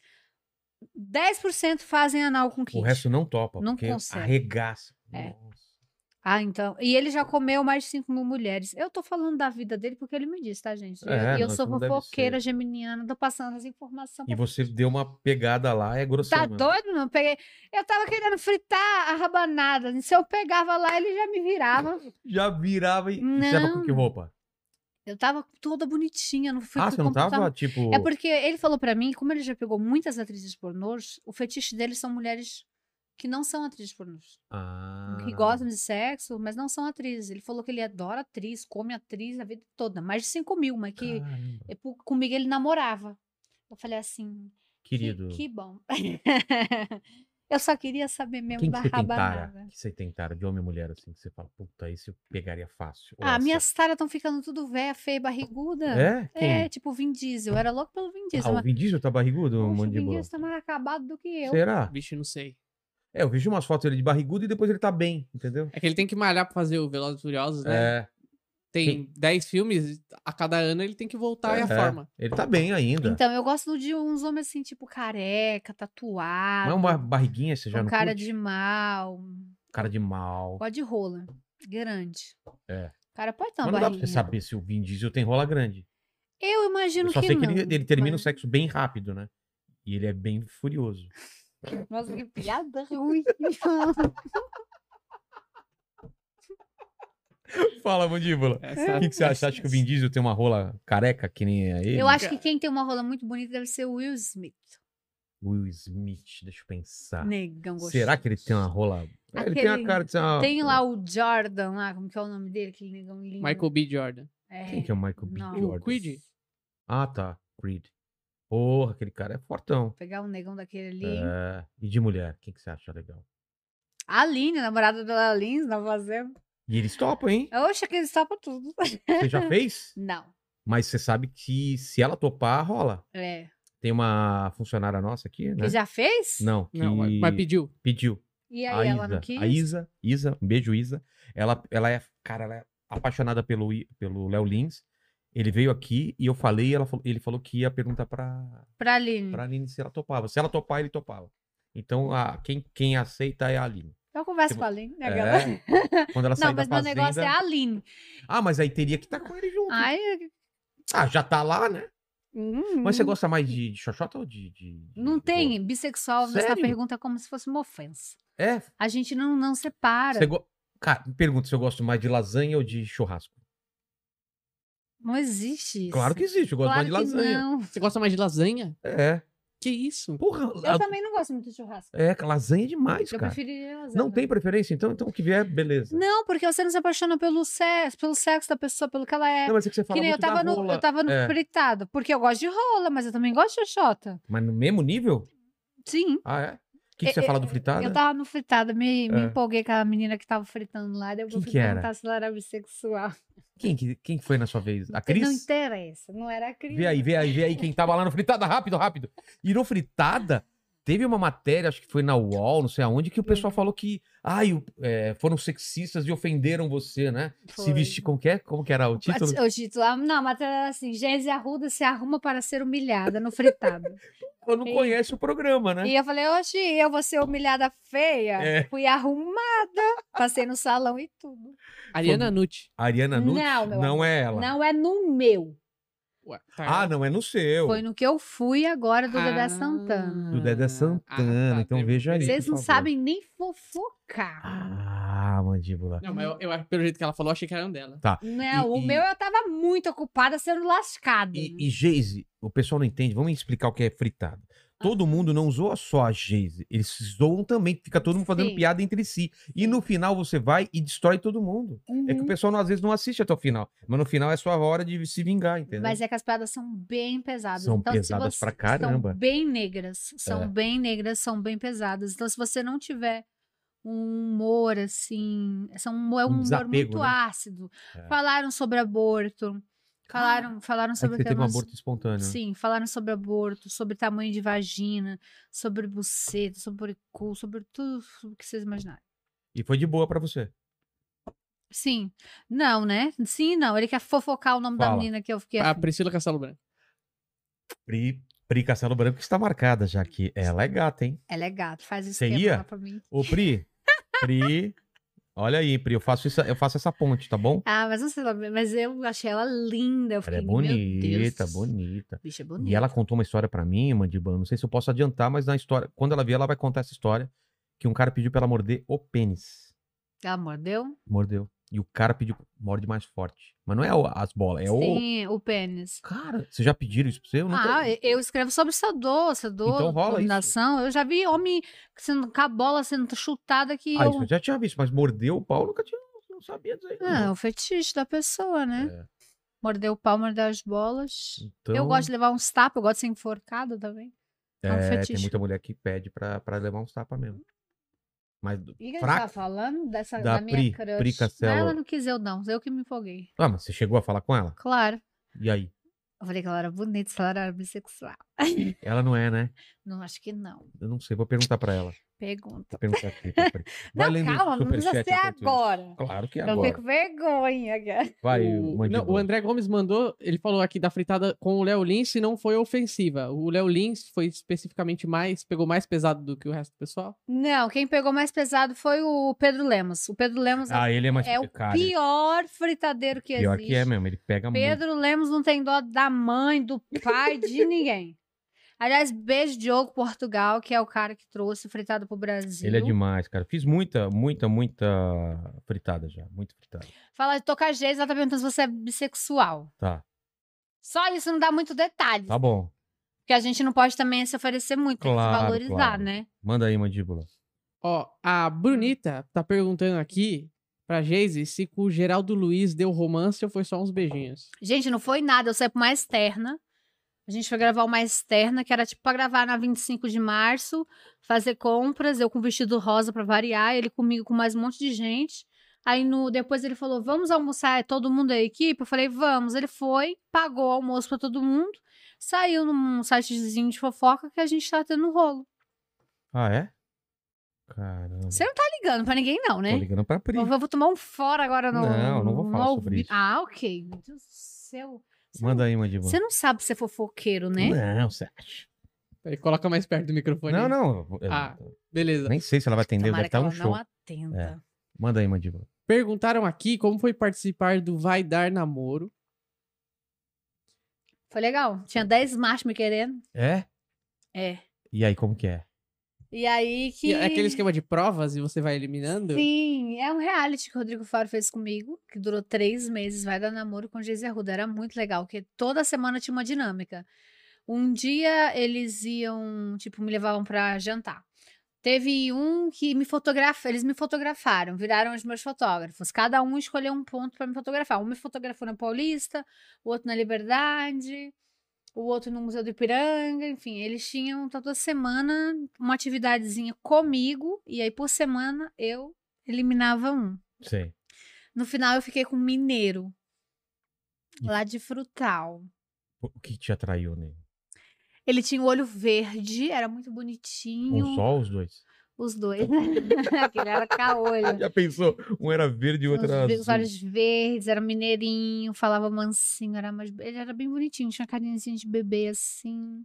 S3: 10% fazem anal com kit.
S1: O resto não topa,
S3: Não
S1: porque
S3: consegue.
S1: arregaça.
S3: É.
S1: Nossa.
S3: Ah, então. E ele já comeu mais de 5 mil mulheres. Eu tô falando da vida dele porque ele me disse, tá, gente? E eu-
S1: É,
S3: e eu
S1: não,
S3: sou
S1: isso não deve
S3: fofoqueira, geminiana, tô passando essa informação
S1: E
S3: pra
S1: você deu uma pegada lá, é
S3: Tá
S1: grosseiro. mesmo.
S3: doido, não? Peguei... Eu tava querendo fritar a rabanada. Se eu pegava lá, ele já me virava.
S1: Já virava e e você tava com que
S3: Não.
S1: roupa?
S3: Eu tava toda bonitinha. Não fui
S1: ah,
S3: pro
S1: você não
S3: computador.
S1: tava, tipo...
S3: É porque ele falou pra mim, como ele já pegou muitas atrizes pornôs, o fetiche dele são mulheres que não são atrizes pornôs.
S1: Ah,
S3: Que gostam de sexo, mas não são atrizes. Ele falou que ele adora atriz, come atriz a vida toda. Mais de 5 mil, mas que
S1: caramba.
S3: é por- comigo ele namorava. Eu falei assim, que-
S1: Querido,
S3: que, bom. eu só queria saber mesmo
S1: quem que
S3: da
S1: você
S3: rabanada.
S1: tentara? que você tentara de homem e mulher, assim, que você fala, puta, esse eu pegaria fácil. ou
S3: Ah,
S1: é essa?
S3: minhas taras estão ficando tudo véia, feia, barriguda.
S1: É? Quem?
S3: É, tipo Vin Diesel. Eu era louco pelo Vin
S1: ah,
S3: Diesel.
S1: o
S3: mas,
S1: Vin Diesel tá barrigudo,
S3: poxa, o Vin
S1: mandíbula?
S3: Diesel tá mais acabado do que eu.
S1: Será?
S2: Bicho, não sei.
S1: É, eu vejo umas fotos dele de barrigudo e depois ele tá bem, entendeu?
S2: É que ele tem que malhar pra fazer o Velozes e Furiosos, né?
S1: É.
S2: Tem 10 filmes, a cada ano ele tem que voltar à
S1: É.
S2: forma.
S1: Ele tá bem ainda.
S3: Então, eu gosto de uns homens assim, tipo careca, tatuado.
S1: Mas é uma barriguinha você é um já
S3: um
S1: não
S3: cara
S1: curte?
S3: de mal.
S1: Cara de mal.
S3: Pode rola. Grande.
S1: É.
S3: O cara pode ter
S1: Mas
S3: uma
S1: não dá pra você
S3: barriguinha.
S1: saber se o Vin Diesel tem rola grande.
S3: Eu imagino
S1: Eu só
S3: que
S1: sei
S3: não.
S1: que ele, ele termina o
S3: mas-
S1: sexo bem rápido, né? E ele é bem furioso.
S3: Nossa, que piada ruim.
S1: Fala, mandíbula.
S3: É.
S2: é
S1: O que, que você acha? Você acha que o Vin Diesel tem uma rola careca que nem a ele?
S3: eu acho que quem tem uma rola muito bonita deve ser o Will Smith.
S1: Will Smith, deixa eu pensar.
S3: Negão gostoso.
S1: Ah, Será que ele tem uma rola... É, Ele tem a
S3: Aquele-
S1: cara de ser uma...
S3: Tem lá o Jordan, lá, como que é o nome dele? Aquele negão lindo.
S2: Michael B. Jordan.
S3: É.
S1: Quem que é o Michael B.
S3: Não. O
S1: Jordan?
S2: Creed.
S1: Ah, tá. Creed. Porra, aquele cara é fortão.
S3: Pegar um negão daquele ali.
S1: É... E de mulher, quem que você acha legal?
S3: A Aline, a namorada da Aline, na fazenda.
S1: E eles topam, hein?
S3: Oxe, que eles topam tudo.
S1: Você já fez?
S3: Não.
S1: Mas você sabe que se ela topar, rola.
S3: É.
S1: Tem uma funcionária nossa aqui, né?
S3: Que já fez?
S1: Não, que
S2: Não, mas, mas pediu.
S1: pediu.
S3: E
S1: A
S3: aí ela não
S1: Isa,
S3: quis?
S1: a Isa, Isa, um beijo, Isa. Ela, ela é, cara, ela é apaixonada pelo I- pelo Léo Lins. Ele veio aqui e eu falei, e ela falou- ele falou que ia perguntar pra,
S3: Pra Aline.
S1: pra Aline se ela topava. Se ela topar, ele topava. Então, a, quem, quem aceita é a Aline.
S3: Eu converso
S1: Tipo,
S3: com a Aline. né, aquela?
S1: É, quando ela
S3: Não,
S1: sair da
S3: mas meu
S1: fazenda...
S3: negócio é a Aline.
S1: Ah, mas aí teria que estar com ele junto.
S3: Ai,
S1: Ah, já tá lá, né?
S3: hum,
S1: Mas você gosta mais de, de xoxota ou de... de- de
S3: Não
S1: rola?
S3: tem bissexual nessa
S1: Sério?
S3: pergunta é como se fosse uma ofensa.
S1: É,
S3: A gente não, não separa.
S1: Você go- Cara, me pergunta se eu gosto mais de lasanha ou de churrasco.
S3: Não existe isso.
S1: Claro que existe, eu gosto
S3: Claro
S1: mais de
S3: que
S1: lasanha.
S3: não.
S2: Você gosta mais de lasanha?
S1: É.
S2: Que isso?
S1: Porra,
S3: Eu
S1: la-
S3: também não gosto muito de churrasco.
S1: é, cara, lasanha é demais,
S3: eu
S1: cara.
S3: preferiria lasanha. Né?
S1: Não tem preferência, então, então o que vier, beleza.
S3: Não, porque você não se apaixona pelo sexo, pelo sexo da pessoa, pelo que ela é.
S1: Não, mas é que você fala
S3: que nem eu
S1: muito
S3: tava,
S1: da
S3: no,
S1: rola.
S3: eu tava no
S1: É.
S3: fritado. Porque eu gosto de rola, mas eu também gosto de xoxota.
S1: Mas no mesmo nível?
S3: Sim.
S1: Ah, é? O que, que
S3: É,
S1: você
S3: é,
S1: fala do fritado?
S3: Eu tava no fritado, me, me
S1: É.
S3: empolguei com a menina que tava fritando lá. Daí eu
S1: Quem
S3: fui
S1: que era?
S3: perguntar se ela era bissexual.
S1: Quem, que- quem foi na sua vez? A
S3: Não
S1: Cris?
S3: interessa, não era a Cris.
S1: Vê aí, vê aí, vê aí quem tava lá no fritada, rápido, rápido. E no fritada, teve uma matéria, acho que foi na UOL, não sei aonde, que o
S3: Hum.
S1: pessoal falou que ai, o- é, foram sexistas e ofenderam você, né? Se
S3: Foi.
S1: vestir, como que é? Como que era o título?
S3: O título, ah, não, a matéria era assim, Gênesis Arruda se arruma para ser humilhada no fritado.
S1: Eu não
S3: Sim.
S1: conheço o programa, né?
S3: e eu falei, oxe, eu vou ser humilhada feia?
S1: É.
S3: Fui arrumada, passei no salão e tudo.
S2: Ariana Nutt.
S1: A Ariana Nutt
S3: Não,
S1: não,
S3: meu
S1: é ela.
S3: Não é no meu,
S2: Ué, tá.
S1: Ah, não, é no seu.
S3: foi no que eu fui agora do
S2: Ah.
S3: Dedé Santana.
S1: Do
S2: tá,
S1: Dedé Santana, então
S2: tem-
S1: veja aí.
S2: tem-
S3: Vocês não
S1: favor.
S3: sabem nem fofocar.
S1: Ah, mandíbula.
S2: Não, mas eu, eu- pelo jeito que ela falou, eu achei que era um dela.
S3: Não,
S1: e-
S3: o
S1: e-
S3: meu eu tava muito ocupada sendo lascada.
S1: E, e Geise, o pessoal não entende, vamos explicar o que é fritado. Todo mundo não zoa só a Geise, eles se zoam também, fica todo mundo fazendo
S3: Sim.
S1: piada entre si. E no final você vai e destrói todo mundo. É que o
S3: Uhum.
S1: pessoal não- às vezes não assiste até o final, mas no final é sua hora de se vingar, entendeu?
S3: Mas é que as piadas são bem pesadas.
S1: né? São
S3: então,
S1: pesadas
S3: se você,
S1: pra caramba.
S3: São bem negras. São
S1: É.
S3: bem negras, são bem pesadas. Então, se você não tiver um humor assim. São, um- é
S1: Um
S3: um, humor
S1: desapego,
S3: muito
S1: né?
S3: ácido.
S1: É.
S3: Falaram sobre aborto. Falaram, falaram
S1: Aí que
S3: sobre
S1: você teve um
S3: temas-
S1: aborto espontâneo. né?
S3: Sim, falaram sobre aborto, sobre tamanho de vagina, sobre buceta, sobre cu, sobre tudo o que vocês imaginarem.
S1: E foi de boa pra você.
S3: Sim. Não, né? Sim, não. Ele quer fofocar o nome da
S1: Fala. Ah.
S3: menina que eu fiquei.
S2: A
S3: afim.
S2: Priscila Castelo Branco.
S1: Pri, Pri Castelo Branco está marcada já que ela é gata, hein?
S3: Ela é gata, faz isso
S1: Você ia?
S3: pra mim.
S1: Ô, Pri, Pri, olha aí, Pri, eu faço, isso, eu faço essa ponte, tá bom?
S3: Ah, mas não sei lá, mas eu achei ela linda. Eu
S1: Ela
S3: fiquei,
S1: é
S3: meu Deus,
S1: bonita, bonita.
S3: Bicha é bonita.
S1: E ela contou uma história pra mim, Mandibano, não sei se eu posso adiantar, mas na história, quando ela vier, ela vai contar essa história que um cara pediu pra ela morder o pênis.
S3: Ela mordeu?
S1: Mordeu. E o cara pediu, morde mais forte. Mas não é o- as bolas, é o...
S3: Sim, o pênis.
S1: Cara, vocês já pediram isso pra você? Eu não
S3: Ah, eu- eu escrevo sobre Sador, Sador,
S1: Então rola isso.
S3: dominação. Eu já vi homem sendo com a bola sendo chutada que
S1: Ah,
S3: eu...
S1: isso eu já tinha visto, mas mordeu o pau, eu nunca tinha, não sabia dizer.
S3: Ah, é o fetiche da pessoa, né?
S1: É.
S3: Mordeu o pau, mordeu as bolas.
S1: Então,
S3: Eu gosto de levar uns tapas, eu gosto de ser enforcada também. É um
S1: É, tem
S3: fetiche.
S1: muita mulher que pede pra, pra levar uns tapas mesmo. Mas.
S3: E que a gente
S1: Fraca.
S3: tava falando dessa
S1: Da
S3: da, minha
S1: Pri-
S3: crush?
S1: Pri Castelo.
S3: Mas ela não quis eu não, eu que me empolguei.
S1: Ah, mas você chegou a falar com ela?
S3: Claro.
S1: E aí?
S3: Eu falei que ela era bonita, se ela era bissexual.
S1: Ela não é, né?
S3: Não, acho que não.
S1: Eu não sei, vou perguntar pra ela.
S3: Pergunta.
S1: Tá perguntando aqui. peraí. Vai
S3: não,
S1: lendo o
S3: calma, não precisa
S1: superchat
S3: ser
S1: enquanto isso.
S3: agora.
S1: Claro que é
S3: Eu
S1: agora.
S3: fico com vergonha, cara.
S1: Vai,
S2: o, não,
S1: Mandíbula.
S2: o André Gomes mandou, ele falou aqui da fritada com o Léo Lins e não foi ofensiva. O Léo Lins foi especificamente mais, pegou mais pesado do que o resto do pessoal.
S3: Não, quem pegou mais pesado foi o Pedro Lemos. O Pedro Lemos é
S1: Ah, ele é mais...
S3: É o
S1: cara, ele-
S3: pior fritadeiro que
S1: Pior
S3: existe.
S1: que é mesmo, ele pega muito.
S3: Pedro Lemos não tem dó da mãe, do pai, de ninguém. Aliás, beijo Diogo Portugal, que é o cara que trouxe o fritado pro Brasil.
S1: Ele é demais, cara. Fiz muita, muita, muita fritada já. Muito fritada.
S3: Fala de tocagês, ela tá perguntando se você é bissexual.
S1: Tá,
S3: Só isso não dá muito detalhe.
S1: tá bom.
S3: Porque a gente não pode também se oferecer muito, tem que
S1: Claro,
S3: se valorizar,
S1: claro.
S3: né?
S1: Manda aí, Mandíbula.
S2: Ó, a Brunita tá perguntando aqui pra Geise se com o Geraldo Luiz deu romance ou foi só uns beijinhos.
S3: Gente, não foi nada, eu saí pra uma externa. A gente foi gravar uma externa, que era tipo pra gravar na 25 de março, fazer compras, eu com vestido rosa pra variar, ele comigo com mais um monte de gente. Aí no, depois ele falou: vamos almoçar, é todo mundo da equipe? Eu falei, vamos. Ele foi, pagou o almoço pra todo mundo, saiu num sitezinho de fofoca que a gente tá tendo um rolo.
S1: Ah, é? Caramba.
S3: Você não tá ligando pra ninguém, não,
S1: Tô
S3: né?
S1: ligando pra Pri.
S3: Eu vou tomar um fora agora, não.
S1: Não, não vou falar sobre isso.
S3: Ah, ok. Meu Deus do céu. Você
S1: Manda
S3: não-
S1: aí, Mandíbula.
S3: Você não sabe ser fofoqueiro, né?
S1: Não, você acha?
S2: Peraí, coloca mais perto do microfone.
S1: Não,
S2: aí.
S1: não. eu-
S2: Ah. Beleza.
S1: Nem sei se ela vai atender,
S3: Tomara
S1: deve
S2: tá
S1: estar
S2: um
S3: que
S1: no
S3: ela
S2: É.
S1: show.
S3: não atenta.
S1: Manda aí, Mandíbula.
S2: Perguntaram aqui como foi participar do Vai Dar Namoro.
S3: Foi legal. Tinha 10 machos me querendo.
S1: É?
S3: É.
S1: E aí, como que é?
S3: E aí que.
S2: E É aquele esquema de provas e você vai eliminando?
S3: Sim, é um reality que o Rodrigo Faro fez comigo, que durou três meses, vai dar namoro com Geise Arruda. Era muito legal, porque toda semana tinha uma dinâmica. Um dia eles iam, tipo, me levavam pra jantar. Teve um que me fotografa, eles me fotografaram, viraram os meus fotógrafos. Cada um escolheu um ponto pra me fotografar. Um me fotografou na Paulista, o outro na Liberdade, o outro no Museu do Ipiranga, enfim, eles tinham toda semana uma atividadezinha comigo, e aí por semana eu eliminava um.
S1: Sei.
S3: No final eu fiquei com um mineiro,
S1: E-
S3: lá de Frutal.
S1: O que te atraiu nele?
S3: Ele tinha o olho verde, era muito bonitinho.
S1: Um só ou os dois?
S3: Os dois. Aquele era caolho.
S1: Já pensou? Um era verde e o outro
S3: Os
S1: era
S3: ve- Os
S1: azul.
S3: olhos verdes, era mineirinho, falava mansinho, era mais... ele era bem bonitinho, tinha uma carinha de bebê assim.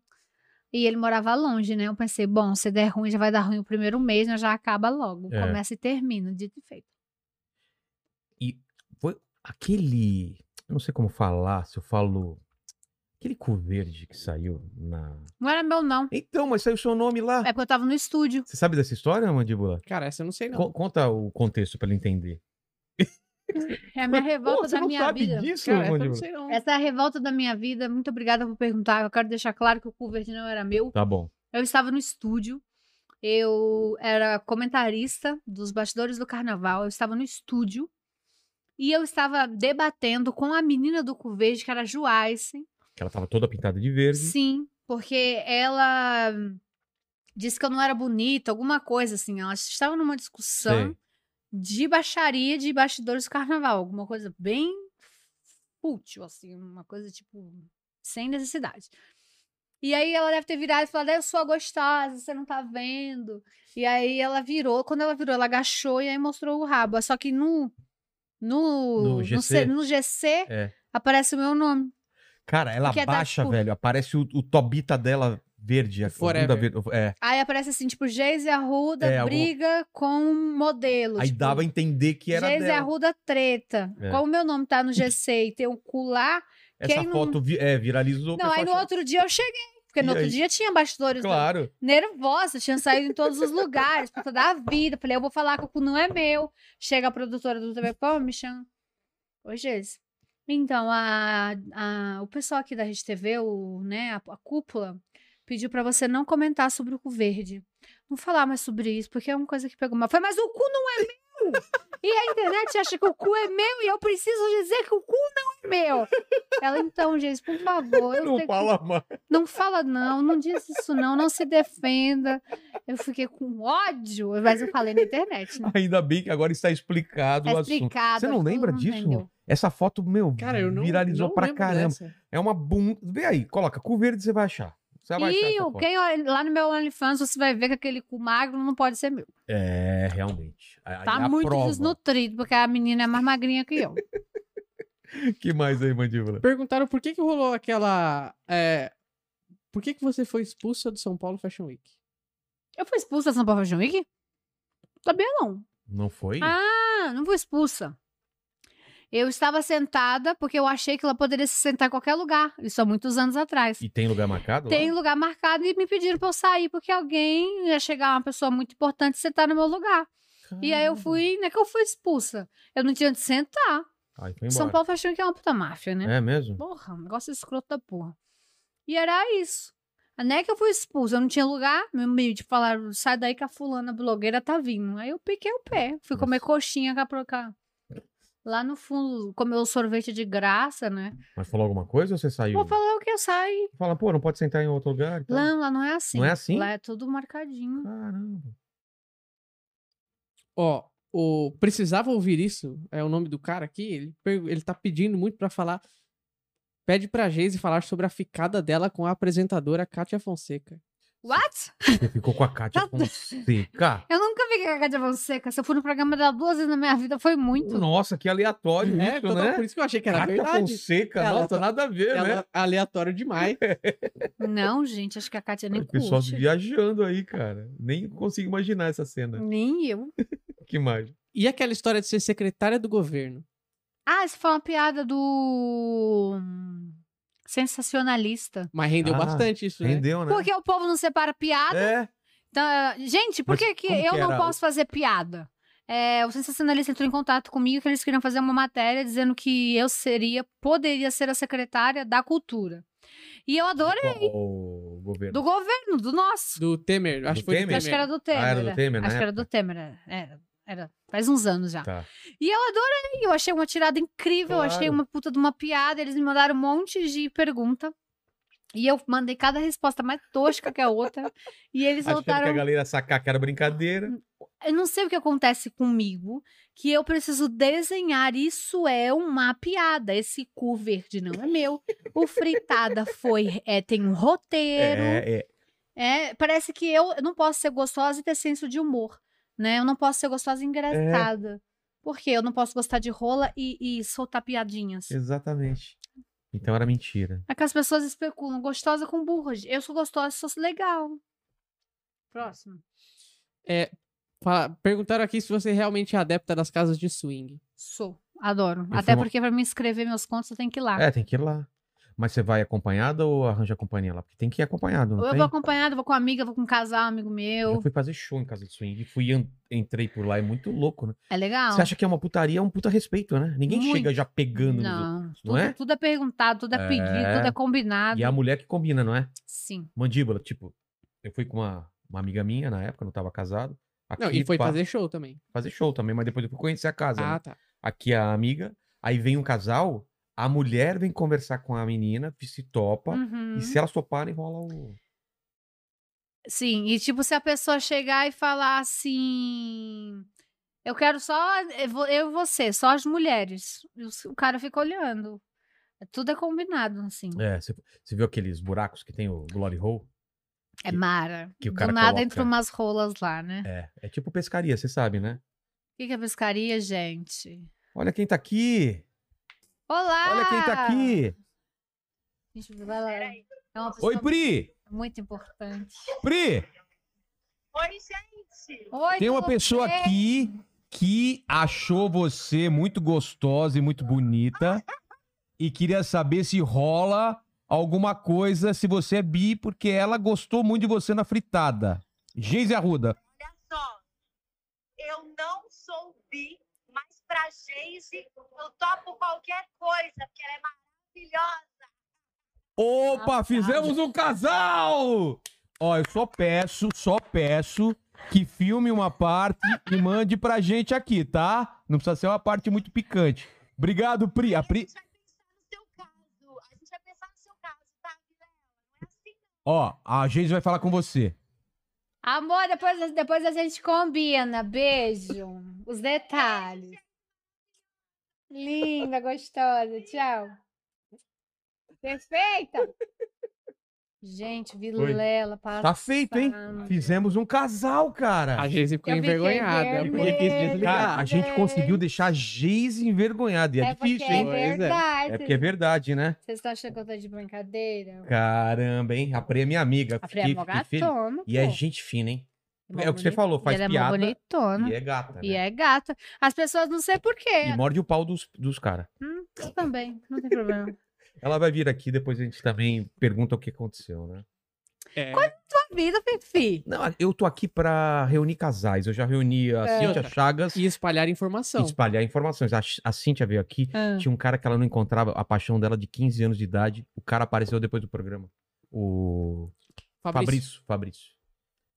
S3: E ele morava longe, né? Eu pensei, bom, se der ruim, já vai dar ruim o primeiro mês, né? já acaba logo.
S1: É.
S3: Começa e termina, dito e feito.
S1: Foi aquele... Eu não sei como falar, se eu falo... Aquele cu verde que saiu na...
S3: Não era meu, não.
S1: Então, mas saiu seu nome lá.
S3: É porque eu tava no estúdio.
S1: Você sabe dessa história, Mandíbula?
S2: Cara, essa eu não sei não.
S1: Co- conta o contexto pra ele entender.
S3: É a minha revolta
S1: Pô, você
S3: da
S1: não
S3: minha
S1: sabe
S3: vida.
S1: disso,
S2: Cara, essa eu não
S1: Mandíbula?
S2: sei não.
S3: Essa é a revolta da minha vida. Muito obrigada por perguntar. Eu quero deixar claro que o cover não era meu.
S1: Tá bom.
S3: Eu estava no estúdio. Eu era comentarista dos bastidores do carnaval. Eu estava no estúdio. E eu estava debatendo com a menina do Cuvejo, que era a Juaissen.
S1: Que Ela tava toda pintada de verde.
S3: Sim, porque ela hum, disse que eu não era bonita, alguma coisa assim. Ela estava numa discussão
S1: Sei.
S3: de baixaria de bastidores do carnaval, alguma coisa bem fútil, assim, uma coisa tipo sem necessidade. E aí ela deve ter virado e falado: "Ah, "Eu sou a gostosa, você não tá vendo". E aí ela virou, quando ela virou, ela agachou e aí mostrou o rabo. Só que no no
S1: No
S3: no
S1: GC?
S3: C- no GC
S1: É.
S3: aparece o meu nome.
S1: Cara, ela
S3: Porque é da
S1: baixa,
S3: Scooby.
S1: velho. Aparece o, o tobita dela verde. A
S2: Forever.
S1: bunda verde. É.
S3: Aí aparece assim, tipo, Geise Arruda
S1: É, algum-
S3: briga com modelo.
S1: Aí
S3: tipo,
S1: dava a entender que era
S3: Geise
S1: dela.
S3: Arruda treta.
S1: É.
S3: Como o meu nome tá no GC e tem um cu lá.
S1: Essa
S3: quem não-
S1: foto vi- é, viralizou. o
S3: Não, aí
S1: pessoal
S3: no
S1: achou-
S3: outro dia eu cheguei. Porque
S1: E
S3: no outro
S1: aí?
S3: dia tinha bastidores do-
S1: Claro.
S3: nervosa, tinha saído em todos os lugares, puta da vida. Falei, eu vou falar que o cu não é meu. Chega a produtora do TV Pão, me chama. Oi, Geise. Então, a, a- o pessoal aqui da Rede TV, o, né, a, a cúpula, pediu pra você não comentar sobre o cu verde. Não falar mais sobre isso, porque é uma coisa que pegou mal. Foi, mas o cu não é meu! E a internet acha que o cu é meu e eu preciso dizer que o cu não é meu. Ela, então, Geise, por favor, eu sei
S1: Não
S3: que-
S1: fala mais.
S3: não fala não, não diz isso não, não se defenda. Eu fiquei com ódio, mas eu falei na internet, né?
S1: Ainda bem que agora está explicado
S3: É
S1: o assunto.
S3: explicado.
S1: Você não
S3: todo
S1: lembra
S3: mundo
S1: disso?
S3: entendeu.
S1: Essa foto, meu,
S2: Cara, eu não
S1: viralizou
S2: não
S1: pra
S2: lembro
S1: caramba.
S2: dessa.
S1: É uma bunda. Vê aí, coloca cu verde você vai achar. Você abaixar
S3: E
S1: essa
S3: o-
S1: foto.
S3: quem olha lá no meu OnlyFans, você vai ver que aquele cu magro não pode ser meu.
S1: É, realmente. Aí é
S3: Tá
S1: a
S3: muito
S1: prova.
S3: desnutrido, porque a menina é mais magrinha que eu.
S1: Que mais aí, mandíbula?
S2: Perguntaram por que, que rolou aquela. é, Por que, que você foi expulsa do São Paulo Fashion Week?
S3: Eu fui expulsa da São Paulo Fashion Week? Sabia não.
S1: Não foi?
S3: Ah, Ah, não fui expulsa. Eu estava sentada porque eu achei que ela poderia se sentar em qualquer lugar. Isso há muitos anos atrás.
S1: E tem lugar marcado? lá?
S3: Tem lugar marcado e me pediram pra eu sair porque alguém ia chegar uma pessoa muito importante e sentar no meu lugar. E aí eu
S1: Caramba.
S3: fui, não é que eu fui expulsa. Eu não tinha onde sentar.
S1: Aí foi
S3: São
S1: embora.
S3: Paulo Fashion Week é uma puta máfia, né?
S1: É mesmo?
S3: Porra, um negócio escroto da porra. E era isso. Não é que eu fui expulsa, eu não tinha lugar. Meu meio de falar, sai daí que a fulana blogueira tá vindo. Aí eu piquei o pé, fui comer coxinha cá pra cá.
S1: É.
S3: Lá no fundo, comeu sorvete de graça, né?
S1: Mas falou alguma coisa ou você saiu?
S3: Vou falar o que eu saí.
S1: Fala, pô, não pode sentar em outro lugar? e tal?
S3: Lá, lá não é assim.
S1: Tá. Não é assim?
S3: Lá é tudo marcadinho.
S1: Caramba.
S2: Ó, o Precisava Ouvir Isso, é o nome do cara aqui, ele, per- ele tá pedindo muito pra falar. Pede pra Geise falar sobre a ficada dela com a apresentadora Kátia Fonseca.
S3: What?
S1: Você ficou com a Kátia
S3: Tá-
S1: Fonseca.
S3: Eu nunca vi que a Cátia Fonseca. Se eu fui no programa dela duas vezes na minha vida, foi muito.
S1: Nossa, que aleatório
S2: É,
S1: isso,
S2: total-
S1: né?
S2: por isso que eu achei que era
S1: Kátia
S2: verdade.
S1: Fonseca,
S2: Ela
S1: nossa,
S2: tá-
S1: nada a ver, né?
S2: Ela, aleatório demais.
S3: Não, gente, acho que a Cátia nem
S1: O pessoal
S3: curte.
S1: viajando aí, cara. Nem consigo imaginar essa cena.
S3: Nem eu.
S1: Que mais?
S2: E aquela história de ser secretária do governo?
S3: Ah, isso foi uma piada do hum, sensacionalista.
S2: Mas rendeu
S1: Ah,
S2: bastante isso, né?
S1: Entendeu, né?
S3: Porque o povo não separa piada.
S1: É.
S3: Então, é, gente, por
S1: Mas
S3: que, que
S1: como que
S3: eu não
S1: era?
S3: posso fazer piada? É, o sensacionalista entrou em contato comigo que eles queriam fazer uma matéria dizendo que eu seria, poderia ser a secretária da cultura. E eu adorei.
S1: O, o governo.
S3: Do governo, do nosso.
S2: Do Temer, acho
S1: Do
S2: que foi
S1: Temer?
S2: do
S3: Acho que era do Temer.
S1: Ah, era do Temer, né?
S3: Acho que era do Temer. Era, era, era. Faz uns anos já.
S1: Tá.
S3: E eu adorei, eu achei uma tirada incrível, eu achei
S1: Claro.
S3: uma puta de uma piada, eles me mandaram um monte de pergunta. E eu mandei cada resposta mais tosca que a outra. e eles
S1: Achando que a
S3: voltaram.
S1: galera ia sacar que era brincadeira.
S3: Eu não sei o que acontece comigo, que eu preciso desenhar. Isso é uma piada. Esse cu verde não é meu. O fritada foi. É, tem um roteiro.
S1: É, é.
S3: É, parece que eu eu não posso ser gostosa e ter senso de humor, né? Eu não posso ser gostosa e
S1: É.
S3: engraçada. Por quê? Eu não posso gostar de rola e, e soltar piadinhas.
S1: Exatamente. Então era mentira.
S3: Aquelas pessoas especulam, gostosa com burra. Eu sou gostosa, sou legal. Próximo.
S2: Fala- perguntaram aqui se você realmente é adepta das casas de swing.
S3: Sou. Adoro.
S1: Eu
S3: Até
S1: fui uma-
S3: porque pra me escrever meus contos eu tenho que ir lá.
S1: É, tem que ir lá. Mas você vai acompanhada ou arranja companhia lá? Porque tem que ir acompanhado, não
S3: Ou eu
S1: tem?
S3: vou acompanhada, vou com uma amiga, vou com um casal, amigo
S1: Eu
S3: meu.
S1: fui fazer show em casa de swing. Fui, an- entrei por lá, é muito louco, né?
S3: É legal?
S1: Você acha que é uma putaria, é um puta respeito, né? Ninguém
S3: Muito.
S1: chega já pegando. nos outros.
S3: Não. Tudo,
S1: não é?
S3: tudo é perguntado, tudo é,
S1: É.
S3: pedido, tudo é combinado.
S1: E é a mulher que combina, não é?
S3: Sim.
S1: Mandíbula, tipo, eu fui com uma, uma amiga minha na época, não tava casado. Aqui,
S2: Não, e foi
S1: pá,
S2: fazer show também.
S1: fazer show também, mas depois eu fui conhecer a casa. né?
S2: Ah, tá.
S1: Aqui a amiga, aí vem um casal, a mulher vem conversar com a menina, se topa,
S3: Uhum.
S1: e se elas toparem, rola o.
S3: Sim, e tipo, se a pessoa chegar e falar assim. Eu quero só. Eu vo- eu e você, só as mulheres. E os- O cara fica olhando. Tudo é combinado, assim.
S1: É, você você viu aqueles buracos que tem o Glory Hole?
S3: É Mara.
S1: que o
S3: Do
S1: cara
S3: nada
S1: coloca-
S3: entra umas rolas lá, né?
S1: É, é tipo pescaria, você sabe, né?
S3: O que que é pescaria, gente?
S1: Olha quem tá aqui!
S3: Olá!
S1: Olha quem
S2: Ah!
S1: tá aqui!
S3: Gente, vai lá. É uma pessoa
S4: Oi, Pri!
S3: muito importante.
S4: Pri!
S5: Oi, gente!
S3: Oi,
S4: Tem uma
S3: tudo
S4: pessoa
S3: bem?
S4: aqui que achou você muito gostosa e muito bonita e queria saber se rola alguma coisa, se você é bi, porque ela gostou muito de você na fritada. Geise Arruda.
S5: Olha só, eu não sou bi, mas pra Geise eu topo qualquer coisa, porque ela é maravilhosa.
S4: Opa, fizemos um casal! Ó, eu só peço, só peço que filme uma parte e mande pra gente aqui, tá? Não precisa ser uma parte muito picante. Obrigado, Pri. A Pri...
S5: A gente vai pensar no seu caso, a gente vai pensar no seu caso, tá? Vilela? Não é assim,
S4: Ó, a Geise vai falar com você.
S3: Amor, depois, depois a gente combina. Beijo. Os detalhes. Linda, gostosa. Tchau. Perfeita. Gente, Vilela,
S4: Tá
S3: passa.
S4: feito, hein? Fizemos um casal, cara.
S2: A Geise ficou
S3: Eu fiquei
S2: envergonhada. Porque
S3: vermelha.
S2: quis desligar.
S4: Cara, a gente conseguiu deixar a Geise envergonhada. E é,
S3: É porque
S4: difícil,
S3: é
S4: hein?
S2: Pois é.
S3: verdade.
S1: É porque é verdade, né?
S3: Vocês estão achando que eu tô de brincadeira?
S1: Caramba, hein? A Pri é minha amiga.
S3: A
S1: Fiquei-
S3: Freya é mó
S1: fiquei feliz.
S3: gatona,
S1: E é
S3: pô.
S1: gente fina, hein?
S3: Mó
S1: é o que você
S3: bonita.
S1: falou, faz
S3: Ela é mó
S1: piada
S3: bonitona.
S1: E é gata,
S3: E
S1: né?
S3: é gata. As pessoas não sei porquê.
S1: E morde o pau dos, dos caras.
S3: Eu também, não tem problema.
S1: Ela vai vir aqui, depois a gente também pergunta o que aconteceu, né?
S2: É.
S3: Tua vida, Fifi.
S1: Não, eu tô aqui pra reunir casais. Eu já reuni a
S3: É.
S1: Cíntia Chagas
S2: E
S1: e
S2: espalhar informação.
S1: espalhar informações. A, Ch- a Cíntia veio aqui,
S2: Ah.
S1: tinha um cara que ela não encontrava, a paixão dela de 15 anos de idade. O cara apareceu depois do programa. O
S2: Fabrício.
S1: Fabrício. Fabrício.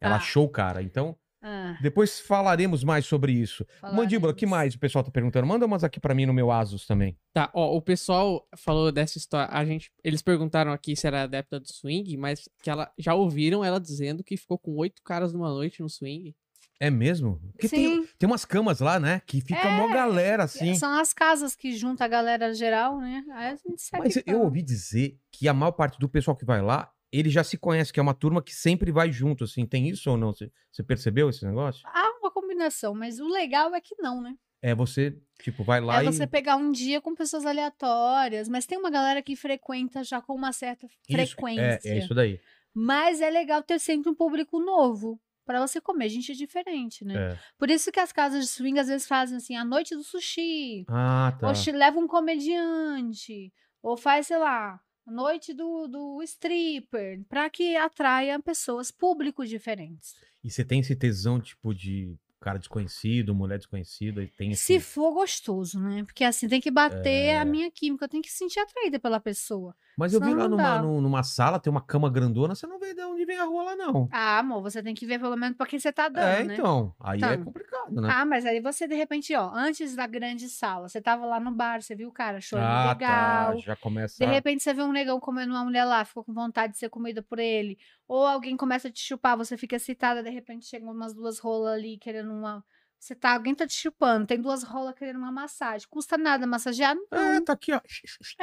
S1: Ela
S3: Ah.
S1: achou o cara. Então,
S3: Ah,
S1: depois falaremos mais sobre isso. Mandíbula, que mais o pessoal tá perguntando? Manda umas aqui pra mim no meu Asus também.
S2: Tá, ó, o pessoal falou dessa história. A gente, eles perguntaram aqui se era adepta do swing, mas que ela já ouviram ela dizendo que ficou com oito caras numa noite no swing.
S1: É mesmo? Porque tem,
S3: Sim,
S1: tem umas camas lá, né? Que fica
S3: É.
S1: mó galera, assim.
S3: são as casas que junta a galera geral, né? Aí a gente sai
S1: Mas eu-
S3: picando.
S1: eu ouvi dizer que a maior parte do pessoal que vai lá, ele já se conhece, que é uma turma que sempre vai junto, assim. Tem isso ou não? Você você percebeu esse negócio?
S3: Há uma combinação, mas o legal é que não, né?
S1: É você, tipo, vai lá
S3: é
S1: e...
S3: você pegar um dia com pessoas aleatórias, mas tem uma galera que frequenta já com uma certa
S1: Isso,
S3: frequência.
S1: É, é isso daí.
S3: Mas é legal ter sempre um público novo pra você comer gente diferente, né?
S1: É.
S3: Por isso que as casas de swing às vezes fazem assim, a noite do sushi.
S1: Ah, tá.
S3: Ou te leva um comediante. Ou faz, sei lá, a noite do, do stripper. Pra que atraia pessoas, públicos diferentes.
S1: E você tem esse tesão, tipo, de cara desconhecido, mulher desconhecida, e tem esse...
S3: Se for gostoso, né? Porque assim, tem que bater
S1: É.
S3: a minha química. Eu tenho que sentir atraída pela pessoa.
S1: Mas eu vi
S3: senão
S1: lá
S3: não
S1: numa,
S3: dá.
S1: nu- numa sala, tem uma cama grandona, você não vê de onde vem a rola, não.
S3: Ah, amor, você tem que ver pelo menos pra quem você tá dando,
S1: é,
S3: né?
S1: então. Aí é
S3: Tá.
S1: complicado, né?
S3: Ah, mas aí você, de repente, ó, antes da grande sala, você tava lá no bar, você viu o cara chorando
S1: Ah,
S3: legal.
S1: tá. Já começa...
S3: De repente você vê um negão comendo uma mulher lá, ficou com vontade de ser comida por ele. Ou alguém começa a te chupar, você fica excitada, de repente chegam umas duas rolas ali querendo uma. Você tá, alguém tá te chupando, tem duas rolas querendo uma massagem. Custa nada massagear? Não.
S1: É, tá aqui, ó. Né?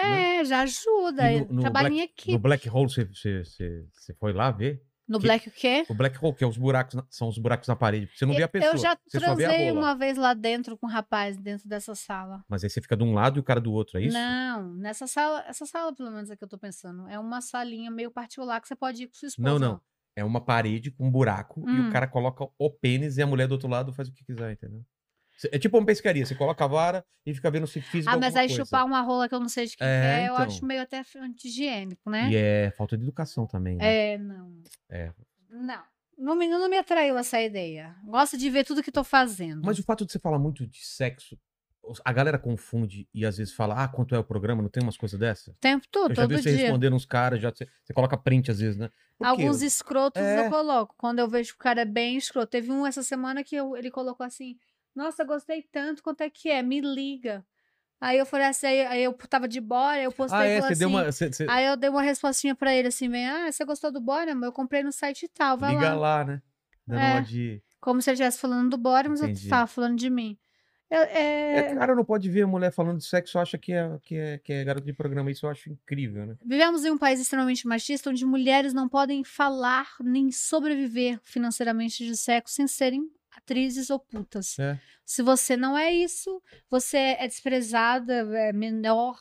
S3: um É, já ajuda.
S1: E no- no
S3: Trabalha em
S1: No
S3: equipe.
S1: Black Hole, você- você você- você foi lá ver?
S3: No
S1: que-
S3: Black o quê?
S1: O Black Hole, que é os buracos, na- são os buracos na parede. Você não vê a pessoa.
S3: Eu já
S1: você só vê a
S3: transei
S1: rola.
S3: uma vez lá dentro com um rapaz, dentro dessa sala.
S1: Mas aí você fica de um lado e o cara do outro, é isso?
S3: Não, nessa sala, essa sala pelo menos é que eu tô pensando. É uma salinha meio particular que você pode ir com sua esposa.
S1: Não, não. É uma parede com um buraco e o
S3: Hum.
S1: cara coloca o pênis e a mulher do outro lado faz o que quiser, entendeu? Cê- É tipo uma pescaria, você coloca a vara e fica vendo se fiz
S3: Ah, mas aí
S1: coisa.
S3: chupar uma rola que eu não sei de quem
S1: É,
S3: é, eu
S1: então.
S3: acho meio até anti-higiênico, né?
S1: E é falta de educação também. né?
S3: É, não.
S1: É.
S3: Não. Não me, não me atraiu essa ideia. Gosto de ver tudo que tô fazendo.
S1: Mas o fato de você falar muito de sexo, os- a galera confunde e às vezes fala, ah, quanto é o programa, não tem umas coisas dessa?
S3: o tempo todo,
S1: Eu já vi
S3: todo
S1: você
S3: dia.
S1: respondendo uns caras, já você, você coloca print às vezes, né? Por quê?
S3: Alguns escrotos
S1: É.
S3: eu coloco. Quando eu vejo que o cara é bem escroto. Teve um essa semana que eu- ele colocou assim: Nossa, gostei tanto, quanto é que é? Me liga. Aí eu falei assim, aí, aí eu tava de bora, eu postei
S1: Ah, é,
S3: e
S1: você
S3: falei
S1: deu
S3: assim.
S1: uma. você- você-
S3: Aí eu dei uma respostinha pra ele assim, bem, ah, você gostou do Bora? amor? Eu comprei no site tal, vai
S1: Liga
S3: lá.
S1: lá, né? Dando
S3: É.
S1: uma de.
S3: Como se ele estivesse falando do Bora, mas
S1: Entendi.
S3: eu tava falando de mim. Eu- é-
S1: É, cara, não pode ver mulher falando de sexo, acha que é, que é, que é garota de programa. Isso eu acho incrível, né?
S3: Vivemos em um país extremamente machista, onde mulheres não podem falar nem sobreviver financeiramente de sexo sem serem atrizes ou putas.
S1: É.
S3: Se você não é isso, você é desprezada, é menor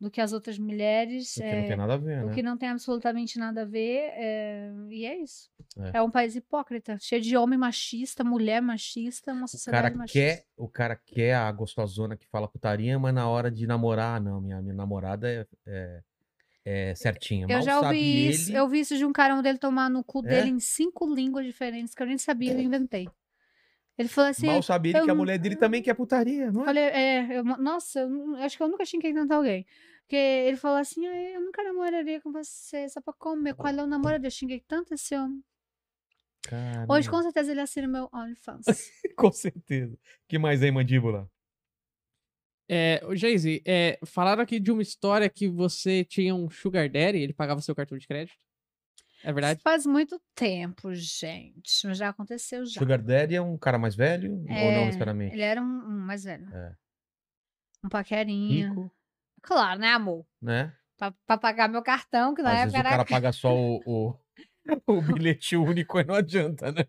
S3: do que as outras mulheres.
S1: Porque
S3: é-
S1: não tem nada a ver,
S3: O
S1: né?
S3: que não tem absolutamente nada a ver. é, E é isso.
S1: É.
S3: É. um país hipócrita, cheio de homem machista, mulher machista, uma
S1: O
S3: sociedade
S1: cara,
S3: machista.
S1: quer, o cara quer a gostosona que fala putaria, mas na hora de namorar, "Ah, não, minha, minha namorada é, é, é certinha.
S3: Eu
S1: Mal
S3: já
S1: sabe
S3: ouvi isso.
S1: ele-
S3: Eu vi isso de um carão dele tomar no cu
S1: É?
S3: dele em cinco línguas diferentes que eu nem sabia, eu inventei. Ele falou assim.
S1: mal sabe ele
S3: eu
S1: que a
S3: não-
S1: mulher dele também quer putaria, não
S3: eu
S1: é?
S3: falei, é, eu- nossa, eu nu- acho que eu nunca xinguei tanto alguém. Porque ele falou assim: "Ah, eu nunca namoraria com você, só pra comer. Qual é o namorado? Eu xinguei tanto esse homem.
S1: Caramba.
S3: Hoje, com certeza, ele assina o meu
S1: É
S3: OnlyFans.
S1: com certeza. que mais aí, mandíbula?
S2: É, ô, Geise, é, falaram aqui de uma história que você tinha um sugar daddy, ele pagava seu cartão de crédito. É verdade?
S3: Isso Faz muito tempo, gente. Mas já aconteceu já.
S1: Sugar Daddy é um cara mais velho ou não
S3: É,
S1: necessariamente?
S3: Ele era um, um mais velho.
S1: É.
S3: Um paquerinha.
S1: Rico,
S3: Claro, né, amor?
S1: né?
S3: Pra, pra pagar meu cartão, que na
S1: Às vezes
S3: época
S1: o
S3: era.
S1: cara paga só o, o, o bilhete único e não adianta, né?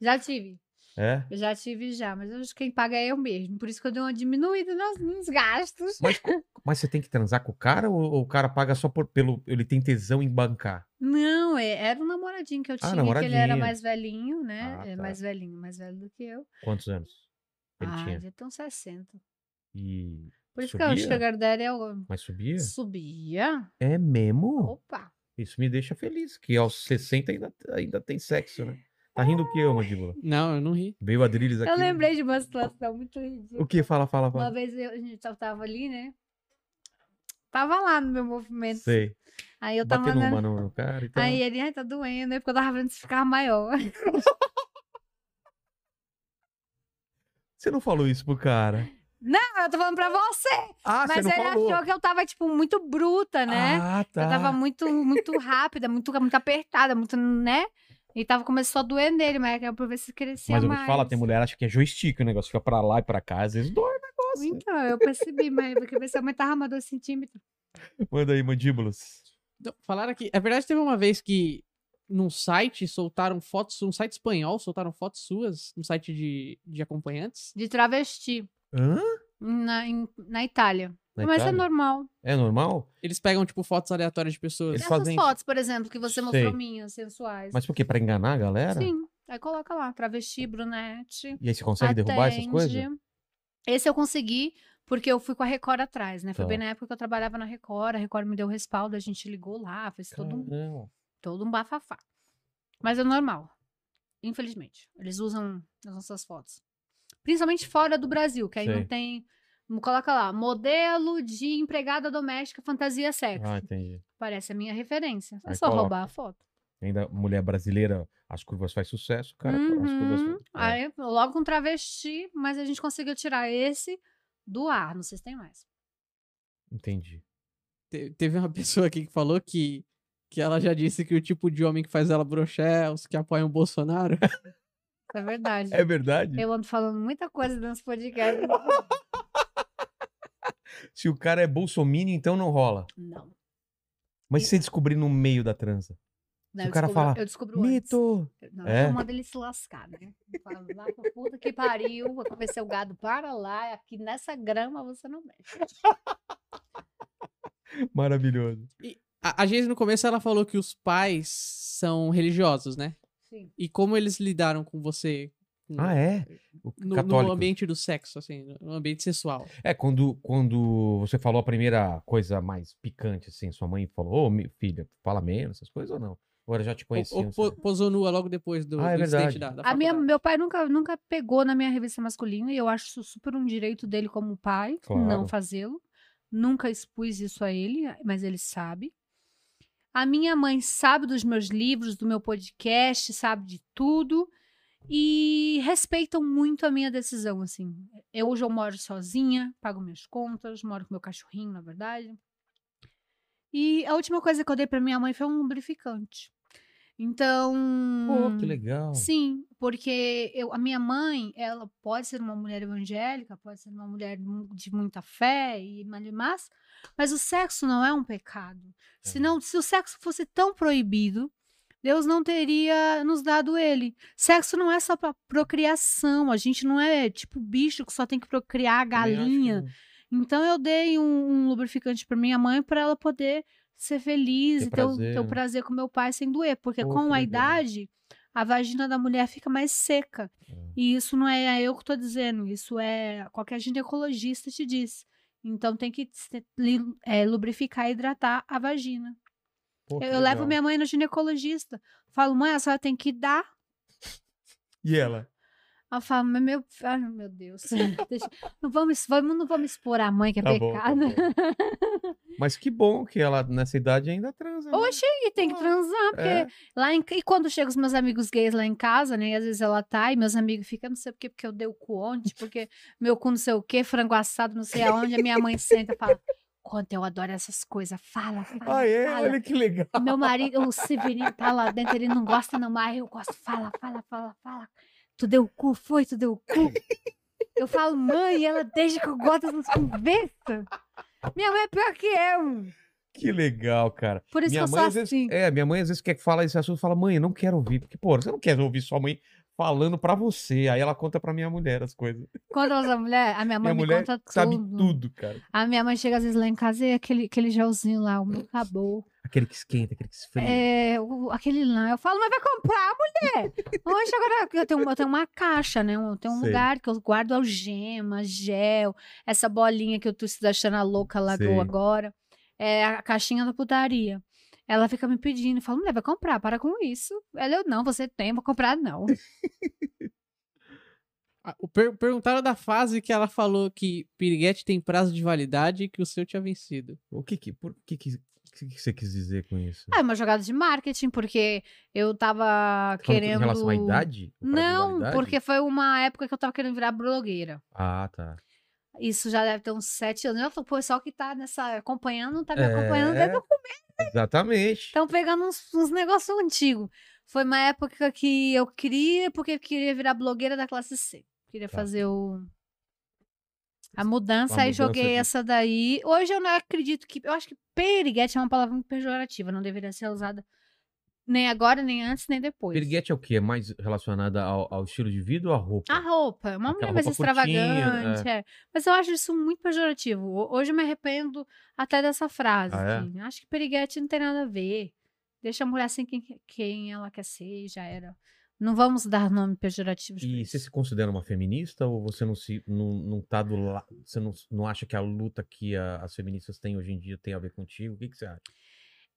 S3: Já tive.
S1: É.
S3: Eu já tive já, mas eu acho que quem paga é eu mesmo. Por isso que eu dei uma diminuída nos, nos gastos.
S1: Mas, co- mas você tem que transar com o cara ou, ou o cara paga só por, pelo. Ele tem tesão em bancar?
S3: Não, é- era um namoradinho que eu tinha, que ele era
S1: Ah, namoradinho.
S3: mais velhinho, né?
S1: Ah,
S3: É,
S1: tá.
S3: Mais velhinho, mais velho do que eu.
S1: Quantos anos? Ele
S3: ah,
S1: tinha.
S3: já tem uns 60.
S1: E.
S3: Por isso que eu acho que
S1: Subia?
S3: a Gardéria eu
S1: Mas subia?
S3: subia.
S1: É mesmo?
S3: Opa!
S1: Isso me deixa feliz, que aos 60 ainda, ainda tem sexo, né? Tá rindo o que eu, mandíbula?
S2: Não, eu não ri.
S1: Veio a Drilis aqui.
S3: Ah, Eu lembrei de uma situação muito ridícula.
S1: O que? Fala, fala,
S3: Uma
S1: fala.
S3: vez eu, a gente eu tava ali, né? Tava lá no meu movimento.
S1: Sei.
S3: Aí eu tava
S1: Batendo
S3: andando.
S1: uma né? no, no cara então. e tal.
S3: Aí ele, ai, tá doendo, aí porque eu tava vendo se ficava maior.
S1: Você não falou isso pro cara.
S3: Ah, eu tô falando pra você!
S1: Ah, você
S3: mas
S1: não
S3: ele
S1: falou.
S3: achou que eu tava, tipo, muito bruta, né?
S1: Ah, tá.
S3: Eu tava muito, muito rápida, muito, muito apertada, muito, né? E tava começou a doer nele, mas era pra ver se crescia
S1: Mas eu vou
S3: mais.
S1: te falar, tem mulher que acha que é joystick o negócio, fica pra lá e pra cá, às vezes dói o negócio.
S3: Então, eu percebi, mas eu queria ver se aumentava mais dois centímetros.
S1: Manda aí, mandíbulas.
S2: Não, falaram que. É verdade, teve uma vez que num site soltaram fotos, um site espanhol, soltaram fotos suas, num site de, de acompanhantes.
S3: De travesti
S1: Hã?
S3: na, em- na Itália.
S1: Na
S3: mas é
S1: Itália?
S3: normal.
S1: Né, É normal?
S2: Eles pegam, tipo, fotos aleatórias de pessoas.
S1: Eles
S3: Essas
S1: fazem-
S3: fotos, por exemplo, que você mostrou
S1: Sei.
S3: minhas, sensuais.
S1: Mas por quê? Pra enganar a galera?
S3: Sim. Aí coloca lá, travesti, brunete.
S1: E aí você consegue derrubar essas coisas?
S3: Atende. Esse eu consegui porque eu fui com a Record atrás, né? Foi
S1: Tá.
S3: bem na época que eu trabalhava na Record, a Record me deu respaldo, a gente ligou lá, fez todo um,
S1: Caramba.
S3: todo um bafafá. Mas é normal. Infelizmente. Eles usam as nossas fotos. Principalmente fora do Brasil, que aí
S1: Sei.
S3: não tem. não Coloca lá, modelo de empregada doméstica fantasia sexo.
S1: Ah, entendi.
S3: Parece a minha referência. É
S1: Aí
S3: só
S1: coloca.
S3: roubar a foto.
S1: Ainda mulher brasileira, as curvas faz sucesso, cara. As curvas
S3: Uhum.
S1: faz... é.
S3: Aí, logo com travesti, mas a gente conseguiu tirar esse do ar. Não sei se tem mais.
S1: Entendi.
S2: Te- teve uma pessoa aqui que falou que, que ela já disse que o tipo de homem que faz ela broxar é os que apoiam o Bolsonaro.
S3: É verdade.
S1: É verdade?
S3: Eu ando falando muita coisa nos podcasts.
S1: Se o cara é bolsominion, então não rola.
S3: Não.
S1: Mas se você descobrir no meio da transa? Se
S3: não né, eu
S1: o cara
S3: descubro-
S1: fala,
S3: Eu descubro antes.
S1: Mito!
S3: Eu- Não,
S1: É.
S3: eu mando ele se lascar, né? Eu falo, lá pra puta que pariu, vai convencer o gado para lá, aqui nessa grama você não mexe.
S1: Maravilhoso.
S2: A, a Geise, no começo, ela falou que os pais são religiosos, né?
S3: Sim.
S2: E como eles lidaram com você com-
S1: Ah, é? O
S2: no, no
S1: católico.
S2: ambiente do sexo, assim, no- no ambiente sexual.
S1: É, quando, quando você falou a primeira coisa mais picante, assim, sua mãe falou, ô, mi- filha, fala menos, essas coisas ou não? Ou ela já te
S2: Ou,
S1: conhecia?
S2: ou po- posou nua logo depois do,
S1: Ah, é
S2: do incidente
S1: verdade.
S2: da, da
S3: A minha,
S2: faculdade.
S3: meu pai nunca, nunca pegou na minha revista masculina e eu acho isso super um direito dele como pai
S1: Claro.
S3: não fazê-lo. Nunca expus isso a ele, mas ele sabe. A minha mãe sabe dos meus livros, do meu podcast, sabe de tudo e respeitam muito a minha decisão, assim. Eu hoje eu moro sozinha, pago minhas contas, moro com meu cachorrinho, na verdade. E a última coisa que eu dei pra minha mãe foi um lubrificante. Então,
S1: Pô, que legal.
S3: Sim, porque eu, a minha mãe, ela pode ser uma mulher evangélica, pode ser uma mulher mu- de muita fé e mas, mas o sexo não é um pecado. Se
S1: É.
S3: não, se o sexo fosse tão proibido, Deus não teria nos dado ele. Sexo não é só para procriação, a gente não é tipo bicho que só tem que procriar
S1: Também acho
S3: galinha.
S1: que-
S3: Então eu dei um, um lubrificante pra minha mãe pra ela poder ser feliz
S1: Ter
S3: e ter, o-
S1: prazer,
S3: ter o
S1: né?
S3: prazer com meu pai sem doer, porque
S1: Pô, que
S3: com a
S1: legal.
S3: idade a vagina da mulher fica mais seca. E isso não é eu que tô dizendo, isso é qualquer ginecologista te diz. Então tem que se- li- é, lubrificar e hidratar a vagina.
S1: Pô, que
S3: Eu, eu levo
S1: legal.
S3: minha mãe no ginecologista. Falo, mãe, a senhora tem que dar
S1: E ela?
S3: ela fala, mas meu, ai, meu Deus, deixa- não, vamos, vamos, não vamos expor a mãe que é
S1: Tá bom, tá
S3: pecado.
S1: Mas que bom que ela, nessa idade, ainda transa. né?
S3: Oxi, e tem que
S1: Ah,
S3: transar, porque
S1: É.
S3: lá em, e quando chegam os meus amigos gays lá em casa, né? E às vezes ela tá, e meus amigos ficam, não sei por quê, porque eu dei o cu ontem, porque meu cu não sei o quê, frango assado, não sei aonde, a minha mãe senta e fala, quanto eu adoro essas coisas, fala, fala,
S1: Ah, é?
S3: fala.
S1: Olha que legal.
S3: E Meu marido, o Severino tá lá dentro, ele não gosta não, mas eu gosto, fala, fala, fala, fala. Tu deu o cu, foi, tu deu o cu. Eu falo, mãe, ela desde que eu gosto dessas conversas. Minha mãe é pior que eu.
S1: Que legal, cara.
S3: Por isso
S1: Minha
S3: que eu
S1: mãe,
S3: sou
S1: às vezes,
S3: assim.
S1: é, minha mãe às vezes quer falar esse assunto e fala, mãe, eu não quero ouvir. Porque, pô, você não quer ouvir sua mãe falando pra você. Aí ela conta pra minha mulher as coisas.
S3: Quando ela é mulher, a minha mãe
S1: minha
S3: me
S1: mulher
S3: conta tudo.
S1: sabe tudo, cara.
S3: A minha mãe chega às vezes lá em casa e aquele, aquele gelzinho lá, o meu acabou.
S1: Aquele que esquenta, aquele que esfria.
S3: É, o- aquele lá. Eu falo, mas vai comprar, mulher! Hoje agora eu tenho, eu tenho uma caixa, né? Eu tenho um
S1: Sei.
S3: lugar que eu guardo algema, gel, essa bolinha que eu tô se achando a louca lá
S1: Sei.
S3: do agora. É a caixinha da putaria. Ela fica me pedindo, eu falo, mulher, vai comprar, para com isso. Ela, eu não, você tem, vou comprar, não.
S2: Ah, o per- perguntaram da fase que ela falou que piriguete tem prazo de validade e que o seu tinha vencido.
S1: O que que, por que, que, o que que você quis dizer com isso?
S3: É uma jogada de marketing, porque eu
S1: Tá
S3: tava
S1: falando
S3: Ah, querendo.
S1: Em relação à idade? Ou pra
S3: Não,
S1: rivalidade?
S3: porque foi uma época que eu tava querendo virar blogueira.
S1: Ah, tá.
S3: Isso já deve ter uns sete anos. Eu tô- O pessoal que tá nessa acompanhando, não tá me
S1: É.
S3: acompanhando desde o
S1: Exatamente.
S3: Estão pegando uns, uns negócios antigos. Foi uma época que eu queria, porque eu queria virar blogueira da classe C. Queria
S1: Tá.
S3: fazer o. A mudança,
S1: Uma
S3: aí
S1: mudança
S3: joguei
S1: de-
S3: essa daí. Hoje eu não acredito que. Eu acho que periguete é uma palavra muito pejorativa, não deveria ser usada nem agora, nem antes, nem depois.
S1: Piriguete é o quê? É mais relacionada ao, ao estilo de vida ou à roupa?
S3: A roupa, é uma
S1: Aquela
S3: mulher mais
S1: roupa curtinha,
S3: extravagante, é. Mas eu acho isso muito pejorativo. Ho- Hoje eu me arrependo até dessa frase.
S1: Ah, é?
S3: assim. Acho que periguete não tem nada a ver. Deixa a mulher assim quem, quem ela quer ser, já era. Não vamos dar nome pejorativo.
S1: E você se considera uma feminista ou você não se não, não tá do lado, você não, não acha que a luta que a- as feministas têm hoje em dia tem a ver contigo? O que, que você acha?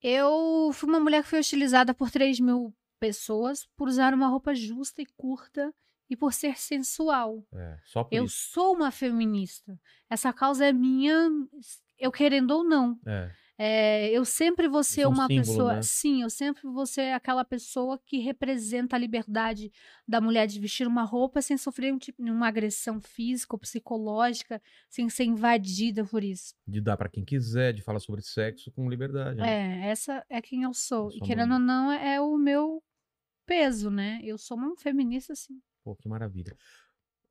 S3: Eu fui uma mulher que foi hostilizada por 3 mil pessoas por usar uma roupa justa e curta e por ser sensual.
S1: É, só por
S3: Eu
S1: isso.
S3: sou uma feminista. Essa causa é minha, eu querendo ou não.
S1: É.
S3: É, eu sempre vou ser
S1: é um
S3: uma
S1: símbolo,
S3: pessoa.
S1: né?
S3: Sim, eu sempre vou ser aquela pessoa que representa a liberdade da mulher de vestir uma roupa sem sofrer um tipo, uma agressão física ou psicológica, sem ser invadida por isso.
S1: De dar pra quem quiser, de falar sobre sexo com liberdade. né?
S3: É, essa é quem eu sou.
S1: Eu
S3: E
S1: sou
S3: querendo ou não, é o meu peso, né? Eu sou uma feminista, assim.
S1: Pô, que maravilha.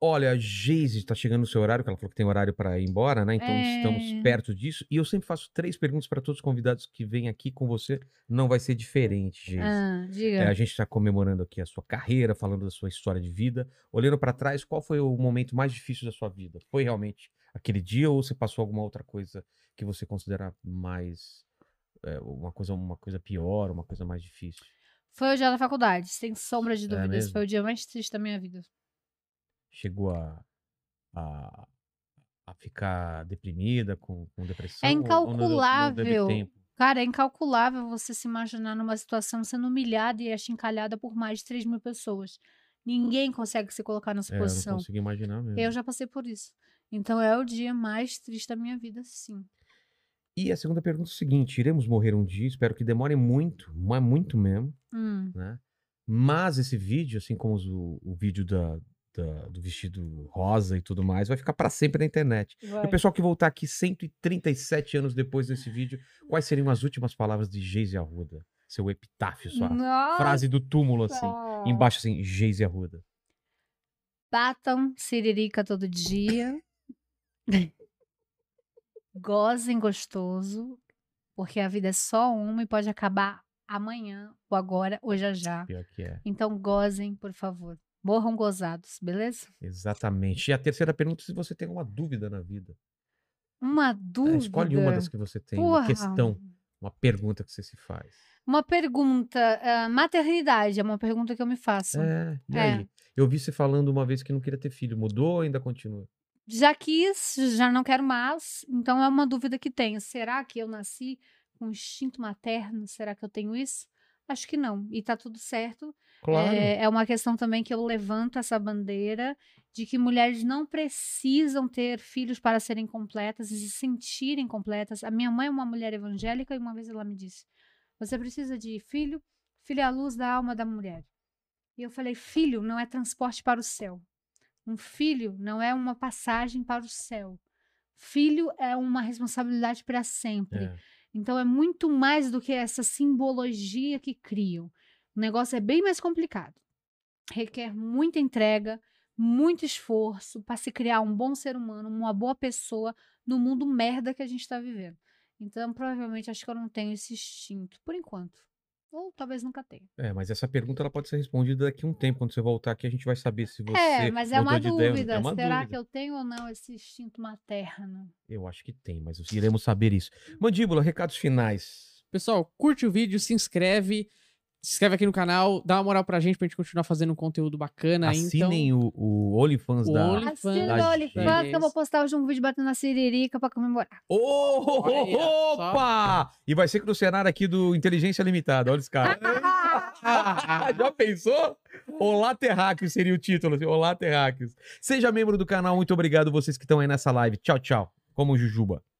S1: Olha, a Geise está chegando no seu horário, que ela falou que tem horário para ir embora, né? Então
S3: É.
S1: estamos perto disso. E eu sempre faço três perguntas para todos os convidados que vêm aqui com você. Não vai ser diferente, Geise.
S3: Ah,
S1: É,
S3: diga.
S1: a gente está comemorando aqui a sua carreira, falando da sua história de vida. Olhando para trás, qual foi o momento mais difícil da sua vida? Foi realmente aquele dia ou você passou alguma outra coisa que você considera mais é, uma coisa uma coisa pior, uma coisa mais difícil?
S3: Foi o dia da faculdade, sem sombra de dúvida. Esse
S1: É mesmo?
S3: foi o dia mais triste da minha vida.
S1: Chegou a, a, a ficar deprimida com, com depressão?
S3: É
S1: ou- ou não deu- não deu
S3: incalculável.
S1: tempo?
S3: Cara, é incalculável você se imaginar numa situação sendo humilhada e achincalhada por mais de 3 mil pessoas. Ninguém consegue se colocar nessa
S1: É, eu não
S3: posição.
S1: consigo imaginar mesmo.
S3: Eu já passei por isso. Então é o dia mais triste da minha vida, sim.
S1: E a segunda pergunta é o seguinte: iremos morrer um dia, espero que demore muito, mas muito mesmo.
S3: Hum,
S1: né? Mas esse vídeo, assim como os- o, o vídeo da- da- do vestido rosa e tudo mais, vai ficar pra sempre na internet. E o pessoal que voltar aqui 137 anos depois desse vídeo, quais seriam as últimas palavras de Geise Arruda? Seu epitáfio, sua
S3: Nossa!
S1: frase do túmulo, assim. Embaixo, assim, Geise Arruda.
S3: Batam siririca todo dia. Gozem gostoso. Porque a vida é só uma e pode acabar amanhã, ou agora, ou já já.
S1: Pior que é.
S3: Então gozem, por favor. Morram gozados, beleza?
S1: Exatamente. E a terceira pergunta, se você tem uma dúvida na vida.
S3: Uma
S1: É,
S3: dúvida.
S1: escolhe uma das que você tem, uma
S3: Porra.
S1: questão, uma pergunta que você se faz.
S3: Uma pergunta. ah, maternidade é uma pergunta que eu me faço.
S1: É, e
S3: É.
S1: aí? Eu vi você falando uma vez que não queria ter filho. Mudou ou ainda continua?
S3: Já quis, já não quero mais. Então é uma dúvida que tenho. Será que eu nasci com instinto materno? Será que eu tenho isso? Acho que não. E tá tudo certo.
S1: Claro.
S3: É, é uma questão também que eu levanto essa bandeira de que mulheres não precisam ter filhos para serem completas e se sentirem completas. A minha mãe é uma mulher evangélica e uma vez ela me disse: Você precisa de filho, filho é a luz da alma da mulher. E eu falei: Filho não é transporte para o céu. Um filho não é uma passagem para o céu. Filho é uma responsabilidade para sempre.
S1: É.
S3: Então é muito mais do que essa simbologia que criam. O negócio é bem mais complicado. Requer muita entrega, muito esforço para se criar um bom ser humano, uma boa pessoa no mundo merda que a gente está vivendo. Então, provavelmente, acho que eu não tenho esse instinto, por enquanto. Ou talvez nunca tenha.
S1: É, mas essa pergunta ela pode ser respondida daqui a um tempo. Quando você voltar aqui, a gente vai saber se você.
S3: é, mas é uma
S1: mudou de ideia ou não.
S3: dúvida.
S1: É uma
S3: Será
S1: dúvida.
S3: que eu tenho ou não esse instinto materno?
S1: Eu acho que tem, mas iremos saber isso. Mandíbula, recados finais.
S2: Pessoal, curte o vídeo, se inscreve. Se inscreve aqui no canal, dá uma moral pra gente pra gente continuar fazendo um conteúdo bacana.
S1: Assinem o, o OnlyFans
S2: então O
S1: da.
S2: Only- Olifant.
S3: Assina o Olifant, que eu
S2: Isso.
S3: vou postar hoje um vídeo batendo na siririca pra comemorar.
S1: Oh,
S2: Olha aí, ó, só.
S1: opa! E vai ser com o cenário aqui do Inteligência Limitada. Olha esse cara.
S5: Ah!
S2: Então...
S1: Já pensou? Olá, Terráqueos seria o título. assim, Olá, Terráqueos. Seja membro do canal. Muito obrigado vocês que estão aí nessa live. Tchau, tchau. Como Jujuba.